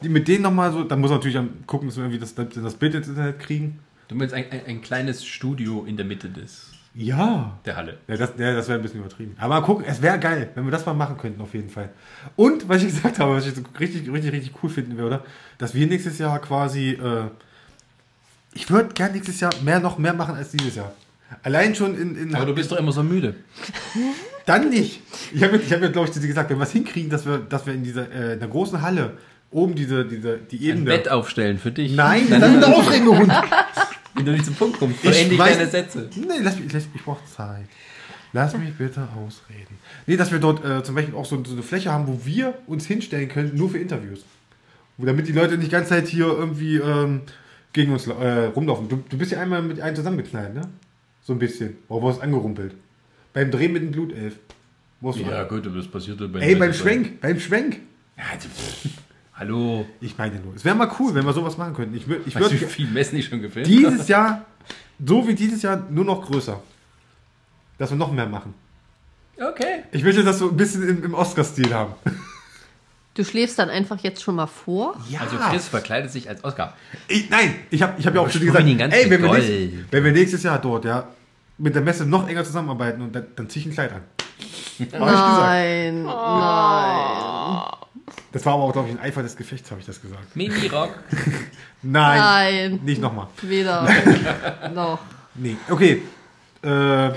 Speaker 1: die mit denen nochmal so, dann muss man natürlich am- gucken, dass wir irgendwie das, das Bild ins Internet kriegen.
Speaker 2: Du meinst ein, ein, ein kleines Studio in der Mitte des,
Speaker 1: Ja.
Speaker 2: der Halle.
Speaker 1: Ja, das, ja, das wäre ein bisschen übertrieben. Aber mal gucken, es wäre geil, wenn wir das mal machen könnten, auf jeden Fall. Und, was ich *laughs* gesagt habe, was ich so richtig, richtig, richtig cool finden würde, dass wir nächstes Jahr quasi, äh, ich würde gern nächstes Jahr mehr, noch mehr machen als dieses Jahr. Allein schon in, in
Speaker 2: Aber du bist doch immer so müde.
Speaker 1: Dann nicht. Ich habe ich hab ja, glaube ich, zu dir gesagt, wenn wir es hinkriegen, dass wir, dass wir in dieser äh, in der großen Halle oben diese, diese die
Speaker 2: Ein
Speaker 1: Ebene.
Speaker 2: Bett aufstellen für dich.
Speaker 1: Nein, das ist eine aufregende Hund.
Speaker 2: Wenn du nicht zum Punkt kommst,
Speaker 1: Ich
Speaker 2: vollende ich
Speaker 1: weiß-
Speaker 2: deine Sätze.
Speaker 1: Nee, lass mich, lass, ich brauche Zeit. Lass mich bitte ausreden. Nee, dass wir dort äh, zum Beispiel auch so, so eine Fläche haben, wo wir uns hinstellen können, nur für Interviews. Wo- Damit die Leute nicht die ganze Zeit hier irgendwie ähm, gegen uns la- äh, rumlaufen. Du, du bist ja einmal mit einem zusammengeknallt, ne? So ein bisschen. Oh, Warum warst du angerumpelt? Beim Dreh mit dem Blutelf. Warst du
Speaker 2: Ja, gut, aber das passierte bei
Speaker 1: Ey, beim Schwenk, beim Schwenk.
Speaker 2: also, Hallo.
Speaker 1: Ich meine nur, es wäre mal cool, wenn wir sowas machen könnten. Ich, wür- ich
Speaker 2: Weißt du, wie
Speaker 1: würde
Speaker 2: viel Messen ich schon gefilmt
Speaker 1: dieses Jahr, so wie dieses Jahr, nur noch größer. Dass wir noch mehr machen.
Speaker 2: Okay.
Speaker 1: Ich möchte das so ein bisschen im, im Oscar-Stil haben.
Speaker 3: Du schläfst dann einfach jetzt schon mal vor.
Speaker 1: Ja.
Speaker 2: Also Chris verkleidet sich als Oscar.
Speaker 1: Ich, nein, ich habe ich hab ja auch schon
Speaker 2: Übersprühen
Speaker 1: gesagt,
Speaker 2: ihn ganz
Speaker 1: ey,
Speaker 2: mit
Speaker 1: wenn wir,
Speaker 2: Gold.
Speaker 1: nächstes, wenn wir nächstes Jahr dort, ja, mit der Messe noch enger zusammenarbeiten und dann, dann ziehe ich ein Kleid an. Hab ich gesagt.
Speaker 3: Nein, nein,
Speaker 1: Das war aber auch, glaube ich, ein Eifer des Gefechts, habe ich das gesagt.
Speaker 2: Mini-Rock.
Speaker 1: *laughs* Nein.
Speaker 3: nein.
Speaker 1: Nicht nochmal. *laughs*
Speaker 3: Weder noch.
Speaker 1: Nee. Okay. Äh,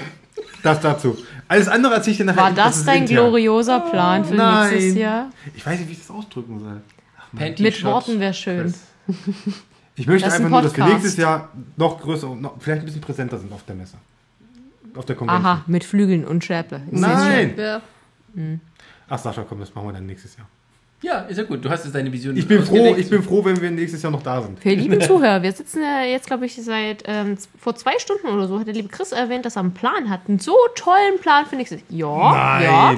Speaker 1: das dazu. Alles andere erzähle ich dir nachher.
Speaker 4: War das,
Speaker 1: ist
Speaker 4: dein
Speaker 1: intern.
Speaker 4: glorioser Plan für
Speaker 1: Nein.
Speaker 4: nächstes Jahr?
Speaker 1: Ich weiß nicht, wie ich das ausdrücken soll.
Speaker 2: Panty
Speaker 4: Mit
Speaker 2: Shorts.
Speaker 4: Worten wäre schön.
Speaker 1: Ich möchte
Speaker 4: Das ist
Speaker 1: einfach nur,
Speaker 4: ein
Speaker 1: dass wir
Speaker 4: Podcast.
Speaker 1: nächstes Jahr noch größer und noch, vielleicht ein bisschen präsenter sind auf der Messe. Auf der Convention.
Speaker 4: Aha, mit Flügeln und Schäble. Ich seh's schon.
Speaker 1: Nein!
Speaker 3: Ja.
Speaker 1: Ach Sascha, komm, das machen wir dann nächstes Jahr.
Speaker 2: Ja, ist ja gut. Du hast jetzt deine Vision
Speaker 1: Ich bin froh,
Speaker 2: ausgelegt.
Speaker 1: ich bin froh, wenn wir nächstes Jahr noch da sind.
Speaker 4: Für die lieben Zuhörer, wir sitzen ja jetzt, glaube ich, seit ähm, z- vor zwei Stunden oder so, hat der liebe Chris erwähnt, dass er einen Plan hat. Einen so tollen Plan für nächstes Jahr.
Speaker 1: Nein.
Speaker 4: Ja.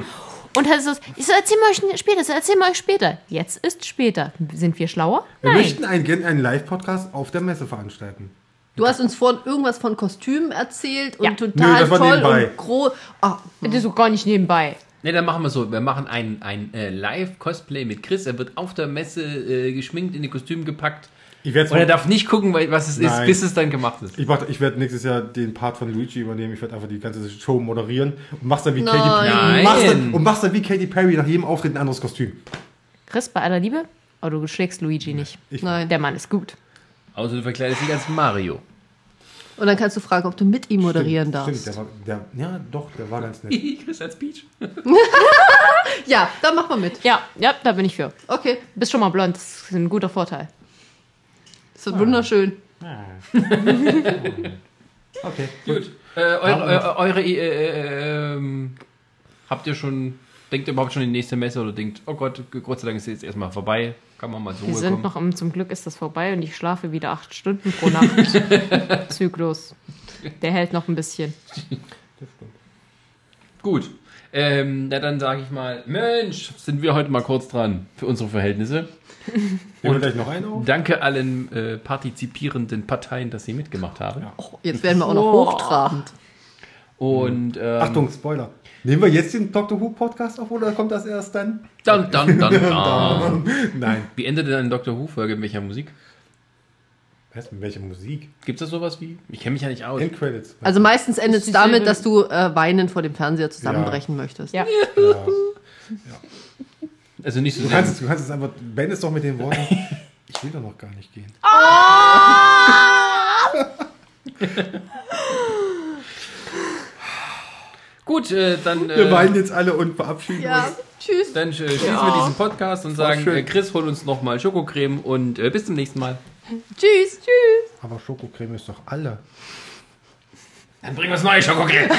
Speaker 4: Und hat gesagt, ich so, erzähl mal euch später, so, erzähl mal euch später. Jetzt ist später. Sind wir schlauer?
Speaker 1: Wir
Speaker 4: Nein.
Speaker 1: möchten einen, gerne einen Live-Podcast auf der Messe veranstalten.
Speaker 3: Du hast uns vorhin irgendwas von Kostümen erzählt und
Speaker 4: Ja.
Speaker 1: Nö,
Speaker 3: total
Speaker 1: das war
Speaker 3: toll
Speaker 1: nebenbei.
Speaker 3: und groß. Ah,
Speaker 4: Das ist so gar nicht nebenbei.
Speaker 2: Ne, dann machen wir so. Wir machen ein, ein äh, Live-Cosplay mit Chris. Er wird auf der Messe äh, geschminkt, in die Kostüme gepackt.
Speaker 1: Ich werde
Speaker 2: Und er darf nicht gucken, weil- was es ist,
Speaker 1: Nein.
Speaker 2: bis es dann gemacht ist.
Speaker 1: ich, mach- ich werd nächstes Jahr den Part von Luigi übernehmen. Ich werde einfach die ganze Show moderieren und mach's dann wie
Speaker 3: Nein.
Speaker 1: Katy Perry.
Speaker 2: Nein.
Speaker 1: Mach's dann, und mach's dann wie Katy Perry nach jedem Auftritt ein anderes Kostüm.
Speaker 4: Chris, bei aller Liebe, aber du schlägst Luigi nicht.
Speaker 3: Nein.
Speaker 4: Der Mann ist gut.
Speaker 2: Außer du verkleidest dich als Mario.
Speaker 3: Und dann kannst du fragen, ob du mit ihm moderieren darfst.
Speaker 1: Stimmt, der war, der, ja, doch, der
Speaker 2: *laughs*
Speaker 1: war ganz nett.
Speaker 2: Chris als Peach.
Speaker 3: Ja, dann mach mal mit.
Speaker 4: Ja, ja, da bin ich für.
Speaker 3: Okay,
Speaker 4: Bist schon mal blond, das ist ein guter Vorteil.
Speaker 3: das
Speaker 1: Ah.
Speaker 3: wird wunderschön.
Speaker 1: Okay.
Speaker 2: Gut. Äh, eure, eure, eure äh, äh, ähm, habt ihr schon, denkt ihr überhaupt schon in die nächste Messe oder denkt, oh Gott, Gott sei Dank ist jetzt erstmal vorbei, kann man mal zur
Speaker 4: Wir
Speaker 2: Ruhe
Speaker 4: sind
Speaker 2: kommen.
Speaker 4: noch im, zum Glück ist das vorbei und ich schlafe wieder acht Stunden pro
Speaker 1: *laughs*
Speaker 4: Nacht. Zyklus. Der hält noch ein bisschen.
Speaker 2: Gut. Ähm, na dann sage ich mal, Mensch, sind wir heute mal kurz dran für unsere Verhältnisse.
Speaker 1: Nehmen wir gleich noch einen auf?
Speaker 2: Danke allen äh, partizipierenden Parteien, dass sie mitgemacht haben.
Speaker 3: Oh, jetzt werden wir auch noch
Speaker 4: Boah.
Speaker 3: hochtrabend.
Speaker 2: Und ähm,
Speaker 1: Mhm. Achtung, Spoiler. Nehmen wir jetzt den Doctor Who Podcast auf oder kommt das erst dann? *laughs*
Speaker 2: Dann, dann, dann, dann.
Speaker 1: Nein.
Speaker 2: Wie endet denn eine Doctor Who-Folge mit welcher Musik?
Speaker 1: Was? Mit welcher Musik?
Speaker 2: Gibt es da sowas wie? Ich kenne mich ja nicht aus.
Speaker 1: Endcredits.
Speaker 3: Also meistens endet
Speaker 4: Ist
Speaker 3: es damit,
Speaker 4: dieselbe-
Speaker 3: dass du äh, weinend vor dem Fernseher zusammenbrechen möchtest.
Speaker 4: Ja.
Speaker 1: Ja.
Speaker 2: Also nicht so
Speaker 1: Du kannst, es- du kannst es einfach, Ben ist doch mit den Worten. Ich will doch noch gar nicht gehen.
Speaker 2: Gut, äh, dann,
Speaker 1: Wir
Speaker 2: äh,
Speaker 1: weinen jetzt alle und verabschieden
Speaker 3: Ja, tschüss.
Speaker 2: dann äh, schließen wir diesen Podcast und
Speaker 1: war
Speaker 2: sagen,
Speaker 1: schön.
Speaker 2: äh, Chris, hol uns nochmal Schokocreme und äh, bis zum nächsten Mal.
Speaker 3: Tschüss. Tschüss.
Speaker 1: uns. Aber Schokocreme ist doch alle.
Speaker 2: Dann bringen wir uns neue Schokocreme.